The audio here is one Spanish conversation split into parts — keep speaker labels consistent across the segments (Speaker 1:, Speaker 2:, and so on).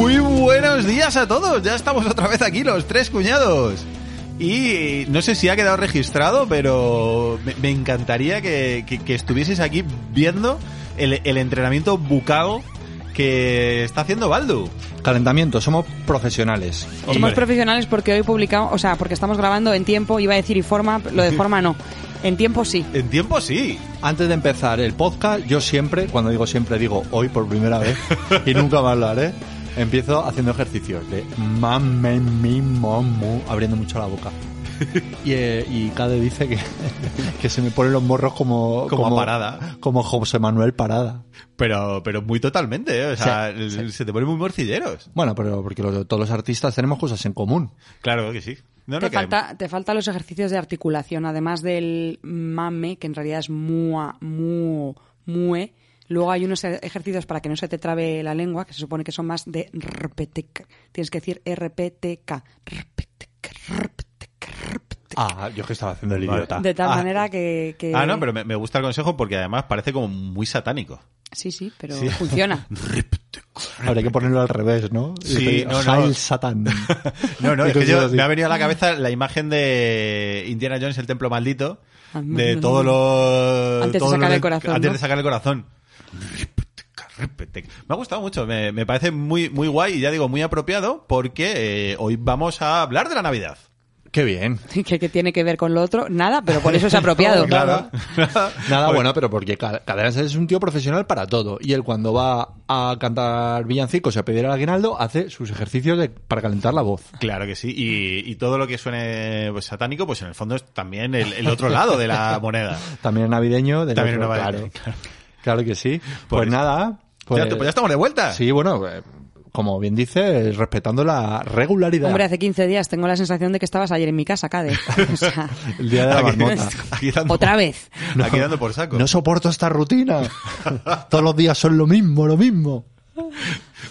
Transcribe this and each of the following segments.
Speaker 1: buenos días a todos. Ya estamos otra vez aquí, los tres cuñados. Y no sé si ha quedado registrado, pero me, me encantaría que, que, que estuvieseis aquí viendo el, el entrenamiento bucao que está haciendo Baldu.
Speaker 2: Calentamiento, somos profesionales.
Speaker 3: Somos profesionales porque hoy publicamos, o sea, porque estamos grabando en tiempo, iba a decir y forma, lo de forma no. En tiempo sí.
Speaker 1: En tiempo sí.
Speaker 2: Antes de empezar el podcast, yo siempre, cuando digo siempre, digo hoy por primera vez y nunca más lo haré, ¿eh? empiezo haciendo ejercicios de mame, mi, momu, abriendo mucho la boca. Y, eh, y Cade dice que, que se me ponen los morros como,
Speaker 1: Como a Parada.
Speaker 2: Como José Manuel Parada.
Speaker 1: Pero, pero muy totalmente, ¿eh? O sea, el- se te ponen muy morcilleros.
Speaker 2: Bueno, pero porque los- todos los artistas tenemos cosas en común.
Speaker 1: Claro que sí. No, no,
Speaker 3: Te,
Speaker 1: que-
Speaker 3: falta, te faltan los ejercicios de articulación, además del mame, que en realidad es mua, mu, mue. Luego hay unos e- ejercicios para que no se te trabe la lengua, que se supone que son más de RPTK. Tienes que decir RPTK. RPTK, RPTK, RPTK.
Speaker 2: Ah, yo que estaba haciendo el
Speaker 1: Vale.
Speaker 2: idiota.
Speaker 3: De tal
Speaker 1: Ah.
Speaker 3: manera que, que-
Speaker 1: Ah, no, pero me, me gusta el consejo porque además parece como muy satánico.
Speaker 3: Sí, sí, pero
Speaker 1: Sí.
Speaker 3: funciona.
Speaker 2: Habría que ponerlo al revés, ¿no? Y
Speaker 1: Sí,
Speaker 2: pedir,
Speaker 1: no, no.
Speaker 2: "Hail Satan".
Speaker 1: No, no,
Speaker 2: Y
Speaker 1: es que
Speaker 2: cosas
Speaker 1: yo-
Speaker 2: así.
Speaker 1: me ha venido a la cabeza la imagen de Indiana Jones, el templo maldito,
Speaker 3: Ah, no,
Speaker 1: de
Speaker 3: no,
Speaker 1: todos los...
Speaker 3: Antes de
Speaker 1: todos los-
Speaker 3: sacar el corazón,
Speaker 1: Antes
Speaker 3: ¿no?
Speaker 1: de sacar el corazón. Me ha gustado mucho, me, me parece muy, muy guay y ya digo, muy apropiado porque eh, hoy vamos a hablar de la Navidad.
Speaker 2: Qué bien.
Speaker 3: que, que tiene que ver con lo otro, nada, pero por eso es apropiado.
Speaker 2: No, nada. Nada bueno, pero porque Ca- Cadenas es un tío profesional para todo. Y él cuando va a cantar villancicos y a pedir el aguinaldo, hace sus ejercicios de- para calentar la voz.
Speaker 1: Claro que sí, y, y todo lo que suene pues, satánico, pues en el fondo es también el, el otro lado de la moneda.
Speaker 2: También es navideño. del
Speaker 1: También
Speaker 2: otro,
Speaker 1: es
Speaker 2: claro.
Speaker 1: navideño,
Speaker 2: claro. que sí. Pues,
Speaker 1: Pues-
Speaker 2: nada. Pues,
Speaker 1: Ya, pues ya estamos de vuelta.
Speaker 2: Sí, bueno, eh, como bien dice, eh, respetando la regularidad.
Speaker 3: Hombre, hace 15 días tengo la sensación de que estabas ayer en mi casa, Cade. O sea,
Speaker 2: el día de la
Speaker 1: Aquí-
Speaker 2: marmota.
Speaker 1: aquí dando-
Speaker 3: otra vez.
Speaker 1: aquí dando por saco.
Speaker 2: No soporto esta rutina. Todos los días son lo mismo, lo mismo.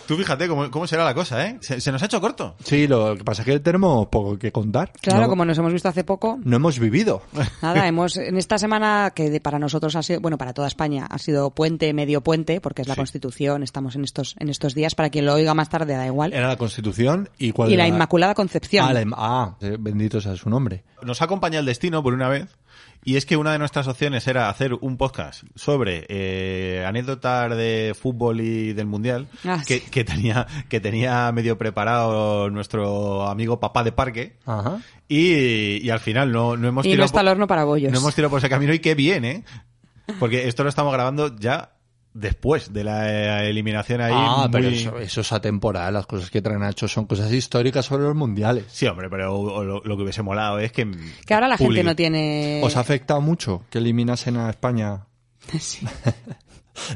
Speaker 1: Tú fíjate cómo, cómo será la cosa, ¿eh? Se, se nos ha hecho corto.
Speaker 2: Sí, lo que pasa es que tenemos poco que contar.
Speaker 3: Claro,
Speaker 2: No-
Speaker 3: como nos hemos visto hace poco,
Speaker 2: no hemos vivido.
Speaker 3: nada, hemos en esta semana que de- para nosotros ha sido, bueno, para toda España ha sido puente, medio puente, porque es la Constitución, estamos en estos en estos días para quien lo oiga más tarde da igual.
Speaker 2: Era la Constitución y cuál
Speaker 3: Y la
Speaker 2: era?
Speaker 3: Inmaculada Concepción.
Speaker 2: Ah, la Inma- ah, eh, bendito sea su nombre.
Speaker 1: Nos acompaña el destino por una vez. Y es que una de nuestras opciones era hacer un podcast sobre eh, anécdotas de fútbol y del mundial
Speaker 3: Ah,
Speaker 1: que,
Speaker 3: sí.
Speaker 1: que tenía que tenía medio preparado nuestro amigo papá de parque
Speaker 2: Ajá.
Speaker 1: y, y al final no, no hemos
Speaker 3: y
Speaker 1: tirado
Speaker 3: no está
Speaker 1: por-
Speaker 3: el horno para bollos.
Speaker 1: no hemos tirado por ese camino y qué bien, ¿eh? Porque esto lo estamos grabando ya después de la eh, eliminación ahí.
Speaker 2: ah, pero
Speaker 1: muy-
Speaker 2: eso, eso es atemporal. Las cosas que trae Nacho son cosas históricas sobre los mundiales.
Speaker 1: Sí, hombre, pero o- o lo, lo que hubiese molado es que...
Speaker 3: que ahora la
Speaker 1: publi-
Speaker 3: gente no tiene
Speaker 2: Eh. ¿Os ha afectado mucho que eliminasen a España?
Speaker 3: Sí.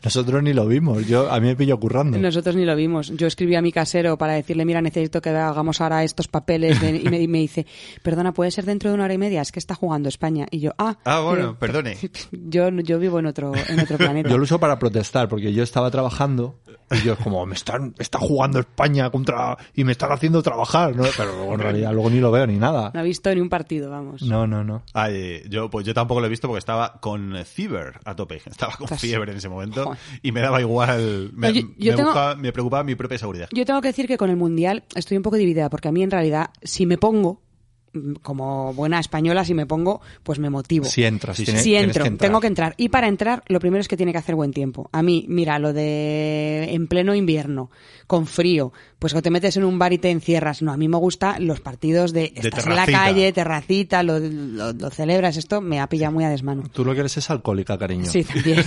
Speaker 2: Nosotros ni lo vimos. Yo A mí me pilló currando.
Speaker 3: Nosotros ni lo vimos. Yo escribí a mi casero para decirle, mira, necesito que hagamos ahora estos papeles. de- Y, me, y me dice, perdona, ¿puede ser dentro de una hora y media? Es que está jugando España. Y yo, ah,
Speaker 1: Ah,
Speaker 3: eh,
Speaker 1: bueno, perdone.
Speaker 3: yo, yo vivo en otro, en otro planeta.
Speaker 2: Yo lo uso para protestar porque yo estaba trabajando y yo es como, me están está jugando España contra y me están haciendo trabajar. ¿no? Pero luego, en realidad luego ni lo veo ni nada.
Speaker 3: No ha visto ni un partido, vamos.
Speaker 2: No, no, no.
Speaker 1: Ay, yo, pues yo tampoco lo he visto porque estaba con fever a tope. Estaba con
Speaker 3: Ostras.
Speaker 1: fiebre en ese momento
Speaker 3: Joder.
Speaker 1: y me daba igual. Me,
Speaker 3: No, yo- yo
Speaker 1: me
Speaker 3: tengo-
Speaker 1: buscaba- me preocupaba mi propia seguridad.
Speaker 3: Yo tengo que decir que con el Mundial estoy un poco dividida, porque a mí en realidad, si me pongo, mm, como buena española, si me pongo, pues me motivo.
Speaker 2: Si entras,
Speaker 3: si
Speaker 2: tiene- tienes
Speaker 3: entro,
Speaker 2: que entrar.
Speaker 3: tengo que entrar. Y para entrar, lo primero es que tiene que hacer buen tiempo. A mí, mira, lo de en pleno invierno, con frío, pues que te metes en un bar y te encierras. No, a mí me gustan los partidos de, estás en la
Speaker 1: terracita.
Speaker 3: calle, terracita, lo, lo- lo celebras. Esto me ha pillado muy a desmano.
Speaker 2: Tú lo que eres es alcohólica, cariño.
Speaker 3: Sí, también.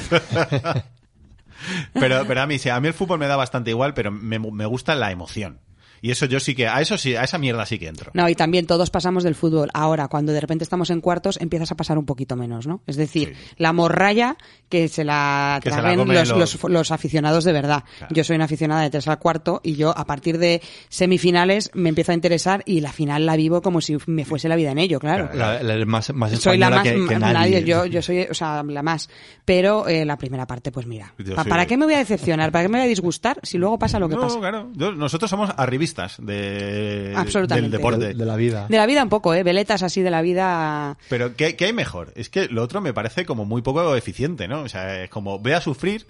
Speaker 1: Pero, pero a mí sí, a mí el fútbol me da bastante igual, pero me, me gusta la emoción. Y eso yo sí que, a eso sí, a esa mierda sí que entro.
Speaker 3: No, y también todos pasamos del fútbol. Ahora, cuando de repente estamos en cuartos, empiezas a pasar un poquito menos, ¿no? Es decir,
Speaker 1: Sí.
Speaker 3: la morralla que se la
Speaker 1: Que se la
Speaker 3: traen
Speaker 1: comen
Speaker 3: los,
Speaker 1: los-
Speaker 3: los- los aficionados de verdad.
Speaker 1: Claro.
Speaker 3: Yo soy una aficionada de tres al cuarto y yo a partir de semifinales me empiezo a interesar y la final la vivo como si me fuese la vida en ello, claro.
Speaker 2: La, la- la más, más
Speaker 3: Soy la
Speaker 2: española
Speaker 3: más,
Speaker 2: que, que
Speaker 3: nadie.
Speaker 2: nadie.
Speaker 3: yo, yo soy, o sea, la más. Pero eh, la primera parte, pues mira,
Speaker 1: Yo
Speaker 3: ¿pa-
Speaker 1: soy-
Speaker 3: ¿para qué me voy a decepcionar? ¿Para qué me voy a disgustar si luego pasa lo que
Speaker 1: No,
Speaker 3: pasa?
Speaker 1: claro. Yo- nosotros somos arribistas de,
Speaker 3: Absolutamente.
Speaker 1: del deporte.
Speaker 2: de, de la vida.
Speaker 3: De la vida un poco, ¿eh? Veletas así de la vida...
Speaker 1: Pero ¿qué, qué hay mejor? Es que lo otro me parece como muy poco eficiente, ¿no? O sea, es como ve a sufrir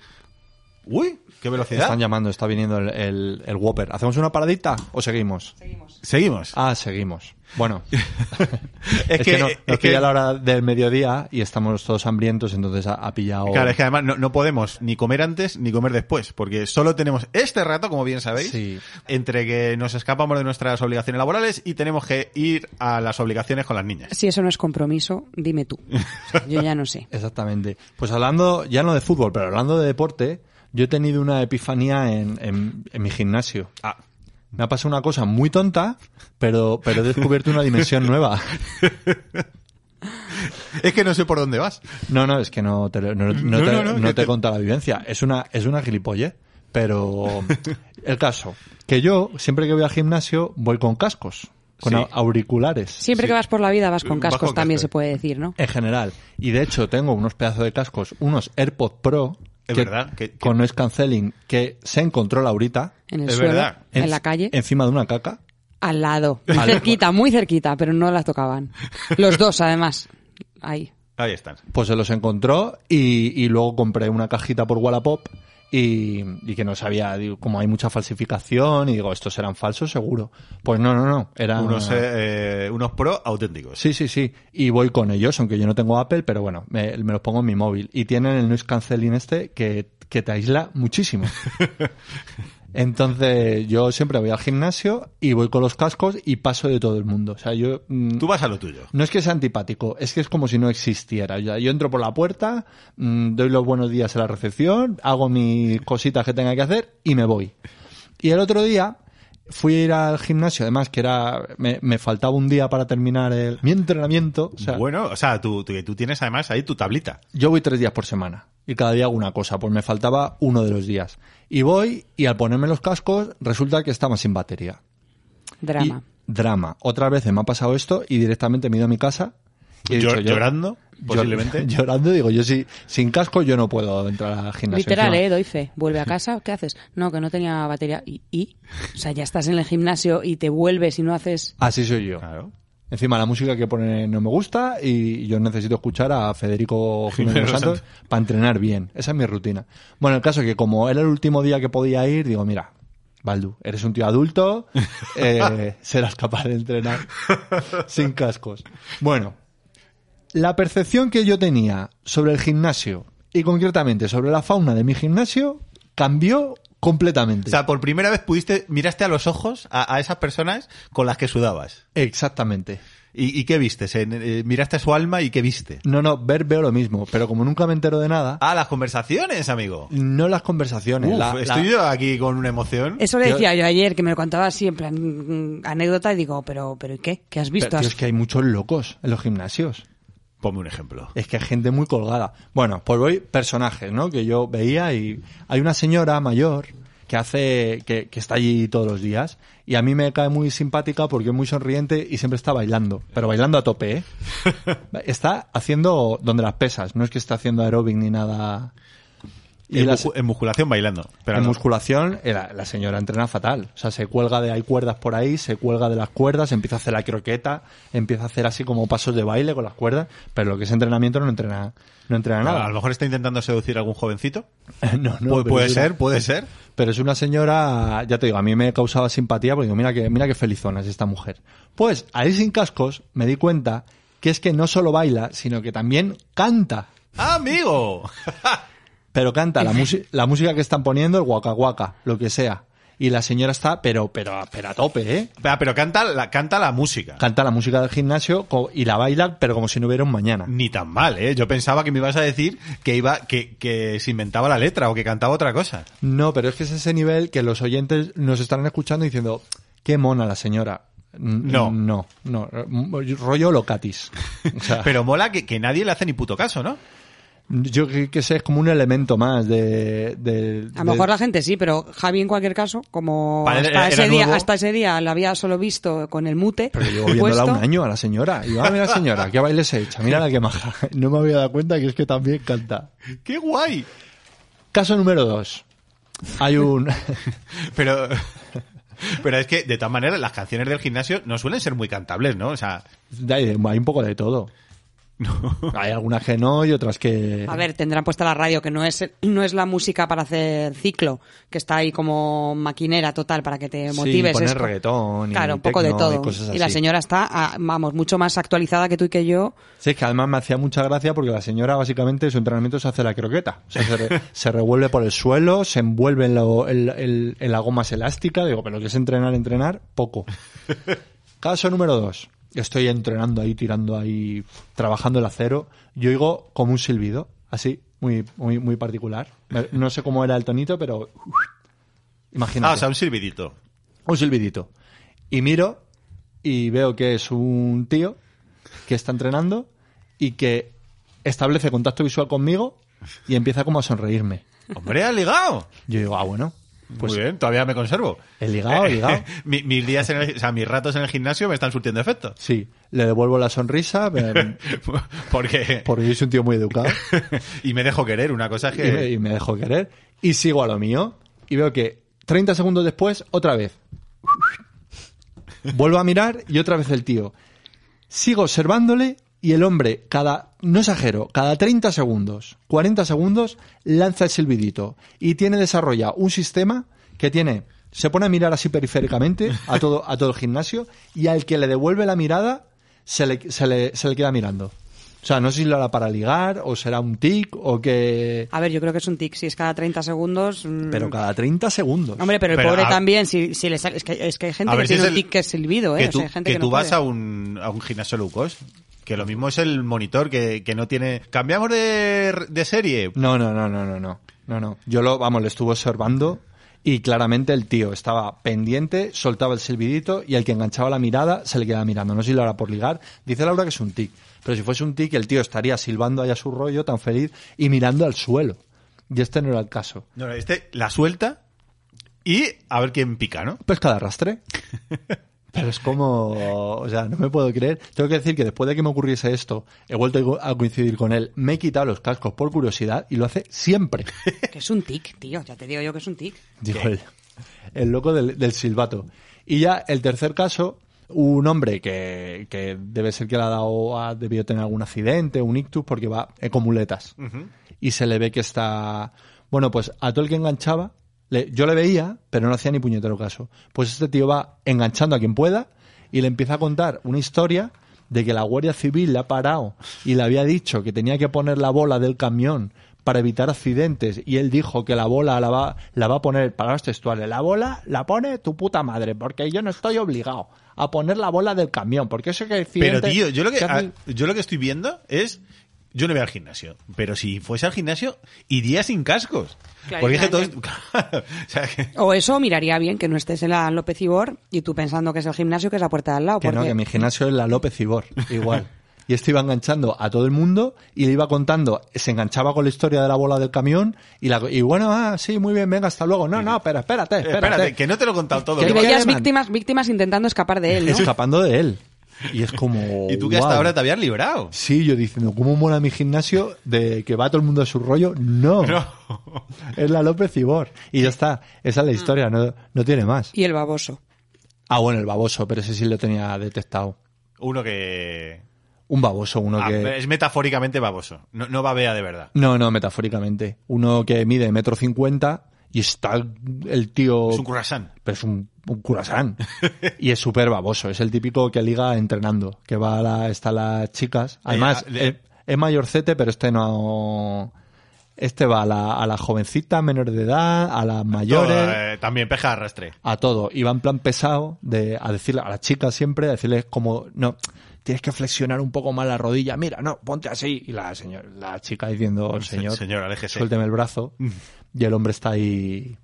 Speaker 1: Uy, qué velocidad.
Speaker 2: Están llamando, está viniendo el, el, el Whopper. ¿Hacemos una paradita o seguimos?
Speaker 3: Seguimos.
Speaker 1: Seguimos.
Speaker 2: Ah, seguimos. Bueno. es,
Speaker 1: Es
Speaker 2: que,
Speaker 1: que-
Speaker 2: no,
Speaker 1: es
Speaker 2: nos
Speaker 1: que-
Speaker 2: pilla la hora del mediodía y estamos todos hambrientos, entonces ha, ha pillado...
Speaker 1: Claro, es que además no, no podemos ni comer antes ni comer después, porque solo tenemos este rato, como bien sabéis,
Speaker 2: Sí.
Speaker 1: entre que nos escapamos de nuestras obligaciones laborales y tenemos que ir a las obligaciones con las niñas.
Speaker 3: Si eso no es compromiso, dime tú. Yo ya no sé.
Speaker 2: Exactamente. Pues hablando, ya no de fútbol, pero hablando de deporte, yo he tenido una epifanía en, en- en mi gimnasio.
Speaker 1: Ah.
Speaker 2: Me ha pasado una cosa muy tonta, pero, pero he descubierto una dimensión nueva.
Speaker 1: Es que no sé por dónde vas.
Speaker 2: No, no, es que no te, no, no
Speaker 1: No,
Speaker 2: te,
Speaker 1: no, no,
Speaker 2: no
Speaker 1: que
Speaker 2: te
Speaker 1: te-
Speaker 2: conta la vivencia. Es una, es una gilipolle. Pero el caso, que yo siempre que voy al gimnasio voy con cascos, con
Speaker 1: Sí.
Speaker 2: au- auriculares.
Speaker 3: Siempre que vas por la vida vas con
Speaker 1: Vas
Speaker 3: cascos,
Speaker 1: con
Speaker 3: también
Speaker 1: cascos.
Speaker 3: se puede decir, ¿no?
Speaker 2: En general. Y de hecho tengo unos pedazos de cascos, unos AirPod Pro.
Speaker 1: Es verdad, que- que-
Speaker 2: Con noise canceling que se encontró Laurita.
Speaker 3: En el
Speaker 1: Es
Speaker 3: suelo,
Speaker 1: verdad.
Speaker 3: en
Speaker 2: enf-
Speaker 3: la calle,
Speaker 2: Encima de una caca.
Speaker 3: al lado. Muy
Speaker 2: Al-
Speaker 3: cerquita, muy cerquita, pero no las tocaban. Los dos, además. Ahí.
Speaker 1: Ahí están.
Speaker 2: Pues se los encontró y, y luego compré una cajita por Wallapop y, y que no sabía, digo, como hay mucha falsificación y digo, estos eran falsos seguro. Pues no, no, no, eran...
Speaker 1: Unos, eh, eh, unos pro auténticos.
Speaker 2: Pues Sí, sí, sí. Y voy con ellos, aunque yo no tengo Apple, pero bueno, me, me los pongo en mi móvil. Y tienen el noise canceling este que, que te aísla muchísimo. Entonces, yo siempre voy al gimnasio y voy con los cascos y paso de todo el mundo. O sea, yo... mm,
Speaker 1: Tú vas a lo tuyo.
Speaker 2: no es que sea antipático, es que es como si no existiera. Ya, Yo entro por la puerta, mm, doy los buenos días a la recepción, hago mis cositas que tenga que hacer y me voy. Y el otro día fui a ir al gimnasio, además que era me, me faltaba un día para terminar el, mi entrenamiento. O sea,
Speaker 1: bueno, o sea, tú, tú, tú tienes además ahí tu tablita.
Speaker 2: yo voy tres días por semana y cada día hago una cosa, pues me faltaba uno de los días. Y voy y al ponerme los cascos resulta que estaba sin batería.
Speaker 3: Drama.
Speaker 2: Y- drama. Otras veces me ha pasado esto y directamente me he ido a mi casa. Y he
Speaker 1: Llor-
Speaker 2: dicho, yo-
Speaker 1: llorando,
Speaker 2: Llor-
Speaker 1: posiblemente.
Speaker 2: llorando, digo, yo sí, sin casco yo no puedo entrar al gimnasio.
Speaker 3: Literal,
Speaker 2: Encima,
Speaker 3: eh, doy fe. Vuelve a casa, ¿qué haces? No, que no tenía batería. ¿Y, ¿Y? O sea, ya estás en el gimnasio y te vuelves y no haces...
Speaker 2: Así soy yo.
Speaker 1: Claro.
Speaker 2: Encima la música que pone no me gusta y yo necesito escuchar a Federico Jiménez
Speaker 1: Jiménez
Speaker 2: Santos para entrenar bien. Esa es mi rutina. Bueno, el caso es que como era el último día que podía ir, digo, mira, Baldu, eres un tío adulto, eh, serás capaz de entrenar sin cascos. Bueno, la percepción que yo tenía sobre el gimnasio y concretamente sobre la fauna de mi gimnasio cambió
Speaker 1: O
Speaker 2: completamente.
Speaker 1: sea, por primera vez pudiste, miraste a los ojos a, a esas personas con las que sudabas.
Speaker 2: Exactamente.
Speaker 1: ¿Y, y qué vistes? En- eh, miraste a su alma y qué viste.
Speaker 2: No, no, ver veo lo mismo, pero como nunca me entero de nada,
Speaker 1: Ah, las conversaciones, amigo.
Speaker 2: No las conversaciones.
Speaker 1: Uf,
Speaker 2: la- la-
Speaker 1: estoy yo aquí con una emoción.
Speaker 3: Eso le
Speaker 2: Yo-
Speaker 3: decía yo ayer, que me lo contaba así, en plan mm, anécdota, y digo, pero, pero ¿y qué? ¿Qué has
Speaker 2: Pero,
Speaker 3: visto?
Speaker 2: tío,
Speaker 3: Has-
Speaker 2: es que hay muchos locos en los gimnasios.
Speaker 1: Ponme un ejemplo.
Speaker 2: Es que hay gente muy colgada. Bueno, pues voy personajes, ¿no? Que yo veía y hay una señora mayor que hace, que, que está allí todos los días y a mí me cae muy simpática porque es muy sonriente y siempre está bailando, pero bailando a tope, ¿eh? Está haciendo donde las pesas, no es que está haciendo aeróbic ni nada.
Speaker 1: en,
Speaker 2: las-
Speaker 1: muscu- en musculación bailando. Pero
Speaker 2: en
Speaker 1: no.
Speaker 2: musculación, eh, la, la señora entrena fatal. O sea, se cuelga de, hay cuerdas por ahí, se cuelga de las cuerdas, empieza a hacer la croqueta, empieza a hacer así como pasos de baile con las cuerdas, pero lo que es entrenamiento no entrena, no entrena
Speaker 1: A lo
Speaker 2: nada.
Speaker 1: mejor está intentando seducir a algún jovencito.
Speaker 2: No,
Speaker 1: Pu-
Speaker 2: no, pero
Speaker 1: puede
Speaker 2: es
Speaker 1: ser,
Speaker 2: una-
Speaker 1: puede ser.
Speaker 2: Pero es una señora, ya te digo, a mí me causaba simpatía porque digo, mira que, mira qué felizona es esta mujer. Pues, ahí sin cascos, me di cuenta que es que no solo baila, sino que también canta.
Speaker 1: ¡Ah, ¡Amigo!
Speaker 2: Pero canta la, musi- la música que están poniendo, el guaca guaca, lo que sea. Y la señora está, pero, pero, pero a tope, ¿eh?
Speaker 1: Ah, pero canta la, canta la música.
Speaker 2: canta la música del gimnasio co- y la baila, pero como si no hubiera un mañana.
Speaker 1: Ni tan mal, ¿eh? Yo pensaba que me ibas a decir que iba que, que se inventaba la letra o que cantaba otra cosa.
Speaker 2: No, pero es que es ese nivel que los oyentes nos estarán escuchando diciendo, qué mona la señora. N-
Speaker 1: No.
Speaker 2: No, no. m- Rollo locatis. O sea,
Speaker 1: Pero mola que, que nadie le hace ni puto caso, ¿no?
Speaker 2: yo que, que sé, es como un elemento más de... de-
Speaker 3: A
Speaker 2: de-
Speaker 3: lo mejor la gente sí, pero Javi en cualquier caso, como
Speaker 1: Vale,
Speaker 3: hasta,
Speaker 1: era
Speaker 3: ese
Speaker 1: nuevo.
Speaker 3: día, hasta ese día la había solo visto con el mute,
Speaker 2: Pero llevo
Speaker 3: puesto,
Speaker 2: viéndola un año a la señora. Y digo, ah, mira señora, qué baile se echa, mira la que maja. No me había dado cuenta que es que también canta.
Speaker 1: ¡Qué guay!
Speaker 2: Caso número dos. Hay un...
Speaker 1: Pero, pero es que, de todas maneras, las canciones del gimnasio no suelen ser muy cantables, ¿no? O sea,
Speaker 2: hay un poco de todo. Hay algunas que no y otras que...
Speaker 3: A ver, tendrán puesta la radio, que no es, no es la música para hacer ciclo, que está ahí como maquinera total para que te
Speaker 2: Sí,
Speaker 3: motives.
Speaker 2: poner
Speaker 3: es-
Speaker 2: reggaetón y
Speaker 3: Claro, un poco de
Speaker 2: tecno y
Speaker 3: todo.
Speaker 2: cosas
Speaker 3: y la
Speaker 2: así.
Speaker 3: señora está, ah, vamos, mucho más actualizada que tú y que yo.
Speaker 2: Sí, es que además me hacía mucha gracia porque la señora básicamente su entrenamiento se hace la croqueta. O sea, se, re- se revuelve por el suelo, se envuelve en, lo- en- en- en la goma más elástica. Digo, pero que es entrenar, entrenar, poco. Caso número dos. Estoy entrenando ahí, tirando ahí, trabajando el acero. Yo oigo como un silbido, así, muy, muy, muy particular. Me- No sé cómo era el tonito, pero... Imagínate.
Speaker 1: Ah, o sea, un silbidito.
Speaker 2: Un silbidito. Y miro y veo que es un tío que está entrenando y que establece contacto visual conmigo y empieza como a sonreírme.
Speaker 1: Hombre, has ligado.
Speaker 2: Yo digo, ah, bueno, pues
Speaker 1: Muy bien, todavía me conservo.
Speaker 2: he ligado, he ligado.
Speaker 1: Mi- mis días en el- o sea, mis ratos en el gimnasio me están surtiendo efecto.
Speaker 2: Sí, le devuelvo la sonrisa me-
Speaker 1: Porque
Speaker 2: porque yo soy un tío muy educado
Speaker 1: y me dejo querer, una cosa es
Speaker 2: y me,
Speaker 1: que
Speaker 2: y me dejo querer y sigo a lo mío y veo que 30 segundos después, otra vez. Vuelvo a mirar y otra vez el tío. Sigo observándole y el hombre, cada, no exagero, cada 30 segundos, 40 segundos, lanza el silbidito y tiene desarrollado un sistema que tiene, se pone a mirar así periféricamente a todo, a todo el gimnasio y al que le devuelve la mirada se le, se le, se le queda mirando. O sea, no sé si lo hará para ligar o será un tic o que...
Speaker 3: A ver, yo creo que es un tic. Si es cada 30 segundos. mm,
Speaker 2: Pero cada 30 segundos.
Speaker 3: Hombre, pero el
Speaker 1: Pero
Speaker 3: pobre
Speaker 1: a-
Speaker 3: también, si, si le sale- es, que, es que hay
Speaker 1: A
Speaker 3: gente que
Speaker 1: ver si
Speaker 3: tiene
Speaker 1: es
Speaker 3: un
Speaker 1: el-
Speaker 3: tic que es silbido, ¿eh?
Speaker 1: que
Speaker 3: O
Speaker 1: tú,
Speaker 3: sea, hay gente
Speaker 1: que
Speaker 3: que, no
Speaker 1: tú vas
Speaker 3: puede.
Speaker 1: a un, a un gimnasio low cost, que lo mismo es el monitor que, que no tiene... Cambiamos de, de serie.
Speaker 2: No, no, no, no, no, no. No, no. Yo lo, vamos, le estuve observando y claramente el tío estaba pendiente, soltaba el silbidito y el que enganchaba la mirada se le quedaba mirando. No sé si lo hará por ligar. Dice Laura que es un tic. Pero si fuese un tic, el tío estaría silbando allá su rollo tan feliz y mirando al suelo. Y este no era el caso.
Speaker 1: No, no, este la suelta y a ver quién pica, ¿no?
Speaker 2: Pesca de arrastre. Pero es como, o sea, no me puedo creer. Tengo que decir que después de que me ocurriese esto, he vuelto a coincidir con él. Me he quitado los cascos por curiosidad y lo hace siempre.
Speaker 3: Que es un tic, tío. Ya te digo yo que es un tic.
Speaker 2: Digo el, el loco del, del silbato. Y ya el tercer caso, un hombre que, que debe ser que le ha dado, ha debido tener algún accidente, un ictus, porque va eh, con muletas. Y se le ve que está. Bueno, pues a todo el que enganchaba, le- yo le veía, pero no hacía ni puñetero caso. Pues este tío va enganchando a quien pueda y le empieza a contar una historia de que la Guardia Civil la ha parado y le había dicho que tenía que poner la bola del camión para evitar accidentes y él dijo que la bola la va, la va a poner, palabras textuales, la bola la pone tu puta madre porque yo no estoy obligado a poner la bola del camión porque eso que
Speaker 1: Pero
Speaker 2: accidentes
Speaker 1: tío, yo lo que
Speaker 2: que
Speaker 1: a-
Speaker 2: hacen-
Speaker 1: yo lo que estoy viendo es yo no voy al gimnasio, pero si fuese al gimnasio iría sin cascos.
Speaker 3: Claro,
Speaker 1: Porque es que
Speaker 3: claro.
Speaker 1: todos- o sea, que-
Speaker 3: O eso miraría bien que no estés en la López Ibor y tú pensando que es el gimnasio que es la puerta de al lado.
Speaker 2: Que no,
Speaker 3: porque-
Speaker 2: que mi gimnasio es la López Ibor, igual. Y esto iba enganchando a todo el mundo y le iba contando, se enganchaba con la historia de la bola del camión y, la, y bueno, ah, sí, muy bien, venga, hasta luego. No, no, pero espérate, espérate.
Speaker 1: Eh, espérate, que no te lo he contado todo.
Speaker 2: Que
Speaker 3: Y
Speaker 2: no-
Speaker 3: veías
Speaker 2: Alemán.
Speaker 3: víctimas, víctimas intentando escapar de él, ¿no?
Speaker 2: Escapando de él. Y es como...
Speaker 1: Y tú que hasta
Speaker 2: guau.
Speaker 1: ahora te habías librado.
Speaker 2: Sí, yo diciendo, ¿cómo mola mi gimnasio de que va todo el mundo a su rollo? No,
Speaker 1: No.
Speaker 2: es la López Ibor. Y ya está, esa
Speaker 1: Mm.
Speaker 2: es la historia, no, no tiene más.
Speaker 3: Y el baboso.
Speaker 2: Ah, bueno, el baboso, pero ese sí lo tenía detectado.
Speaker 1: Uno que
Speaker 2: Un baboso, uno
Speaker 1: Ah,
Speaker 2: que...
Speaker 1: es metafóricamente baboso. No, no babea de verdad.
Speaker 2: No, no, metafóricamente. Uno que mide metro cincuenta y está el tío...
Speaker 1: Es un currasán.
Speaker 2: Pero es un, un curasán. y es súper baboso. Es el típico que liga entrenando. Que va a la, está las
Speaker 1: Eh,
Speaker 2: chicas. Además,
Speaker 1: a- le-
Speaker 2: es, es mayorcete, pero este no... Este va a la, a la jovencita, menor de edad, a las mayores
Speaker 1: Todo, eh, también peja de arrastre.
Speaker 2: a todo. Y va en plan pesado de, a decirle a las chicas siempre, a decirles como, no, tienes que flexionar un poco más la rodilla, mira, no, ponte así. Y la, señor, la chica diciendo, señor,
Speaker 1: señor, aléjese".
Speaker 2: suélteme el brazo. Y el hombre está ahí.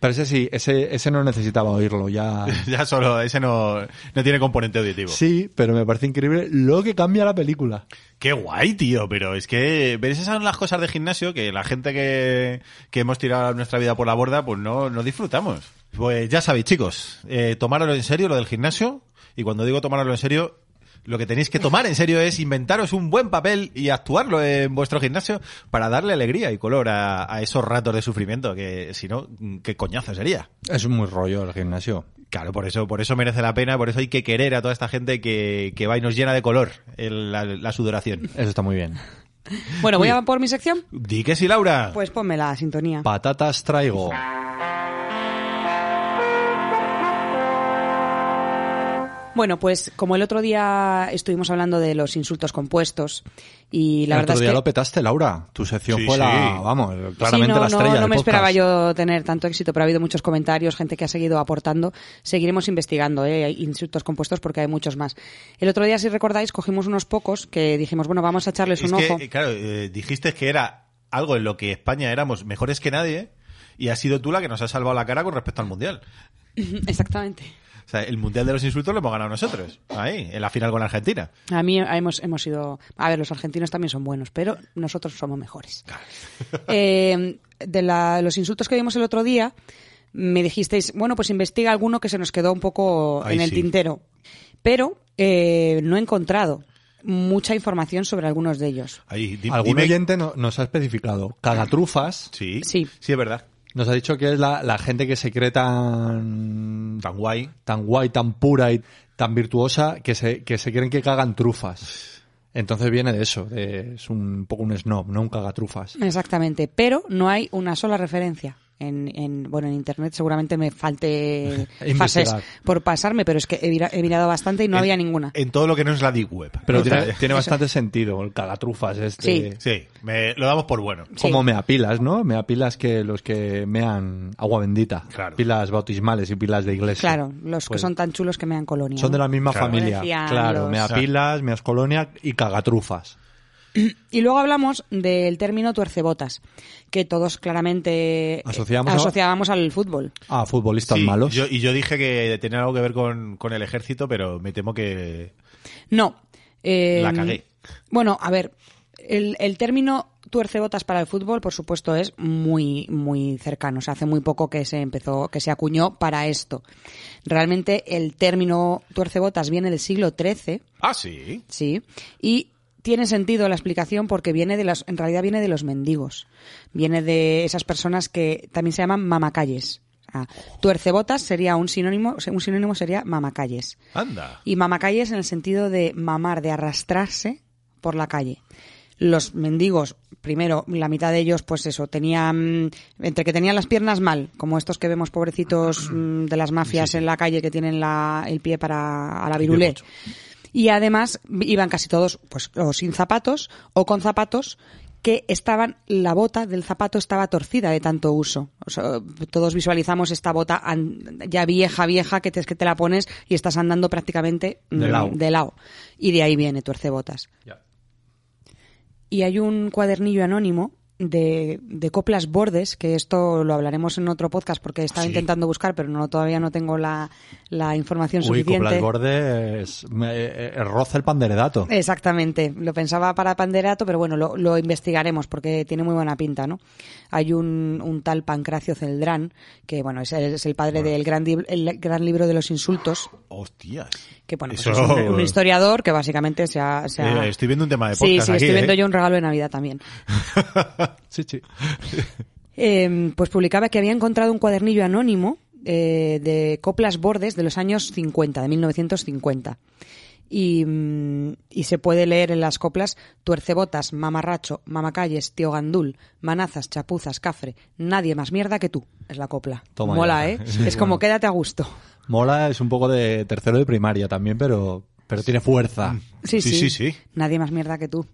Speaker 2: Pero ese sí, ese, ese no necesitaba oírlo, ya.
Speaker 1: Ya solo ese no, no tiene componente auditivo.
Speaker 2: Sí, pero me parece increíble lo que cambia la película.
Speaker 1: Qué guay, tío, pero es que ¿ves? esas son las cosas de gimnasio que la gente que, que hemos tirado nuestra vida por la borda, pues no, no disfrutamos. Pues ya sabéis, chicos, eh, tomáralo en serio lo del gimnasio. Y cuando digo tomáralo en serio, Lo que tenéis que tomar en serio es inventaros un buen papel y actuarlo en vuestro gimnasio para darle alegría y color a, a esos ratos de sufrimiento, que si no, qué coñazo sería.
Speaker 2: Es muy rollo el gimnasio.
Speaker 1: Claro, por eso, por eso merece la pena, por eso hay que querer a toda esta gente que, que va y nos llena de color el- la, la sudoración.
Speaker 2: Eso está muy bien.
Speaker 3: Bueno, voy a por mi sección.
Speaker 1: Di que sí, Laura.
Speaker 3: Pues ponme la sintonía.
Speaker 2: Patatas traigo.
Speaker 3: Bueno, pues como el otro día estuvimos hablando de los insultos compuestos y la
Speaker 2: el
Speaker 3: verdad
Speaker 2: otro
Speaker 3: es
Speaker 2: día
Speaker 3: que
Speaker 2: lo petaste, Laura. Tu sección
Speaker 1: Sí,
Speaker 2: fue la,
Speaker 1: sí.
Speaker 2: vamos,
Speaker 3: Sí,
Speaker 2: claramente
Speaker 3: no,
Speaker 2: la
Speaker 3: no,
Speaker 2: estrella
Speaker 3: no,
Speaker 2: del
Speaker 3: me esperaba
Speaker 2: podcast.
Speaker 3: yo tener tanto éxito, pero ha habido muchos comentarios, gente que ha seguido aportando. Seguiremos investigando ¿eh? Hay insultos compuestos porque hay muchos más. El otro día, si recordáis, cogimos unos pocos que dijimos, bueno, vamos a echarles
Speaker 1: Es
Speaker 3: un
Speaker 1: que,
Speaker 3: ojo.
Speaker 1: eh, claro, eh, dijiste que era algo en lo que España éramos mejores que nadie y has sido tú la que nos ha salvado la cara con respecto al Mundial.
Speaker 3: Exactamente.
Speaker 1: O sea, el Mundial de los Insultos lo hemos ganado nosotros, ahí, en la final con Argentina.
Speaker 3: A mí hemos, hemos sido. A ver, los argentinos también son buenos, pero nosotros somos mejores. Eh, de la- los insultos que vimos el otro día, me dijisteis, bueno, pues investiga alguno que se nos quedó un poco
Speaker 1: Ahí
Speaker 3: en el
Speaker 1: sí.
Speaker 3: tintero. Pero eh, no he encontrado mucha información sobre algunos de ellos.
Speaker 1: Ahí, di-
Speaker 2: Algún
Speaker 1: dime-
Speaker 2: oyente no- nos ha especificado. Cagatrufas
Speaker 1: Sí,
Speaker 3: Sí.
Speaker 1: sí, es verdad.
Speaker 2: nos ha dicho que es la, la gente que se cree tan,
Speaker 1: Tan guay.
Speaker 2: tan guay, tan pura y tan virtuosa que se, que se creen que cagan trufas. Entonces viene de eso, de- es un poco un snob, no un cagatrufas.
Speaker 3: Exactamente, pero no hay una sola referencia. En, en- bueno, en internet seguramente me falte fases
Speaker 2: Investigar.
Speaker 3: por pasarme, pero es que he, mira- he mirado bastante y no
Speaker 1: En-
Speaker 3: había ninguna.
Speaker 1: En todo lo que no es la Deep Web.
Speaker 2: Pero
Speaker 1: O sea,
Speaker 2: tiene, tiene bastante sentido el cagatrufas este.
Speaker 3: Sí.
Speaker 1: Sí, me- lo damos por bueno.
Speaker 3: Sí.
Speaker 2: Como me apilas, ¿no? Me apilas que los que mean agua bendita.
Speaker 1: Claro.
Speaker 2: Pilas bautismales y pilas de iglesia.
Speaker 3: Claro, los
Speaker 2: Pues-
Speaker 3: que son tan chulos que me han colonia.
Speaker 2: Son de
Speaker 3: ¿no?
Speaker 2: la misma
Speaker 1: Claro.
Speaker 2: familia.
Speaker 3: Decían
Speaker 2: Claro,
Speaker 3: los-
Speaker 2: me apilas, me colonia y cagatrufas.
Speaker 3: Y luego hablamos del término tuercebotas, que todos claramente eh,
Speaker 2: Asociamos a-
Speaker 3: asociábamos al fútbol.
Speaker 2: Ah, futbolistas
Speaker 1: Sí,
Speaker 2: malos.
Speaker 1: yo- y yo dije que tenía algo que ver con, con el ejército, pero me temo que...
Speaker 3: No. eh,
Speaker 1: La cagué.
Speaker 3: Bueno, a ver, el, el término tuercebotas para el fútbol, por supuesto, es muy, muy cercano. O sea, hace muy poco que se empezó, que se acuñó para esto. Realmente el término tuercebotas viene del siglo XIII,
Speaker 1: Ah, sí.
Speaker 3: sí, y tiene sentido la explicación porque viene de las, en realidad viene de los mendigos. Viene de esas personas que también se llaman mamacalles. Ah, tuercebotas sería un sinónimo, un sinónimo sería mamacalles.
Speaker 1: Anda.
Speaker 3: Y mamacalles en el sentido de mamar, de arrastrarse por la calle. Los mendigos, primero, la mitad de ellos, pues eso, tenían, entre que tenían las piernas mal, como estos que vemos pobrecitos mm, de las mafias en la calle que tienen la- el pie para a la virulé.
Speaker 2: mocho.
Speaker 3: Y además iban casi todos, pues, o sin zapatos o con zapatos que estaban, la bota del zapato estaba torcida de tanto uso. O sea, todos visualizamos esta bota an- ya vieja, vieja, que te, que te la pones y estás andando prácticamente mm,
Speaker 2: De lao.
Speaker 3: lao. Y de ahí viene tuercebotas. Y hay un cuadernillo anónimo de, de coplas bordes, que esto lo hablaremos en otro podcast porque estaba
Speaker 1: Sí.
Speaker 3: intentando buscar, pero no todavía no tengo la, la información
Speaker 2: Uy,
Speaker 3: suficiente.
Speaker 2: Coplas
Speaker 3: Eh.
Speaker 2: Bordes me- eh, eh, roza el panderedato.
Speaker 3: Exactamente, lo pensaba para Panderato, pero bueno, lo, lo investigaremos porque tiene muy buena pinta, ¿no? Hay un, un tal Pancracio Celdrán, que bueno, es el, es el padre del gran, di- el gran libro de los insultos,
Speaker 1: Hostias.
Speaker 3: que bueno, pues
Speaker 1: Eso-
Speaker 3: es un, un historiador que básicamente se ha... se ha-
Speaker 1: Eh, estoy viendo un tema de
Speaker 3: sí,
Speaker 1: podcast
Speaker 3: sí,
Speaker 1: aquí,
Speaker 3: estoy viendo
Speaker 1: ¿eh?
Speaker 3: yo un regalo de Navidad también.
Speaker 2: Sí, sí.
Speaker 3: Eh, pues publicaba que había encontrado un cuadernillo anónimo eh, de coplas bordes de los años 50, de 1950. Y, mm, y se puede leer en las coplas tuercebotas, mamarracho, mamacalles, tío gandul, manazas, chapuzas, cafre, nadie más mierda que tú. Es la copla.
Speaker 2: Toma
Speaker 3: Mola,
Speaker 2: ya.
Speaker 3: ¿eh?
Speaker 2: Sí,
Speaker 3: es como
Speaker 2: bueno.
Speaker 3: quédate a gusto.
Speaker 2: Mola es un poco de tercero de primaria también, pero, pero tiene fuerza.
Speaker 3: Sí, sí,
Speaker 1: Sí, sí, sí.
Speaker 3: Nadie más mierda que tú.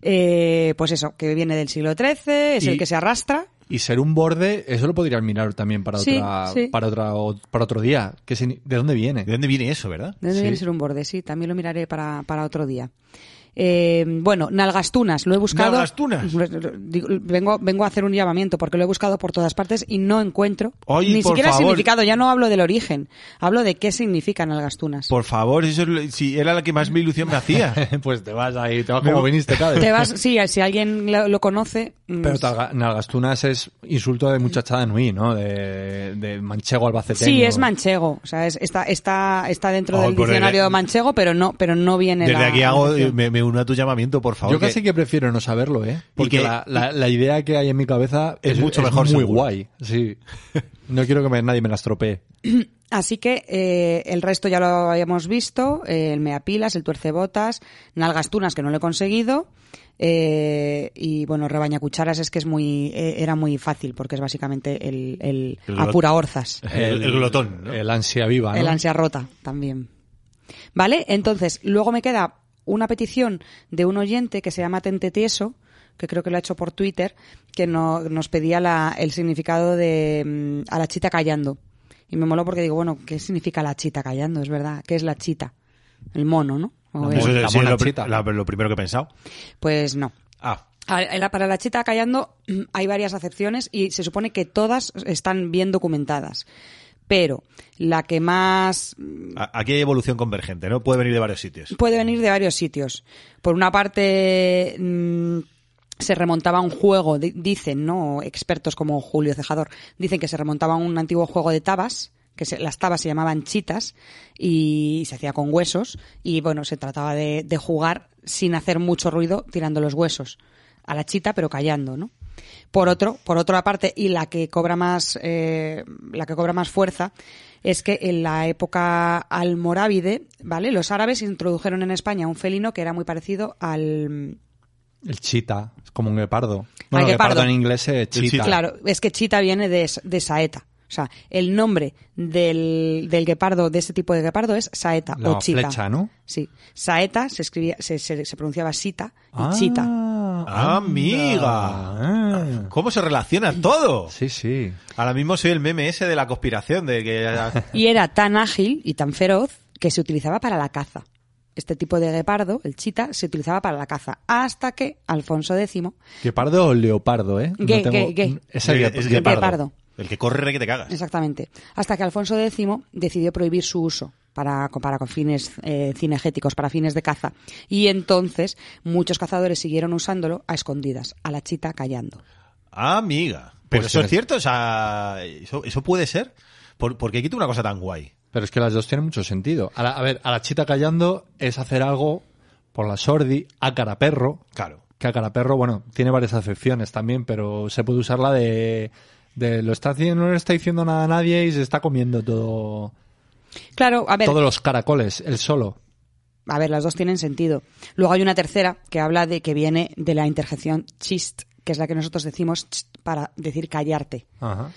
Speaker 3: Eh, pues eso, que viene del siglo XIII, es
Speaker 2: Y-
Speaker 3: el que se arrastra.
Speaker 2: Y ser un borde, eso lo podrías mirar también para,
Speaker 3: Sí,
Speaker 2: otra,
Speaker 3: sí.
Speaker 2: Para, otra, para otro día. ¿Qué signi- ¿De dónde viene?
Speaker 1: ¿De dónde viene eso, verdad?
Speaker 3: Debe
Speaker 2: Sí.
Speaker 3: ser un borde, sí. También lo miraré para, para otro día. Eh, bueno, nalgastunas, lo he buscado.
Speaker 1: ¿Nalgastunas?
Speaker 3: Digo, Vengo, vengo a hacer un llamamiento porque lo he buscado por todas partes y no encuentro
Speaker 1: Oye,
Speaker 3: ni
Speaker 1: por
Speaker 3: siquiera el
Speaker 1: favor.
Speaker 3: significado. Ya no hablo del origen, hablo de qué significan nalgastunas.
Speaker 1: Por favor, eso es lo- si era la que más mi ilusión me hacía.
Speaker 2: pues te vas ahí, te vas
Speaker 1: Me
Speaker 2: como
Speaker 1: voy.
Speaker 2: viniste, claro.
Speaker 3: Te vas, sí, si alguien lo, lo conoce. mm,
Speaker 2: Pero talga- nalgastunas es insulto de muchachada nui, ¿no? De, de manchego albaceteño.
Speaker 3: Sí, es manchego, o sea, es- está, está, está dentro
Speaker 1: Oh,
Speaker 3: del
Speaker 1: pues
Speaker 3: diccionario
Speaker 1: desde-
Speaker 3: manchego, pero no, pero no viene
Speaker 1: Desde
Speaker 3: la-
Speaker 1: aquí hago, eh,
Speaker 3: la-
Speaker 1: me, me uno a tu llamamiento, por favor.
Speaker 2: Yo casi que prefiero no saberlo, ¿eh? Porque
Speaker 1: que-
Speaker 2: la, la- la idea que hay en mi cabeza
Speaker 1: Es mucho mejor,
Speaker 2: muy
Speaker 1: seguro.
Speaker 2: guay, sí. No quiero que me- nadie me la estropee.
Speaker 3: Así que eh, el resto ya lo habíamos visto, eh, el meapilas, el tuercebotas, nalgastunas que no lo he conseguido eh, y bueno, rebañacucharas es que es muy, eh, era muy fácil porque es básicamente el, el
Speaker 1: El glot-
Speaker 3: apura orzas,
Speaker 1: El- el glotón, ¿no?
Speaker 2: El ansia viva, Ah, ¿no?
Speaker 3: el ansia rota también. Vale, entonces luego me queda una petición de un oyente que se llama Tente Tieso, que creo que lo ha hecho por Twitter, que no- nos pedía la- el significado de mm, a la chita callando. Y me moló porque digo, bueno, ¿qué significa la chita callando? Es verdad, ¿qué es la chita? El mono, ¿no? O
Speaker 2: No,
Speaker 3: el-
Speaker 1: Eso es-
Speaker 2: La
Speaker 1: sí, es
Speaker 2: mona
Speaker 1: lo, pri-
Speaker 2: chita.
Speaker 1: la- lo primero que he pensado.
Speaker 3: Pues no.
Speaker 1: Ah,
Speaker 3: A- en la- Para la chita callando mm, hay varias acepciones y se supone que todas están bien documentadas. Pero la que más
Speaker 1: a- aquí hay evolución convergente, ¿no? Puede venir de varios sitios.
Speaker 3: Puede venir de varios sitios. Por una parte, mm, se remontaba a un juego, di- dicen, ¿no? Expertos como Julio Cejador, dicen que se remontaba a un antiguo juego de tabas, que se- las tabas se llamaban chitas y se hacía con huesos. Y bueno, se trataba de, de jugar sin hacer mucho ruido tirando los huesos a la chita, pero callando, ¿no? Por otro, por otra parte, y la que cobra más, eh, la que cobra más fuerza es que en la época almorávide, ¿vale? Los árabes introdujeron en España un felino que era muy parecido al
Speaker 2: El chita, es como un guepardo.
Speaker 3: Ah,
Speaker 2: Bueno,
Speaker 3: guepardo.
Speaker 2: guepardo. en inglés es chita.
Speaker 1: chita.
Speaker 3: Claro, es que chita viene de, s- de saeta. O sea, el nombre del, del guepardo, de este tipo de guepardo, es saeta
Speaker 2: La
Speaker 3: o chita.
Speaker 2: flecha, ¿no?
Speaker 3: Sí. Saeta se, escribía, se, se- se pronunciaba sita y
Speaker 2: Ah,
Speaker 3: chita.
Speaker 2: anda.
Speaker 1: Amiga.
Speaker 2: Ah,
Speaker 1: ¿Cómo se relaciona todo?
Speaker 2: Sí, sí.
Speaker 1: Ahora mismo soy el meme ese de la conspiración, de que...
Speaker 3: Y era tan ágil y tan feroz que se utilizaba para la caza. Este tipo de guepardo, el chita, se utilizaba para la caza. Hasta que Alfonso X,
Speaker 2: Guepardo o leopardo, ¿eh?
Speaker 3: Gue- gue- gue.
Speaker 2: Es el
Speaker 1: es
Speaker 2: guepardo.
Speaker 3: guepardo.
Speaker 1: El que corre que te cagas.
Speaker 3: exactamente, hasta que Alfonso X decidió prohibir su uso para, para con fines eh, cinegéticos, para fines de caza. Y entonces muchos cazadores siguieron usándolo a escondidas, a la chita callando.
Speaker 1: Amiga. Pero
Speaker 2: Pues
Speaker 1: eso es
Speaker 2: tienes-
Speaker 1: cierto, o sea, eso, eso puede ser. ¿Por, ¿Por qué quita una cosa tan guay?
Speaker 2: Pero es que las dos tienen mucho sentido. A, la- a ver, a la chita callando es hacer algo por la sordi, a cara perro.
Speaker 1: Claro.
Speaker 2: Que a cara perro, bueno, tiene varias acepciones también, pero se puede usarla de, de lo está haciendo, no le está diciendo nada a nadie y se está comiendo todo,
Speaker 3: Claro, a ver,
Speaker 2: todos los caracoles, él solo.
Speaker 3: a ver, las dos tienen sentido. Luego hay una tercera que habla de que viene de la interjección chist, que es la que nosotros decimos chst para decir callarte.
Speaker 2: Ajá.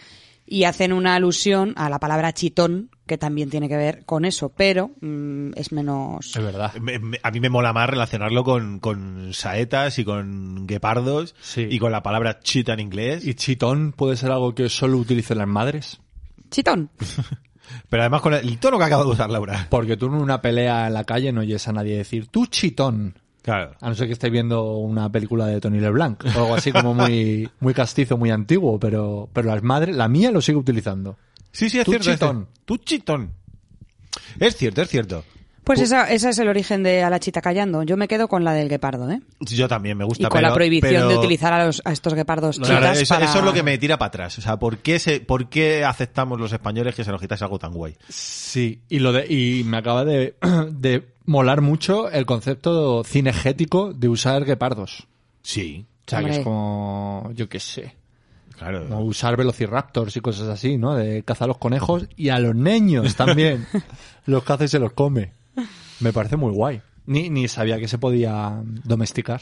Speaker 3: y hacen una alusión a la palabra chitón, que también tiene que ver con eso, pero mm, es menos.
Speaker 2: Es verdad.
Speaker 1: Me- me- a mí me mola más relacionarlo con, con saetas y con guepardos
Speaker 2: Sí.
Speaker 1: y con la palabra chita en inglés.
Speaker 2: ¿Y chitón puede ser algo que solo utilicen las madres?
Speaker 3: Chitón.
Speaker 1: pero además con el, el tono que acaba de usar Laura.
Speaker 2: Porque tú en una pelea en la calle no oyes a nadie decir, tú chitón.
Speaker 1: Claro.
Speaker 2: A no ser que estés viendo una película de Tony LeBlanc o algo así como muy, muy castizo, muy antiguo, pero, pero las madres, la mía lo sigue utilizando.
Speaker 1: Sí, sí, es
Speaker 2: Tú
Speaker 1: cierto. es
Speaker 2: chitón.
Speaker 1: cierto. Tú chitón. Es cierto, es cierto.
Speaker 3: Pues esa, esa es el origen de a la chita callando. Yo me quedo con la del guepardo, ¿eh?
Speaker 1: Yo también me
Speaker 3: Y
Speaker 1: gusta.
Speaker 3: con la
Speaker 1: pero-
Speaker 3: prohibición
Speaker 1: pero-
Speaker 3: de utilizar a, los- a estos guepardos
Speaker 1: Claro,
Speaker 3: chitas
Speaker 1: eso,
Speaker 3: para-
Speaker 1: eso es lo que me tira para atrás. O sea, ¿por qué, se, ¿por qué aceptamos los españoles que se nos quitase algo tan guay?
Speaker 2: Sí, y lo de, y me acaba de, de molar mucho el concepto cinegético de usar guepardos.
Speaker 1: Sí,
Speaker 2: O sea, que
Speaker 3: Hombre.
Speaker 2: es como, yo qué sé,
Speaker 1: claro.
Speaker 2: como usar velociraptors y cosas así, ¿no? De cazar a los conejos y a los niños también. los caza y se los come. Me parece muy guay. Ni, ni sabía que se podía domesticar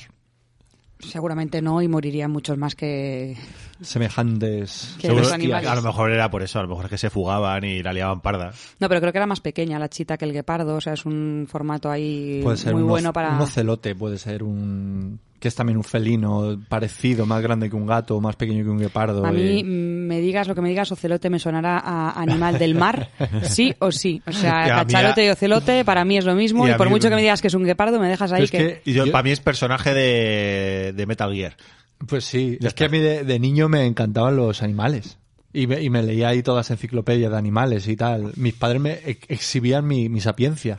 Speaker 3: Seguramente no, y morirían muchos más que.
Speaker 2: semejantes
Speaker 3: Que los
Speaker 1: Seguro-
Speaker 3: animales.
Speaker 1: A lo mejor era por eso, a lo mejor es que se fugaban y la liaban parda.
Speaker 3: No, pero creo que era más pequeña la chita que el guepardo. O sea, es un formato ahí
Speaker 2: Puede ser
Speaker 3: muy
Speaker 2: un,
Speaker 3: bueno
Speaker 2: oz-
Speaker 3: para.
Speaker 2: un ocelote, puede ser un que es también un felino parecido, más grande que un gato, más pequeño que un guepardo.
Speaker 3: A mí,
Speaker 2: y-
Speaker 3: mm, me digas lo que me digas, ocelote me sonará a animal del mar, sí o sí. O sea,
Speaker 4: Y a mí
Speaker 3: cachalote
Speaker 4: a-
Speaker 3: y ocelote para mí es lo mismo
Speaker 4: Y
Speaker 3: y,
Speaker 4: a
Speaker 3: por
Speaker 4: mí-
Speaker 3: mucho que me digas que es un guepardo, me dejas ahí
Speaker 2: es que-
Speaker 4: Y yo,
Speaker 2: Yo-
Speaker 4: para mí es personaje de, de Metal Gear.
Speaker 2: Pues sí,
Speaker 4: Ya
Speaker 2: es que a
Speaker 4: está.
Speaker 2: mí de, de niño me encantaban los animales. Y me, y me leía ahí todas las enciclopedias de animales y tal. Mis padres me ex- exhibían mi, mi sapiencia.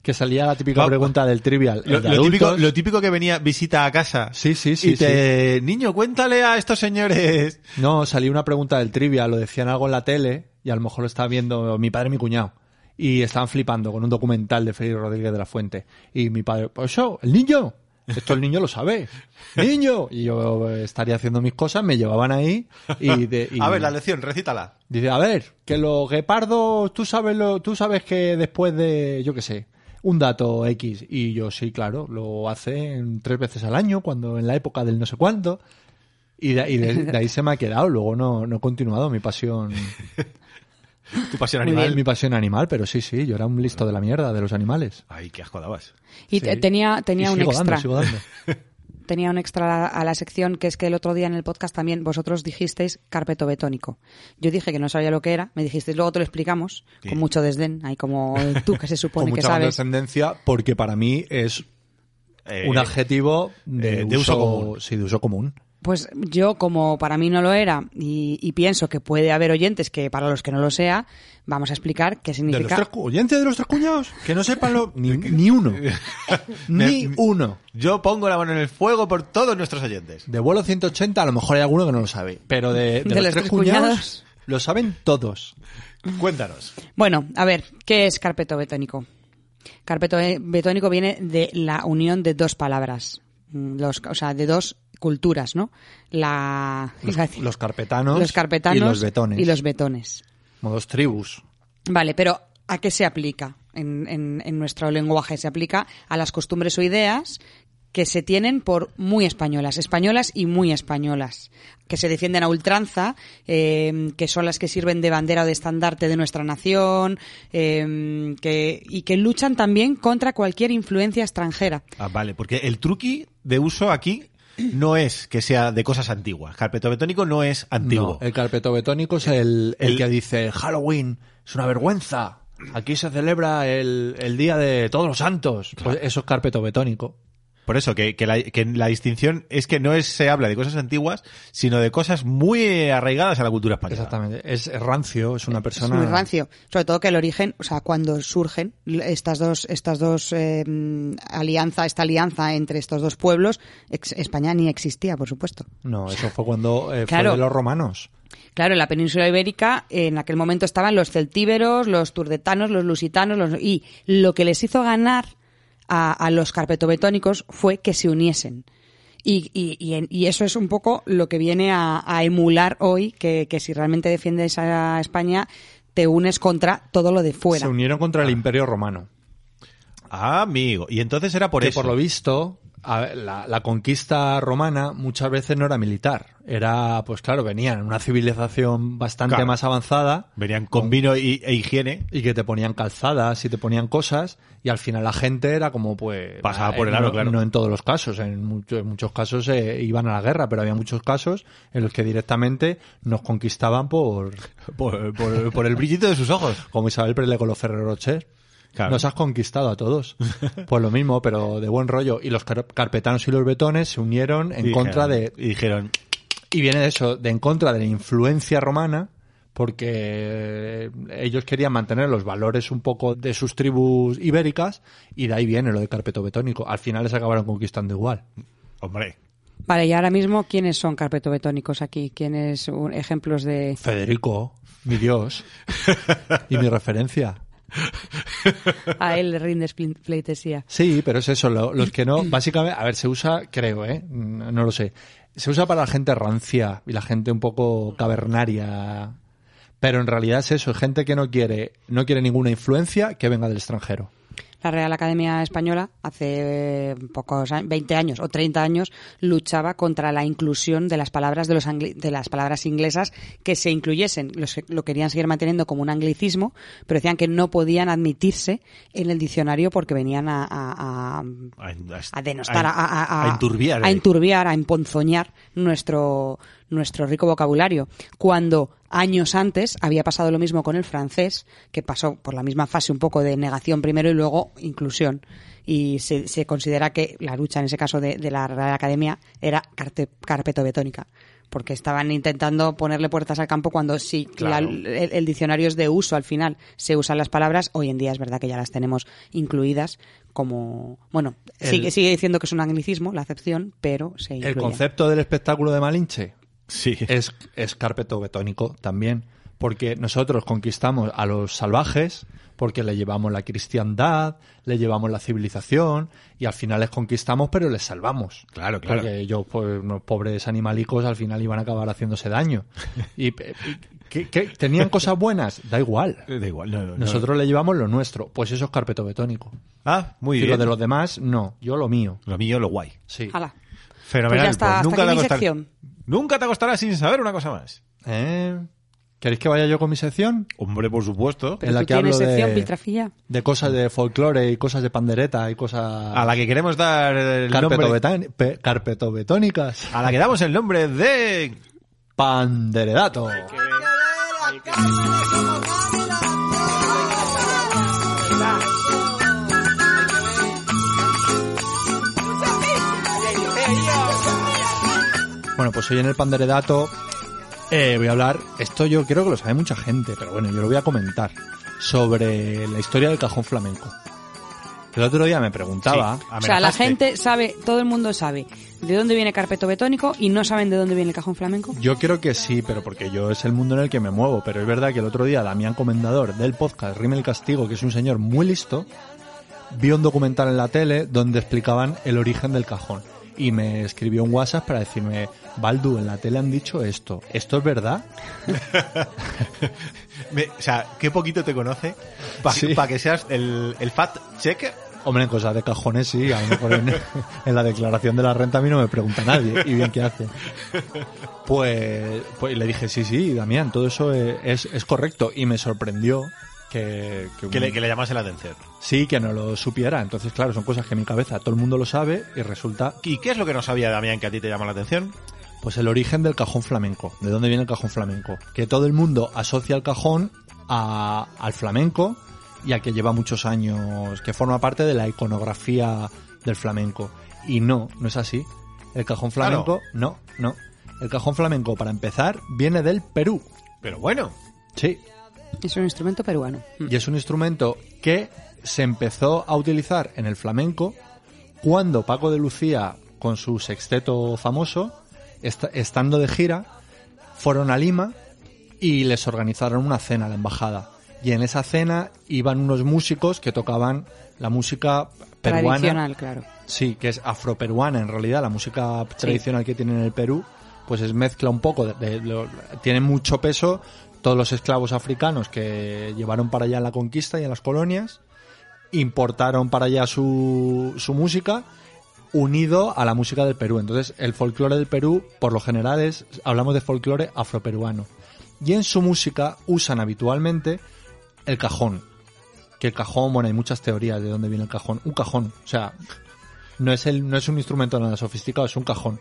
Speaker 2: que salía la típica
Speaker 4: Va-
Speaker 2: pregunta del trivial.
Speaker 4: Lo,
Speaker 2: el de
Speaker 4: lo típico,
Speaker 2: adultos.
Speaker 4: lo típico que venía visita a casa.
Speaker 2: Sí, sí, sí,
Speaker 4: Y te, niño, cuéntale a estos señores.
Speaker 2: No, salía una pregunta del trivial, lo decían algo en la tele y a lo mejor lo estaba viendo mi padre y mi cuñado. Y estaban flipando con un documental de Félix Rodríguez de la Fuente. Y mi padre, pues eso, el niño, esto el niño lo sabe, niño. Y yo eh, estaría haciendo mis cosas, me llevaban ahí y... de- y-
Speaker 4: A ver, la lección, recítala.
Speaker 2: Dice, a ver, que los guepardos, tú sabes, lo, tú sabes que después de, yo qué sé, un dato X, y yo sí, claro, lo hacen tres veces al año, cuando en la época del no sé cuánto, y de, y de- de ahí se me ha quedado, luego no, no he continuado mi pasión,
Speaker 4: Tu pasión
Speaker 3: Muy
Speaker 4: animal.
Speaker 2: mi pasión animal, pero sí, sí, yo era un listo de la mierda de los animales.
Speaker 4: Ay, qué asco dabas.
Speaker 3: Y te-
Speaker 2: Sí.
Speaker 3: tenía, tenía
Speaker 2: Y
Speaker 3: un
Speaker 2: sigo
Speaker 3: extra.
Speaker 2: dando, sigo dando.
Speaker 3: tenía un extra a la, a la sección que es que el otro día en el podcast también vosotros dijisteis carpeto betónico. Yo dije que no sabía lo que era, me dijisteis, luego te lo explicamos,
Speaker 4: Sí.
Speaker 3: con mucho desdén, ahí como tú que se supone
Speaker 2: Con
Speaker 3: que
Speaker 2: mucha
Speaker 3: sabes.
Speaker 2: condescendencia, porque para mí es
Speaker 4: Eh,
Speaker 2: un adjetivo de,
Speaker 4: eh, de uso común.
Speaker 2: Sí, de uso común.
Speaker 3: Pues yo, como para mí no lo era, y, y pienso que puede haber oyentes que para los que no lo sea, vamos a explicar
Speaker 2: ¿De
Speaker 3: qué
Speaker 2: los
Speaker 3: significa.
Speaker 2: tres cu- oyentes de los tres cuñados? Que no sepan lo... Ni, ni uno. ni uno.
Speaker 4: Yo pongo la mano en el fuego por todos nuestros oyentes.
Speaker 2: De vuelo 180 a lo mejor hay alguno que no lo sabe. Pero de, de los, tres, cuñados,
Speaker 3: cuñados.
Speaker 2: lo saben todos.
Speaker 4: Cuéntanos.
Speaker 3: Bueno, a ver, ¿qué es carpeto betónico? Carpeto eh, betónico viene de la unión de dos palabras, mm, los, o sea, de dos culturas, ¿no? La,
Speaker 2: Los,
Speaker 3: iba a decir-
Speaker 2: los carpetanos,
Speaker 3: los carpetanos
Speaker 2: y los betones.
Speaker 3: y los betones.
Speaker 2: Como dos tribus.
Speaker 3: Vale, pero ¿a qué se aplica en, en- en nuestro lenguaje? Se aplica a las costumbres o ideas que se tienen por muy españolas, españolas y muy españolas, que se defienden a ultranza, eh, que son las que sirven de bandera o de estandarte de nuestra nación, eh, que, y que luchan también contra cualquier influencia extranjera.
Speaker 4: Ah, vale, porque el truqui de uso aquí no es que sea de cosas antiguas. Carpeto betónico no eh. es antiguo.
Speaker 2: No, el carpeto betónico es el, el,
Speaker 4: El-
Speaker 2: que dice Halloween es una vergüenza. Aquí se celebra el, el día de todos los santos. Pues eso es carpeto betónico.
Speaker 4: Por eso, que, que la, que la distinción es que no es se habla de cosas antiguas, sino de cosas muy arraigadas a la cultura española.
Speaker 2: Exactamente. Es es rancio, es una persona...
Speaker 3: Es muy rancio. Sobre todo que el origen, o sea, cuando surgen l- estas dos, estas dos eh, alianza, esta alianza entre estos dos pueblos, ex- España ni existía, por supuesto.
Speaker 2: No, eso fue cuando eh,
Speaker 3: Claro.
Speaker 2: fue de los romanos.
Speaker 3: Claro, en la península ibérica en aquel momento estaban los celtíberos, los turdetanos, los lusitanos, los- y lo que les hizo ganar a, a los carpetobetónicos fue que se uniesen. Y, y- y en- y eso es un poco lo que viene a, a emular hoy, que, que si realmente defiendes a España, te unes contra todo lo de fuera.
Speaker 2: Se unieron contra el Imperio Romano.
Speaker 4: Ah, amigo. Y entonces era por
Speaker 2: que
Speaker 4: eso.
Speaker 2: por lo visto, a ver, la, la conquista romana muchas veces no era militar. Era, pues claro, venían una civilización bastante
Speaker 4: Claro.
Speaker 2: más avanzada
Speaker 4: Venían con vino y, e higiene.
Speaker 2: y que te ponían calzadas y te ponían cosas y al final la gente era como pues...
Speaker 4: Pasaba
Speaker 2: eh,
Speaker 4: por el aro,
Speaker 2: no,
Speaker 4: claro.
Speaker 2: No en todos los casos, en, mucho- en muchos casos eh, iban a la guerra, pero había muchos casos en los que directamente nos conquistaban por...
Speaker 4: Por, por- por el brillito de sus ojos.
Speaker 2: Como Isabel Preble con los Ferrero Rocher.
Speaker 4: Claro.
Speaker 2: Nos has conquistado a todos. Pues lo mismo, pero de buen rollo. Y los car- carpetanos y los betones se unieron en
Speaker 4: Y
Speaker 2: contra
Speaker 4: dijeron-
Speaker 2: de...
Speaker 1: "Ah,
Speaker 4: Y dijeron,
Speaker 2: Y viene de eso, de en contra de la influencia romana, porque eh, ellos querían mantener los valores un poco de sus tribus ibéricas, y de ahí viene lo de carpeto betónico. Al final les acabaron conquistando igual.
Speaker 4: hombre,
Speaker 3: Vale, y ahora mismo, ¿quiénes son carpetobetónicos aquí? ¿Quiénes un- ejemplos de...?
Speaker 2: Federico, mi Dios, y mi referencia.
Speaker 3: A él le rindes plin- pleitesía.
Speaker 2: Sí, pero es eso, lo- los que no, básicamente, a ver, se usa, creo, ¿eh? No no lo sé. Se usa para la gente rancia y la gente un poco cavernaria. Pero en realidad es eso, es gente que no quiere, no quiere ninguna influencia que venga del extranjero.
Speaker 3: la Real Academia Española hace eh, pocos años, 20 años o 30 años luchaba contra la inclusión de las palabras de los angli- de las palabras inglesas que se incluyesen. Los- lo querían seguir manteniendo como un anglicismo, pero decían que no podían admitirse en el diccionario porque venían a- a- a
Speaker 4: A,
Speaker 3: a denostar, a, a- a-
Speaker 4: a enturbiar.
Speaker 3: a
Speaker 4: eh.
Speaker 3: enturbiar, a emponzoñar nuestro, nuestro rico vocabulario. Cuando años antes había pasado lo mismo con el francés, que pasó por la misma fase un poco de negación primero y luego inclusión. Y se, se considera que la lucha, en ese caso de, de la Real Academia, era carte- carpeto betónica. Porque estaban intentando ponerle puertas al campo cuando sí, la-
Speaker 4: Claro.
Speaker 3: el, el diccionario es de uso al final. Se usan las palabras. Hoy en día es verdad que ya las tenemos incluidas como. Bueno,
Speaker 2: El-
Speaker 3: sigue, sigue diciendo que es un anglicismo, la acepción, pero se incluye.
Speaker 2: El concepto del espectáculo de Malinche
Speaker 4: Sí.
Speaker 2: es, es carpeto betónico también, porque nosotros conquistamos a los salvajes, porque le llevamos la cristiandad, le llevamos la civilización, y al final les conquistamos, pero les salvamos.
Speaker 4: Claro, claro.
Speaker 2: Porque ellos, pues, unos pobres animalicos, al final iban a acabar haciéndose daño. Y, pe- y- ¿qué- qué? tenían cosas buenas, da igual.
Speaker 4: Da igual, no, no, no.
Speaker 2: Nosotros le llevamos lo nuestro, pues eso es carpeto betónico.
Speaker 4: Ah, muy
Speaker 2: Y lo
Speaker 4: bien.
Speaker 2: de los demás, no, yo lo mío.
Speaker 4: Lo mío, lo guay.
Speaker 2: Sí.
Speaker 3: Hala.
Speaker 4: Fenomenal.
Speaker 3: Pues ya está, hasta
Speaker 4: nunca,
Speaker 3: aquí
Speaker 4: te
Speaker 3: mi
Speaker 4: acostar-
Speaker 3: sección.
Speaker 4: nunca te acostarás sin saber una cosa más.
Speaker 2: ¿Eh? ¿Queréis que vaya yo con mi sección?
Speaker 4: Hombre, por supuesto.
Speaker 3: Pero
Speaker 2: en la
Speaker 3: tú
Speaker 2: que
Speaker 3: tienes
Speaker 2: hablo de-
Speaker 3: sección, piltrafilla.
Speaker 2: De cosas de folclore y cosas de pandereta y cosas
Speaker 4: A la que queremos dar el nombre.
Speaker 2: carpetobetán- pe- carpetobetónicas.
Speaker 4: A la que damos el nombre de.
Speaker 2: Panderedato. Bueno, pues hoy en el Panderedato eh, voy a hablar, esto yo creo que lo sabe mucha gente, pero bueno, yo lo voy a comentar, sobre la historia del cajón flamenco. El otro día me preguntaba...
Speaker 4: Sí,
Speaker 3: O sea, la
Speaker 4: amenazaste.
Speaker 3: gente sabe, todo el mundo sabe de dónde viene carpeto betónico y no saben de dónde viene el cajón flamenco.
Speaker 2: Yo creo que sí, pero porque yo es el mundo en el que me muevo. Pero es verdad que el otro día Damián Comendador del podcast Rime el Castigo, que es un señor muy listo, vi un documental en la tele donde explicaban el origen del cajón. Y me escribió un WhatsApp para decirme, Baldu, en la tele han dicho esto. ¿Esto es verdad?
Speaker 4: Me- o sea, qué poquito te conoce para
Speaker 2: Sí.
Speaker 4: que seas el, el fat checker.
Speaker 2: Hombre, en cosas de cajones sí, a lo mejor en, en la declaración de la renta a mí no me pregunta nadie, y bien que hace. Pues, pues le dije, sí, sí, Damián, todo eso es, es correcto, y me sorprendió que... que un-
Speaker 4: Que le, que le llamase la atención.
Speaker 2: Sí, que no lo supiera. Entonces, claro, son cosas que en mi cabeza todo el mundo lo sabe y resulta,
Speaker 4: ¿Y qué es lo que no sabía Damián que a ti te llama la atención?
Speaker 2: pues, el origen del cajón flamenco. ¿De dónde viene el cajón flamenco? Que todo el mundo asocia el cajón a- al flamenco y a que lleva muchos años, que forma parte de la iconografía del flamenco. Y no, no es así. El cajón
Speaker 4: Ah, no.
Speaker 2: flamenco, no, no. El cajón flamenco, para empezar, viene del Perú.
Speaker 4: Pero bueno,
Speaker 2: Sí,
Speaker 3: Es un instrumento peruano. Mm.
Speaker 2: y es un instrumento que se empezó a utilizar en el flamenco cuando Paco de Lucía, con su sexteto famoso, est- estando de gira, fueron a Lima y les organizaron una cena a la embajada. Y en esa cena iban unos músicos que tocaban la música peruana.
Speaker 3: Tradicional, claro.
Speaker 2: Sí, que es afroperuana en realidad, la música tradicional que tienen en el Perú, pues es mezcla un poco, de, de lo- tiene mucho peso todos los esclavos africanos que llevaron para allá en la conquista y en las colonias, importaron para allá su, su música unido a la música del Perú. Entonces, el folclore del Perú, por lo general, es, hablamos de folclore afroperuano. Y en su música usan habitualmente el cajón. Que el cajón, bueno, hay muchas teorías de dónde viene el cajón. Un cajón, o sea, no es, el, no es un instrumento nada sofisticado, es un cajón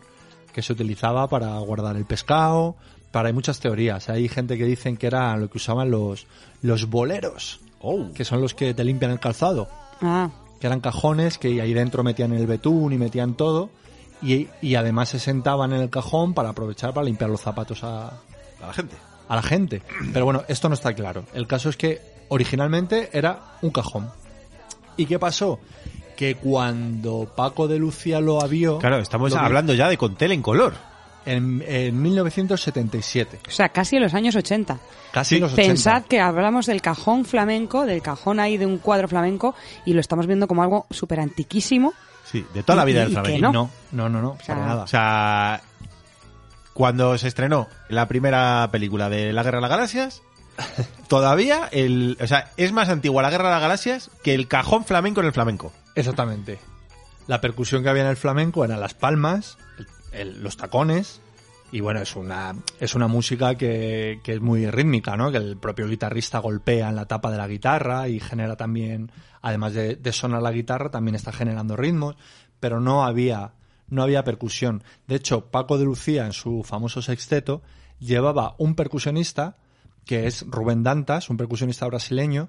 Speaker 2: que se utilizaba para guardar el pescado. Para, hay muchas teorías. Hay gente que dicen que era lo que usaban los, los boleros,
Speaker 4: oh,
Speaker 2: que son los que te limpian el calzado
Speaker 3: Ah,
Speaker 2: que eran cajones que ahí dentro metían el betún y metían todo y, y además se sentaban en el cajón para aprovechar para limpiar los zapatos a,
Speaker 4: a la gente.
Speaker 2: a la gente. Pero bueno, esto no está claro. El caso es que originalmente era un cajón. ¿Y qué pasó? Que cuando Paco de Lucía lo avió
Speaker 4: Claro, estamos
Speaker 2: Lo vi.
Speaker 4: hablando ya de Contel en color.
Speaker 2: en, en 1977,
Speaker 3: o sea, casi en los años 80.
Speaker 2: casi los 80.
Speaker 3: Pensad que hablamos del cajón flamenco, del cajón ahí de un cuadro flamenco, y lo estamos viendo como algo súper antiquísimo.
Speaker 4: Sí, de toda la vida
Speaker 3: Y-
Speaker 4: del
Speaker 3: y que
Speaker 4: flamenco.
Speaker 2: no,
Speaker 3: no. Ah.
Speaker 2: no, no, no,
Speaker 3: sea,
Speaker 2: para nada.
Speaker 4: O sea, cuando se estrenó la primera película de La Guerra de las Galaxias, todavía el, o sea, es más antigua la Guerra de las Galaxias que el cajón flamenco en el flamenco.
Speaker 2: Exactamente. La percusión que había en el flamenco eran las palmas, el- los tacones, y bueno, es una, es una música que, que es muy rítmica, ¿no? Que el propio guitarrista golpea en la tapa de la guitarra y genera también, además de, de sonar la guitarra, también está generando ritmos, pero no había, no había percusión. De hecho, Paco de Lucía, en su famoso sexteto, llevaba un percusionista, que es Rubén Dantas, un percusionista brasileño,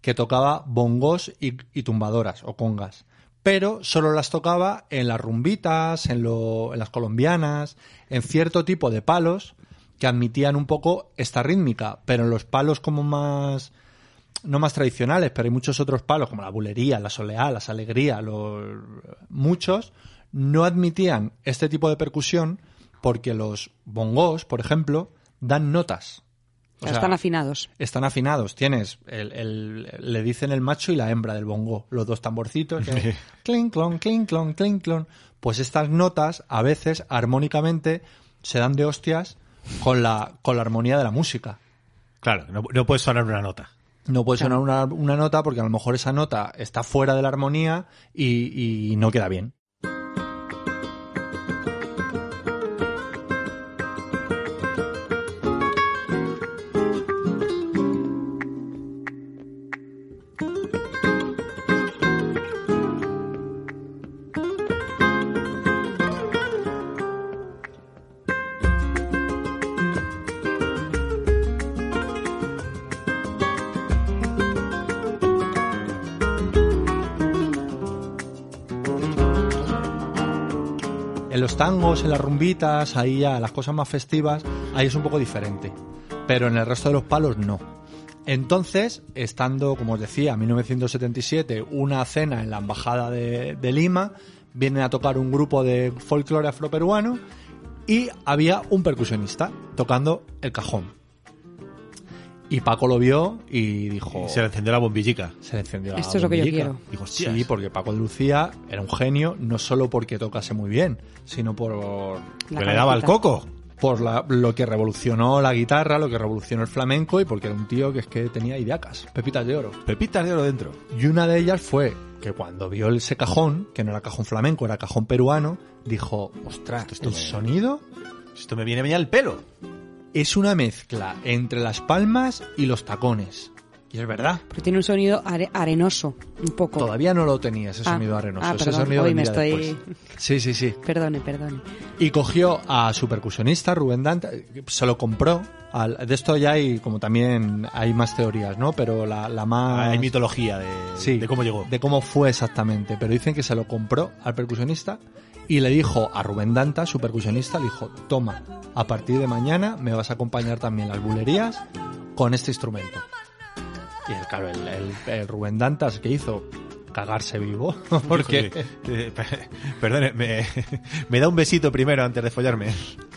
Speaker 2: que tocaba bongos y, y tumbadoras o congas. Pero solo las tocaba en las rumbitas, en, lo- en las colombianas, en cierto tipo de palos que admitían un poco esta rítmica, pero en los palos como más no más tradicionales, pero hay muchos otros palos, como la bulería, la soleá, las alegrías, los... muchos, no admitían este tipo de percusión porque los bongos, por ejemplo, dan notas. O sea,
Speaker 3: están afinados.
Speaker 2: están afinados. Tienes, el, el- le dicen el macho y la hembra del bongo, los dos tamborcitos. que- clink, clon, clink, clon, clink, clon. Pues estas notas, a veces, armónicamente, se dan de hostias con la, con la armonía de la música.
Speaker 1: Claro, no, no puedes sonar una nota.
Speaker 2: No puede sonar una, una nota porque a lo mejor esa nota está fuera de la armonía y, y no queda bien. En los tangos, en las rumbitas, ahí ya las cosas más festivas, ahí es un poco diferente. Pero en el resto de los palos no. Entonces, estando, como os decía, en 1977, una cena en la Embajada de, de Lima, vienen a tocar un grupo de folclore afroperuano y había un percusionista tocando el cajón. Y Paco lo vio y
Speaker 4: Oh.
Speaker 2: dijo...
Speaker 1: Y se le encendió la bombillica.
Speaker 2: Se le encendió la
Speaker 3: Esto es lo que yo
Speaker 2: bombillica.
Speaker 3: quiero.
Speaker 2: Dijo,
Speaker 1: Hostias.
Speaker 2: sí, porque Paco de Lucía era un genio, no solo porque tocase muy bien, sino por,
Speaker 3: La
Speaker 1: que le daba al
Speaker 3: cabecita.
Speaker 1: coco.
Speaker 2: por la- lo que revolucionó la guitarra, lo que revolucionó el flamenco y porque era un tío que es que tenía ideacas, pepitas de oro.
Speaker 4: Pepitas de oro dentro.
Speaker 2: Y una de ellas fue que cuando vio ese cajón, que no era cajón flamenco, era cajón peruano, dijo, ostras,
Speaker 4: Esto
Speaker 2: el
Speaker 4: me-
Speaker 2: sonido
Speaker 4: Esto me viene bien al pelo.
Speaker 2: es una mezcla entre las palmas y los tacones. Y es verdad.
Speaker 3: Porque tiene un sonido are- arenoso, un poco.
Speaker 2: Todavía no lo tenía ese
Speaker 3: Ah,
Speaker 2: sonido arenoso.
Speaker 3: ah,
Speaker 2: ese
Speaker 3: perdón,
Speaker 2: sonido
Speaker 3: hoy me
Speaker 2: vendría
Speaker 3: estoy-
Speaker 2: después. Sí, sí, sí.
Speaker 3: Perdone, perdone.
Speaker 2: Y cogió a su percusionista, Rubén Dante, se lo compró. al- de esto ya hay, como también hay más teorías, ¿no? Pero la, la más...
Speaker 1: Hay mitología de,
Speaker 2: Sí,
Speaker 1: de cómo llegó.
Speaker 2: De cómo fue exactamente. Pero dicen que se lo compró al percusionista y le dijo a Rubén Danta, su percusionista, le dijo, toma, a partir de mañana me vas a acompañar también las bulerías con este instrumento. Y el, claro, el, el- el Rubén Dantas que hizo cagarse vivo. Porque...
Speaker 4: Eh, pe- Perdone, me, me da un besito primero antes de follarme.